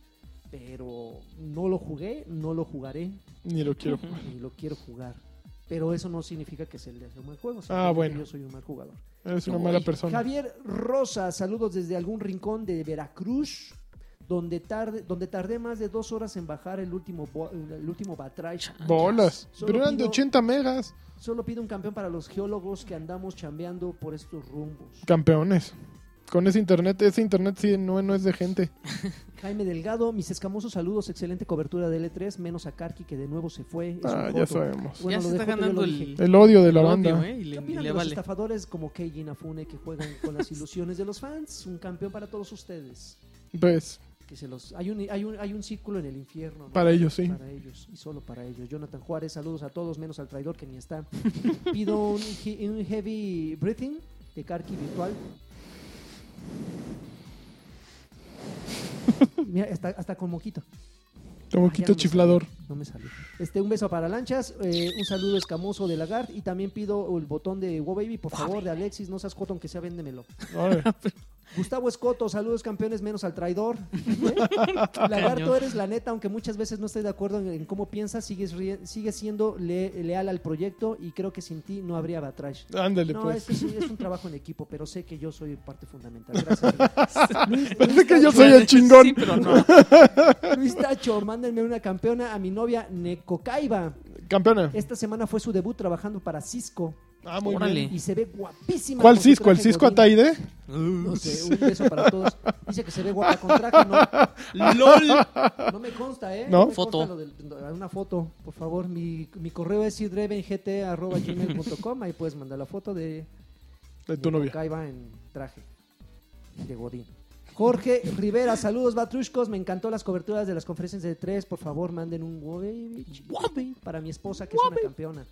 pero no lo jugué, no lo jugaré,
Ni lo quiero.
Ujú.
ni lo quiero jugar. Pero eso no significa que Zelda sea un mal juego.
Ah,
simplemente
bueno.
Yo soy un mal jugador.
Eres una
No,
mala
ay.
persona.
Javier Rosa, saludos desde algún rincón de Veracruz, donde tarde, donde tardé más de dos horas en bajar el último bo- el último Batrash.
Bolas.
Solo
Pero eran de
pido-
80 megas.
Solo pido un campeón para los geólogos que andamos chambeando por estos rumbos.
Campeones. Con ese internet, ese internet sí no, no es de gente.
Jaime Delgado, mis escamosos saludos, excelente cobertura de L3, menos a Karki que de nuevo se fue. es
Ah,
un
ya
joto.
sabemos.
Bueno,
ya se
lo
está
de Joto ya
ganando
lo dije.
el.
El odio de la
el
banda.
odio, ¿eh? Y
¿Qué
le, y
opinan
le
de los
vale.
estafadores como Keiji Inafune que juegan con las ilusiones de los fans? Un campeón para todos ustedes.
Pues,
Que se los, hay, un, hay, un, hay un círculo en el infierno. ¿no?
para ellos sí.
Para ellos y solo para ellos. Jonathan Juárez, saludos a todos, menos al traidor que ni está. Pido un, he- un heavy breathing de Karki virtual. Mira, hasta, hasta con moquito.
Como
Ah, ya
quito
no me
chiflador.
salió, no me salió. Este, un beso para Lanchas, eh, un saludo escamoso de Lagard y también pido el botón de Wow Baby, por favor, de Alexis, no seas cotón que sea, véndemelo.
Órale.
Gustavo Escoto, saludos campeones, menos al traidor. ¿Eh? Lagarto, eres la neta, aunque muchas veces no estoy de acuerdo en, en cómo piensas, sigues, rie- sigues siendo le- leal al proyecto y creo que sin ti no habría Batrash.
Ándale,
No,
pues.
es, que sí, es un trabajo en equipo, pero sé que yo soy parte fundamental. Gracias. Luis-
Parece
Luis
que yo
Tacho-
soy el chingón.
Sí, pero no.
Luis Tacho, mándenme una campeona a mi novia Necocaiba.
Campeona.
Esta semana fue su debut trabajando para Cisco
Ah, muy
Órale. Pues,
bien.
y se ve guapísima.
¿Cuál
con su
Cisco? ¿El
traje
Cisco
godín.
Ataide?
No sé, un beso para todos. Dice que se ve guapa con traje, no,
¡Lol!
No me consta, ¿eh?
¿No?
me
Foto.
consta lo del- una fogt, por favor. Mi, mi correo es sidrevengt.gmail.com. Ahí puedes mandar la foto de,
De tu
de
novia.
Caiba en traje de Godín. Jorge Rivera, saludos batrushcos. Me encantó las coberturas de las conferencias de tres. Por favor, manden un wow baby, wow baby para mi esposa, que es una campeona.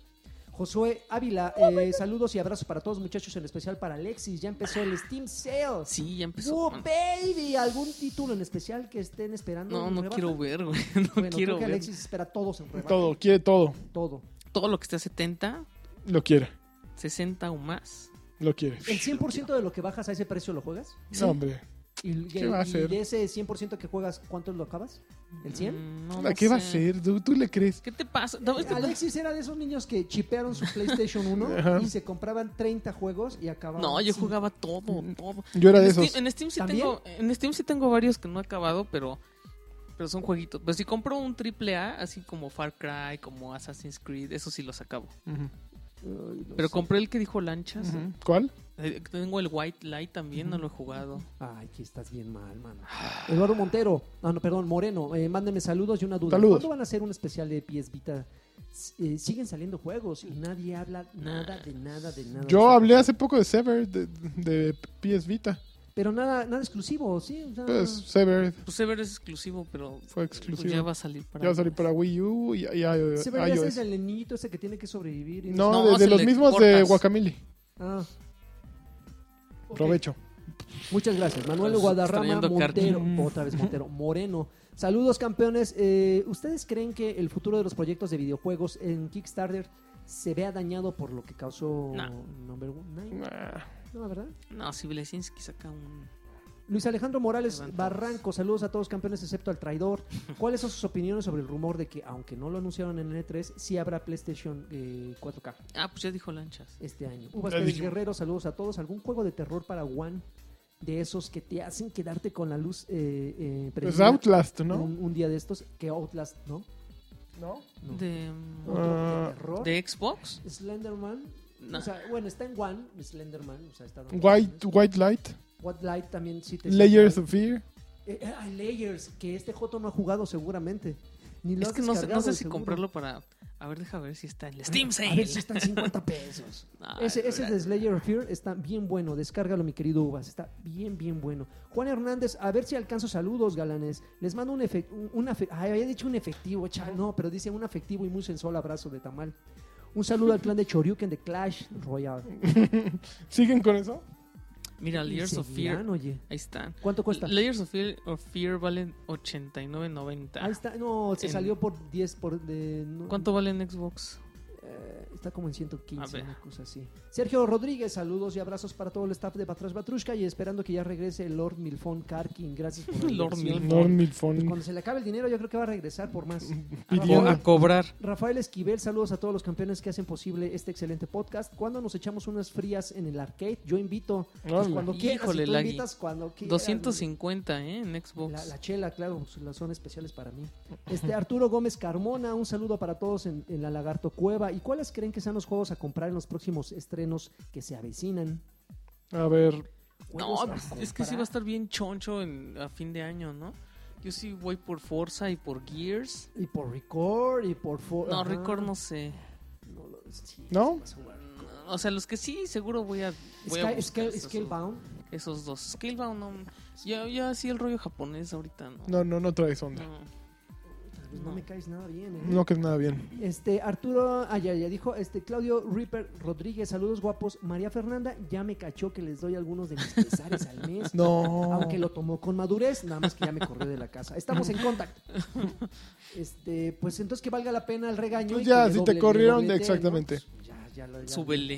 Josué Ávila, eh, saludos y abrazos para todos, muchachos, en especial para Alexis. Ya empezó el Steam Sales.
Sí, ya empezó.
Wow, baby, ¿algún título en especial que estén esperando?
No,
en
no
rebaja?
quiero ver, güey. No
Bueno,
quiero
creo que
ver.
Alexis espera todos en rebaja.
Todo, quiere todo.
Todo.
Todo lo que esté a 70,
Lo quiere.
60 o más.
Lo quiere.
¿El 100% de lo que bajas a ese precio lo juegas?
No, hombre.
¿Y,
¿Qué
y-
va a
y
ser?
de ese 100% que juegas, cuánto lo acabas? ¿El 100?
Mm, no,
¿A
no
qué va a
sé.
ser? ¿Tú, tú le crees?
¿Qué te pasa? No, este-
Alexis era de esos niños que chipearon su PlayStation 1
Ajá.
y se compraban 30 juegos y acababan.
no, yo
sin-
jugaba todo,
Mm.
todo.
Yo era de
En
esos.
Steam, en Steam sí
¿También?
tengo, en Steam sí tengo varios que no he acabado, pero, pero son jueguitos. Pero si compro un triple A, así como Far Cry, como Assassin's Creed, eso sí los acabo.
Ujú.
Ay, no
Pero
sé.
compré el que dijo lanchas.
Ujú. ¿Cuál?
Eh, Tengo el White Light también, no lo he jugado.
Ay, que estás bien mal, mano. Eduardo Montero, ah, no, perdón, Moreno, eh, mándenme saludos y una duda.
Saludos.
¿Cuándo van a hacer un especial de PS Vita? S- eh, siguen saliendo juegos y nadie habla nada de nada de nada.
Yo
de-
hablé hace poco de Sever, de, de PS Vita.
Pero nada, nada exclusivo, sí.
Ah.
o sea,
Pues Sever
Pues Sever es exclusivo, pero pues,
fue exclusivo.
ya
ya,
va a salir para.
va a salir para Wii U y, y iOS.
se ve ese es el niñito ese que tiene que sobrevivir. y
Ah, No,
No,
de- de,
se
los
le
mismos de
cortas.
Guacamili.
Ah. Ok.
Provecho.
Muchas gracias. Manuel
Estás
Guadarrama
extrañando a Cardi.
Montero. Otra vez Montero. Moreno. Saludos, campeones. Eh, ¿Ustedes creen que el futuro de los proyectos de videojuegos en Kickstarter se vea dañado por lo que causó
No.
Number One? Nine?
Ah,
No, ¿verdad?
No, si Blesinski saca un.
Luis Alejandro Morales
Levantados.
Barranco, saludos a todos campeones excepto al traidor. ¿Cuáles son sus opiniones sobre el rumor de que, aunque no lo anunciaron en el E3, sí habrá PlayStation eh, 4K
Ah, pues ya dijo lanchas.
este año? Uvas
Ya
Pérez
dije.
Guerrero, saludos a todos. ¿Algún juego de terror para One de esos que te hacen quedarte con la luz eh, eh,
Es
prendida?
Pues Outlast, ¿no?
un, un día de estos que Outlast, ¿no?
¿No?
No.
De, mm,
Otro
Ah,
de terror.
de Xbox.
Slenderman.
No.
O sea, bueno, está en One, Slenderman. O sea, está dando-
White, White Light.
What Light también sí te.
Layers of Fear.
Eh, eh, ah, Layers, que este Joto no ha jugado seguramente. Ni lo
Es
has
que no sé, no
descargado,
sé si
seguro.
comprarlo para. A ver, deja ver si está en el Steam
A
Sale.
ver si están 50 pesos.
Ah,
Ese, ese
verdad.
de Slayer of Fear está bien bueno. Descárgalo, mi querido Uvas. Está bien, bien bueno. Juan Hernández, a ver si alcanzo saludos, galanes. Les mando un efectivo. Ay, había dicho un efectivo, chal. No, pero dice un afectivo y muy sensual abrazo de Tamal. Un saludo al clan de Choryuken de Clash Royale.
¿Siguen con eso?
Mira, Layers
Y
of
seguirán,
Fear.
oye.
Ahí están.
¿Cuánto cuesta?
Layers of Fear, of Fear valen
Ahí
89.90.
está. No, se
En-
salió por 10. Por, de, no-
¿Cuánto vale en Xbox?
Eh, está como en 115,
A ver.
una cosa así. Sergio Rodríguez, saludos y abrazos para todo el staff de Batrash Batrushka y esperando que ya regrese el Lord Milfón Karkin. Gracias por la
Lord
diversión.
Norm
Milfón.
Pues Cuando
Milfon
se le acabe el dinero, yo creo que va a regresar por más.
O a
pidiendo.
cobrar.
Rafael Esquivel, saludos a todos los campeones que hacen posible este excelente podcast. ¿Cuándo nos echamos unas frías en el arcade? Yo invito. Pues
Órale.
cuando quieras,
Híjole,
si tú
Lagui.
invitas cuando quieras.
250, ¿eh? En Xbox.
La, la chela, claro, pues, las son especiales para mí. Este Arturo Gómez Carmona, un saludo para todos en, en la Lagarto Cueva. ¿Y cuáles creen que sean los juegos a comprar en los próximos estrenos que se avecinan?
A ver,
No, pues, es que sí va a estar bien choncho en, a fin de año, ¿no? Yo sí voy por Forza y por Gears.
Y por Record, y por... Fo-
No,
ajá.
Record no sé.
No lo- sí,
¿No?
sí vas a jugar.
O sea, los que sí, seguro voy a. Voy a
Sky-
buscar
Scale-
esos-
Scalebound.
Esos dos. Scalebound, no. Ya, ya sí el rollo japonés ahorita, ¿no?
No, no, no traes onda.
No.
Pues no.
No.
me caes nada bien, ¿eh?
No que es nada bien.
Este, Arturo, ah, ya, ya dijo, este, Claudio Reaper Rodríguez, saludos guapos. María Fernanda ya me cachó que les doy algunos de mis pesares al mes.
No.
Aunque lo tomó con madurez, nada más que ya me corrió de la casa. Estamos en contacto. Este, pues entonces que valga la pena el regaño.
Pues
y
ya,
que le
si te
doble- le
corrieron,
doblete,
exactamente.
¿no? Pues ya, ya lo- ya-
Súbele.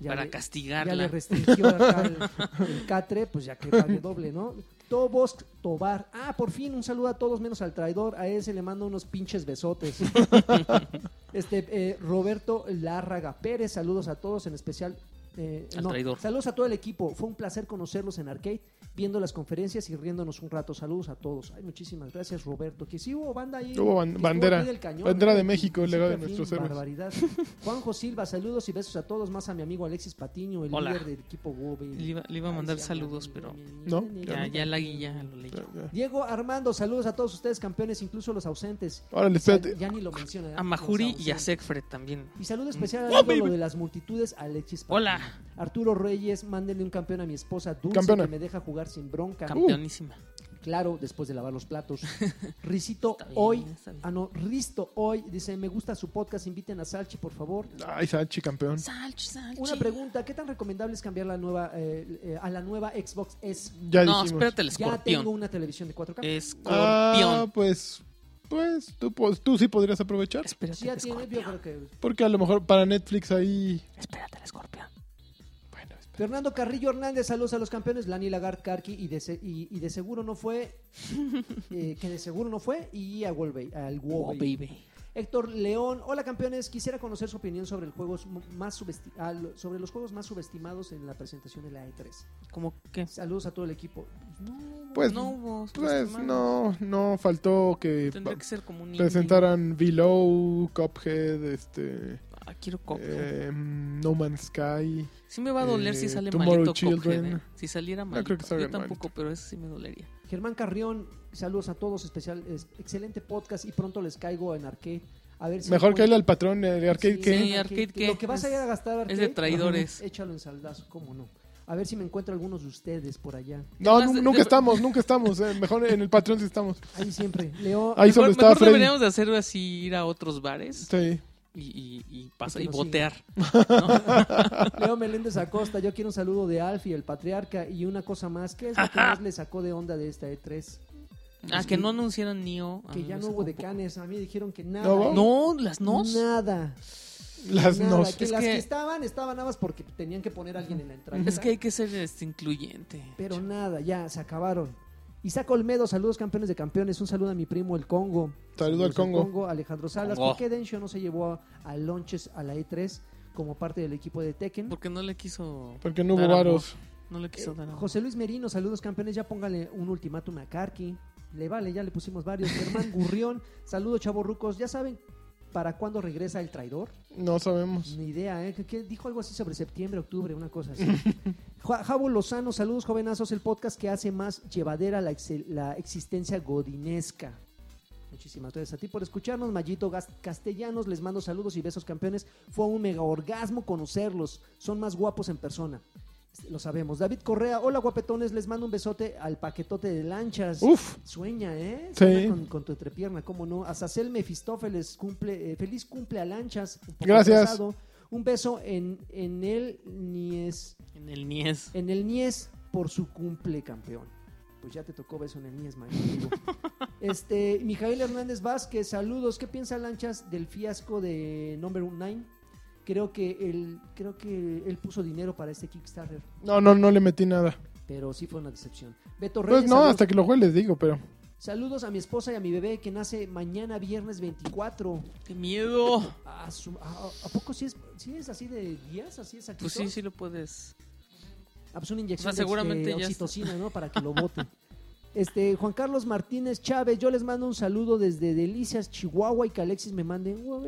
ya le-
para
Ya le
castigarla.
restringió acá el, el catre, pues ya que pague doble, ¿no? Tobos Tobar. Ah, por fin, un saludo a todos menos al traidor. A ese le mando unos pinches besotes. este, eh, Roberto Lárraga Pérez, saludos a todos, en especial. eh,
Al traidor.
Saludos a todo el equipo. Fue un placer conocerlos en Arcade, viendo las conferencias y riéndonos un rato. Saludos a todos. Ay, muchísimas gracias, Roberto. Que sí hubo banda ahí.
Hubo ban-
que estuvo
bandera.
al pie del cañón,
Bandera
¿no?
de México, el legado de
Super fin,
nuestros héroes.
barbaridad. Juanjo Silva, saludos y besos a todos, más a mi amigo Alexis Patiño, el
Hola.
líder del equipo Gobe.
Le iba, le iba a mandar saludos, pero.
No,
Ya, ya la guía lo leí.
Ya, ya.
Diego Armando, saludos a todos ustedes, campeones, incluso los ausentes.
Órale, espérate.
Ya ni lo menciona. ¿eh?
A Majuri
Los
y a
ausentes.
Segfred también.
Y saludo especial
Oh,
al ídolo
baby.
de las multitudes, Alexis Patiño.
Hola,
Arturo Reyes, mándenle un campeón a mi esposa Dulce
Campeona.
que me deja jugar sin
Uh.
bronca.
campeonísima.
Claro, después de lavar los platos. Risito
Está bien,
hoy.
está bien.
Ah, no, Risto hoy. Dice, me gusta su podcast, inviten a Salchi, por favor.
Ay, Sachi, campeón.
Salchi, salchi.
Una pregunta, ¿qué tan recomendable es cambiar la nueva, eh, eh, a la nueva Xbox S?
Ya
No,
dijimos.
espérate, el
Ya tengo
escorpión. Eh,
una televisión de 4K.
Ah,
Escorpión.
pues, pues tú, pues, tú sí podrías aprovechar.
Espérate,
Sí, ya
el
tiene, yo
escorpión.
creo que...
Porque a lo mejor para Netflix ahí.
Espérate, el escorpión.
Bueno, espera.
Fernando Carrillo Hernández, saludos a los campeones, Lani Lagarde, Karki, y de, se- y, y de seguro no fue, eh, que de seguro no fue, y a Wolbey, al
Wow,
Wolbey.
Oh, baby.
Héctor León, hola campeones, quisiera conocer su opinión sobre, el juegos m- más subesti- ah, lo- sobre los juegos más subestimados en la presentación de la E3.
¿Cómo que?
Saludos a todo el equipo.
Pues,
no hubo.
Pues
subestimados.
no, no faltó que
Tendría
pa-
que ser como un. indie.
presentaran Below, Cuphead, este,
Ah, quiero Cuphead.
eh, No Man's Sky.
sí me va a doler
eh,
si sale
Tomorrow
malito Cuphead.
Children.
eh. Si saliera
creo
malito.
que salga
Yo tampoco,
malito.
pero ese sí me dolería.
Germán Carrión, saludos a todos, especial, es- excelente podcast y pronto les caigo en arcade. A ver si
Mejor
encuentro-
caerle al patrón de Arcade
Sí,
que
Sí, Arcade Cake
Lo que vas a ir a
es-
gastar
es
Arcade,
de traidores.
ajá, Échalo en saldazo, cómo no. A ver si me encuentro algunos de ustedes por allá.
No,
Además
nu-
de-
nunca
de-
estamos, nunca estamos. eh, Mejor en el patrón sí estamos.
Ahí siempre. Leo,
Ahí solo
mejor
estaba
mejor
Freddy.
deberíamos de hacer así, ir a otros bares
Sí.
y, y, y pasar
Que
y
nos sigan.
botear.
Leo Meléndez Acosta, yo quiero un saludo de Alfie, el patriarca, y una cosa más. ¿Qué es lo que más le sacó de onda de esta E3?
Ah,
Es
que
que-
no Ah, anunciaran Nio. a
Que
mí
ya no
me sacó
hubo
un
de
poco.
canes. A mí dijeron que nada. ¿eh?
¿No hubo?
No, las nos.
Nada.
Las
nada.
nos.
Que
Es
las que...
que-
estaban, estaban nada más porque tenían que poner a alguien en la entrada.
Es que hay que ser este, incluyente.
Pero nada, ya, se acabaron. Isaac Olmedo, saludos campeones de campenes. Un saludo a mi primo el Congo.
Saludo al
Saludos
Congo.
Alejandro Salas.
Congo.
¿Por qué Densho no se llevó a, a Lonches a la E3 como parte del equipo de Tekken?
Porque no le quiso.
Porque no hubo
dar amor.
varos.
No le
Eh,
quiso dar amor.
José Luis Merino, saludos campeones. Ya póngale un ultimátum a Karki. Le vale, ya le pusimos varios. Germán Gurrión, saludos chavos rucos. ¿Ya saben para cuándo regresa el traidor?
No sabemos.
Ni idea, ¿eh? ¿Qué- qué? dijo algo así sobre septiembre, octubre, una cosa así. Ja- Javo Lozano, saludos jovenazos, el podcast que hace más llevadera la, exe- la existencia godinesca. Muchísimas gracias a ti por escucharnos, Mayito Gas- Castellanos, les mando saludos y besos campeones. Fue un mega orgasmo conocerlos, son más guapos en persona. Este, Lo sabemos. David Correa, hola guapetones, les mando un besote al paquetote de lanchas.
Uf.
Sueña, ¿eh?
Sí.
Sueña con, con tu entrepierna, cómo no. Azazel Mefistófeles, cumple, eh, feliz cumple a lanchas. un poco
Gracias.
atrasado. Un beso en, en el Nies,
En el Nies.
en el Nies por su cumple campeón. Pues ya te tocó beso en el Nies, maestro. este, Mijael Hernández Vázquez, saludos. ¿Qué piensa Lanchas del fiasco de Number Nine? Creo que él, creo que él puso dinero para este Kickstarter,
No, no, no le metí nada.
pero sí fue una decepción. Beto Reyes,
Pues no,
saludos.
hasta que lo juegue les digo, pero.
Saludos a mi esposa y a mi bebé que nace mañana viernes 24.
¡Qué miedo!
¿A, su- a- a poco sí es, sí es así de días? ¿Así es aquí?
Pues sí, sí lo puedes.
una inyección
O sea,
de-
seguramente
de
ya está.
oxitocina, ¿no? Para que lo vote. Este, Juan Carlos Martínez Chávez, yo les mando un saludo desde Delicias, Chihuahua y que Alexis me mande un
¡Wow,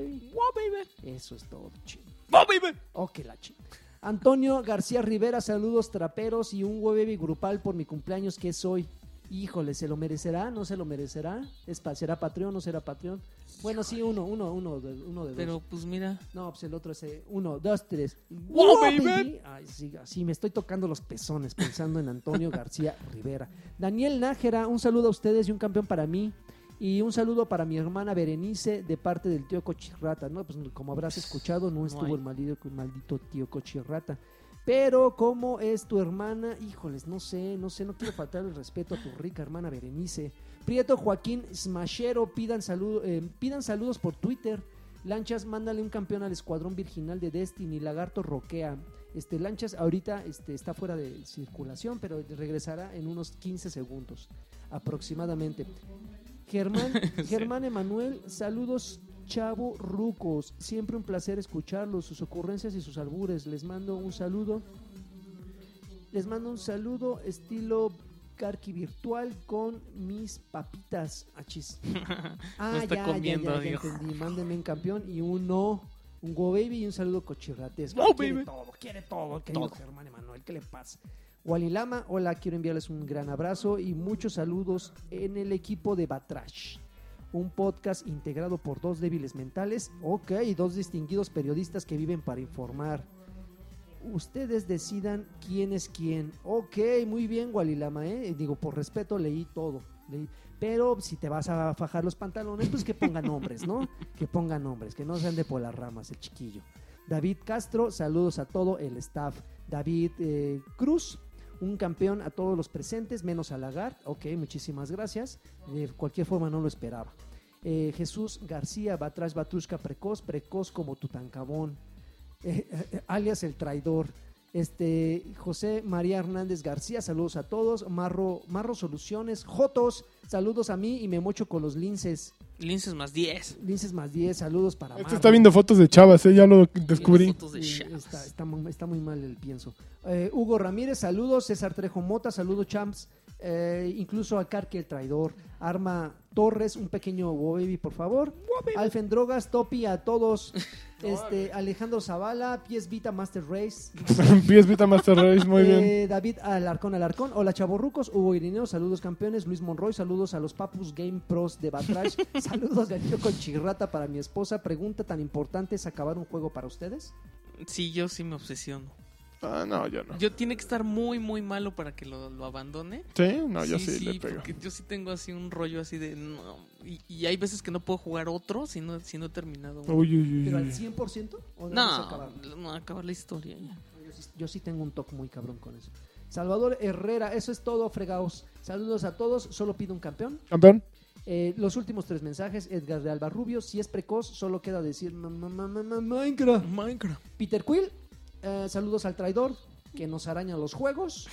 baby!
Eso es todo, ching.
¡Wow, baby!
Oh, que la ching. Antonio García Rivera, saludos traperos y un huevebi grupal por mi cumpleaños que es hoy. Híjole, ¿se lo merecerá? ¿No se lo merecerá? ¿Es pa- ¿Será Patreon? ¿No será Patreon? Bueno, sí, uno, uno, uno, de, uno de dos.
Pero pues mira,
No, pues el otro es eh, uno, dos, tres.
¡Wow,
¡Guapi!
baby!
Ay, sí, sí, me estoy tocando los pezones pensando en Antonio García Rivera. Daniel Nájera, un saludo a ustedes y un campeón para mí. Y un saludo para mi hermana Berenice de parte del tío Cochirrata. No, pues como habrás escuchado, no estuvo
hay.
el maldito, maldito tío Cochirrata. Pero como es tu hermana, híjoles, no sé, no sé, no quiero faltar el respeto a tu rica hermana Berenice. Prieto Joaquín Smashero, pidan, saludo, eh, pidan saludos por Twitter. Lanchas, mándale un campeón al escuadrón virginal de Destiny. Lagarto roquea. Este, Lanchas ahorita este, está fuera de circulación, pero regresará en unos 15 segundos aproximadamente. Germán, Germán Emanuel, saludos chavo rucos. Siempre un placer escucharlos, sus ocurrencias y sus albures. Les mando un saludo. Les mando un saludo estilo Carqui Virtual con mis papitas. Achis. Ah,
está comiendo,
ya, ya,
digo.
entendí. Mándenme un campeón y un no. Un Go Baby y un saludo cochirrates.
Go
quiere
Baby.
todo, quiere todo, querido Germán Emanuel. ¿Qué le pasa? Walilama, hola, quiero enviarles un gran abrazo y muchos saludos en el equipo de Batrash. Un podcast integrado por dos débiles mentales, ok, y dos distinguidos periodistas que viven para informar. Ustedes decidan quién es quién. Ok, muy bien, Walilama, ¿eh? Digo, por respeto leí todo. leí. Pero si te vas a fajar los pantalones, pues que pongan nombres, ¿no? Que pongan nombres, que no se ande por las ramas el chiquillo. David Castro, saludos a todo el staff. David eh, Cruz, un campeón a todos los presentes, menos a Lagar. Ok, muchísimas gracias. De cualquier forma no lo esperaba. Eh, Jesús García, Batrash Batrushka Precoz, Precoz como Tutankamón, eh, eh, alias el traidor. Este, José María Hernández García, saludos a todos. Marro, Marro Soluciones, Jotos, saludos a mí y me mocho con los linces.
linces más 10.
Linces más 10, saludos para
Este
Marro.
está viendo fotos de chavas, ¿eh? ya lo descubrí.
Fotos de
Sí,
chavas.
Está, está muy, está muy mal el pienso. Eh, Hugo Ramírez, saludos. César Trejo Mota, saludos, champs. Eh, incluso a Carque el traidor. Arma Torres, un pequeño wow baby, por favor. Alfen Drogas, Topi a todos. este Alejandro Zavala, Pies Vita Master Race.
Pies Vita Master Race, muy bien.
Eh, David Alarcón Alarcón, hola chavorrucos, Hugo Irineo, saludos campeones, Luis Monroy, saludos a los Papus Game Pros de Batrash, saludos Darío con Chirrata para mi esposa, pregunta tan importante, ¿es acabar un juego para ustedes?
Sí, yo sí me obsesiono.
Ah, no, yo no.
Yo tiene que estar muy, muy malo para que lo, lo abandone.
Sí, no, yo sí, le pego.
porque yo sí tengo así un rollo así de... no, y, y hay veces que no puedo jugar otro si no, si no he terminado. uno.
Uy, uy, uy,
¿Pero al
uy.
100%? ¿O debemos
no,
acabarlo?
no, acabar la historia ya.
Yo sí, yo sí tengo un toque muy cabrón con eso. Salvador Herrera, eso es todo, fregaos. Saludos a todos, solo pido un campeón.
Campeón.
Eh, los últimos tres mensajes, Edgar de Alba Rubio, si es precoz, solo queda decir "Ma- ma- ma- ma- ma- Minecraft.
Minecraft.
Peter Quill, eh, saludos al traidor que nos araña los juegos.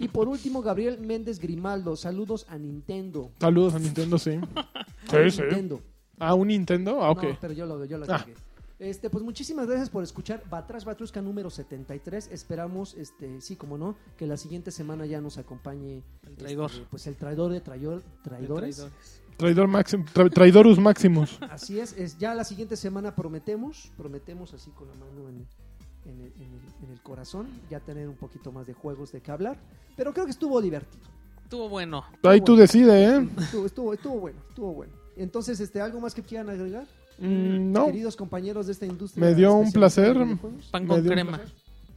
y por último, Gabriel Méndez Grimaldo, saludos a Nintendo.
Saludos a Nintendo, sí.
A
Sí, sí.
Nintendo.
Ah, un Nintendo. Ah, ok.
No, pero yo lo yo lo
Ah.
agregué. Este, pues muchísimas gracias por escuchar Batrash Batrusca número 73. Esperamos, este, sí, como no, que la siguiente semana ya nos acompañe
El traidor.
este, pues el traidor de traidor, traidores.
Traidor Maxim, tra- Traidorus Maximus.
Así es, es, ya la siguiente semana prometemos, prometemos así con la mano en, en el, en el- en el corazón, ya tener un poquito más de juegos de qué hablar. Pero creo que estuvo divertido.
Estuvo bueno.
Ahí tú decides, ¿eh?
Estuvo, estuvo, estuvo bueno, estuvo bueno. Entonces, este, ¿algo más que quieran agregar?
Mm, no.
Queridos compañeros de esta industria.
Me dio un
especializada en
placer.
videojuegos.
Pan
Me
con
dio un
crema.
placer.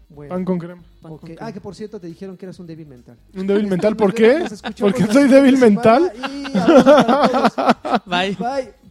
Bueno.
Pan con crema.
Pan
Ok.
con crema.
Ah, que por cierto te dijeron que eras un débil mental.
Un débil mental, ¿por
Nos vemos,
qué?
nos escuchamos
¿Porque
la
soy
siguiente
débil
semana
mental?
y abrazos para todos.
Bye.
Bye.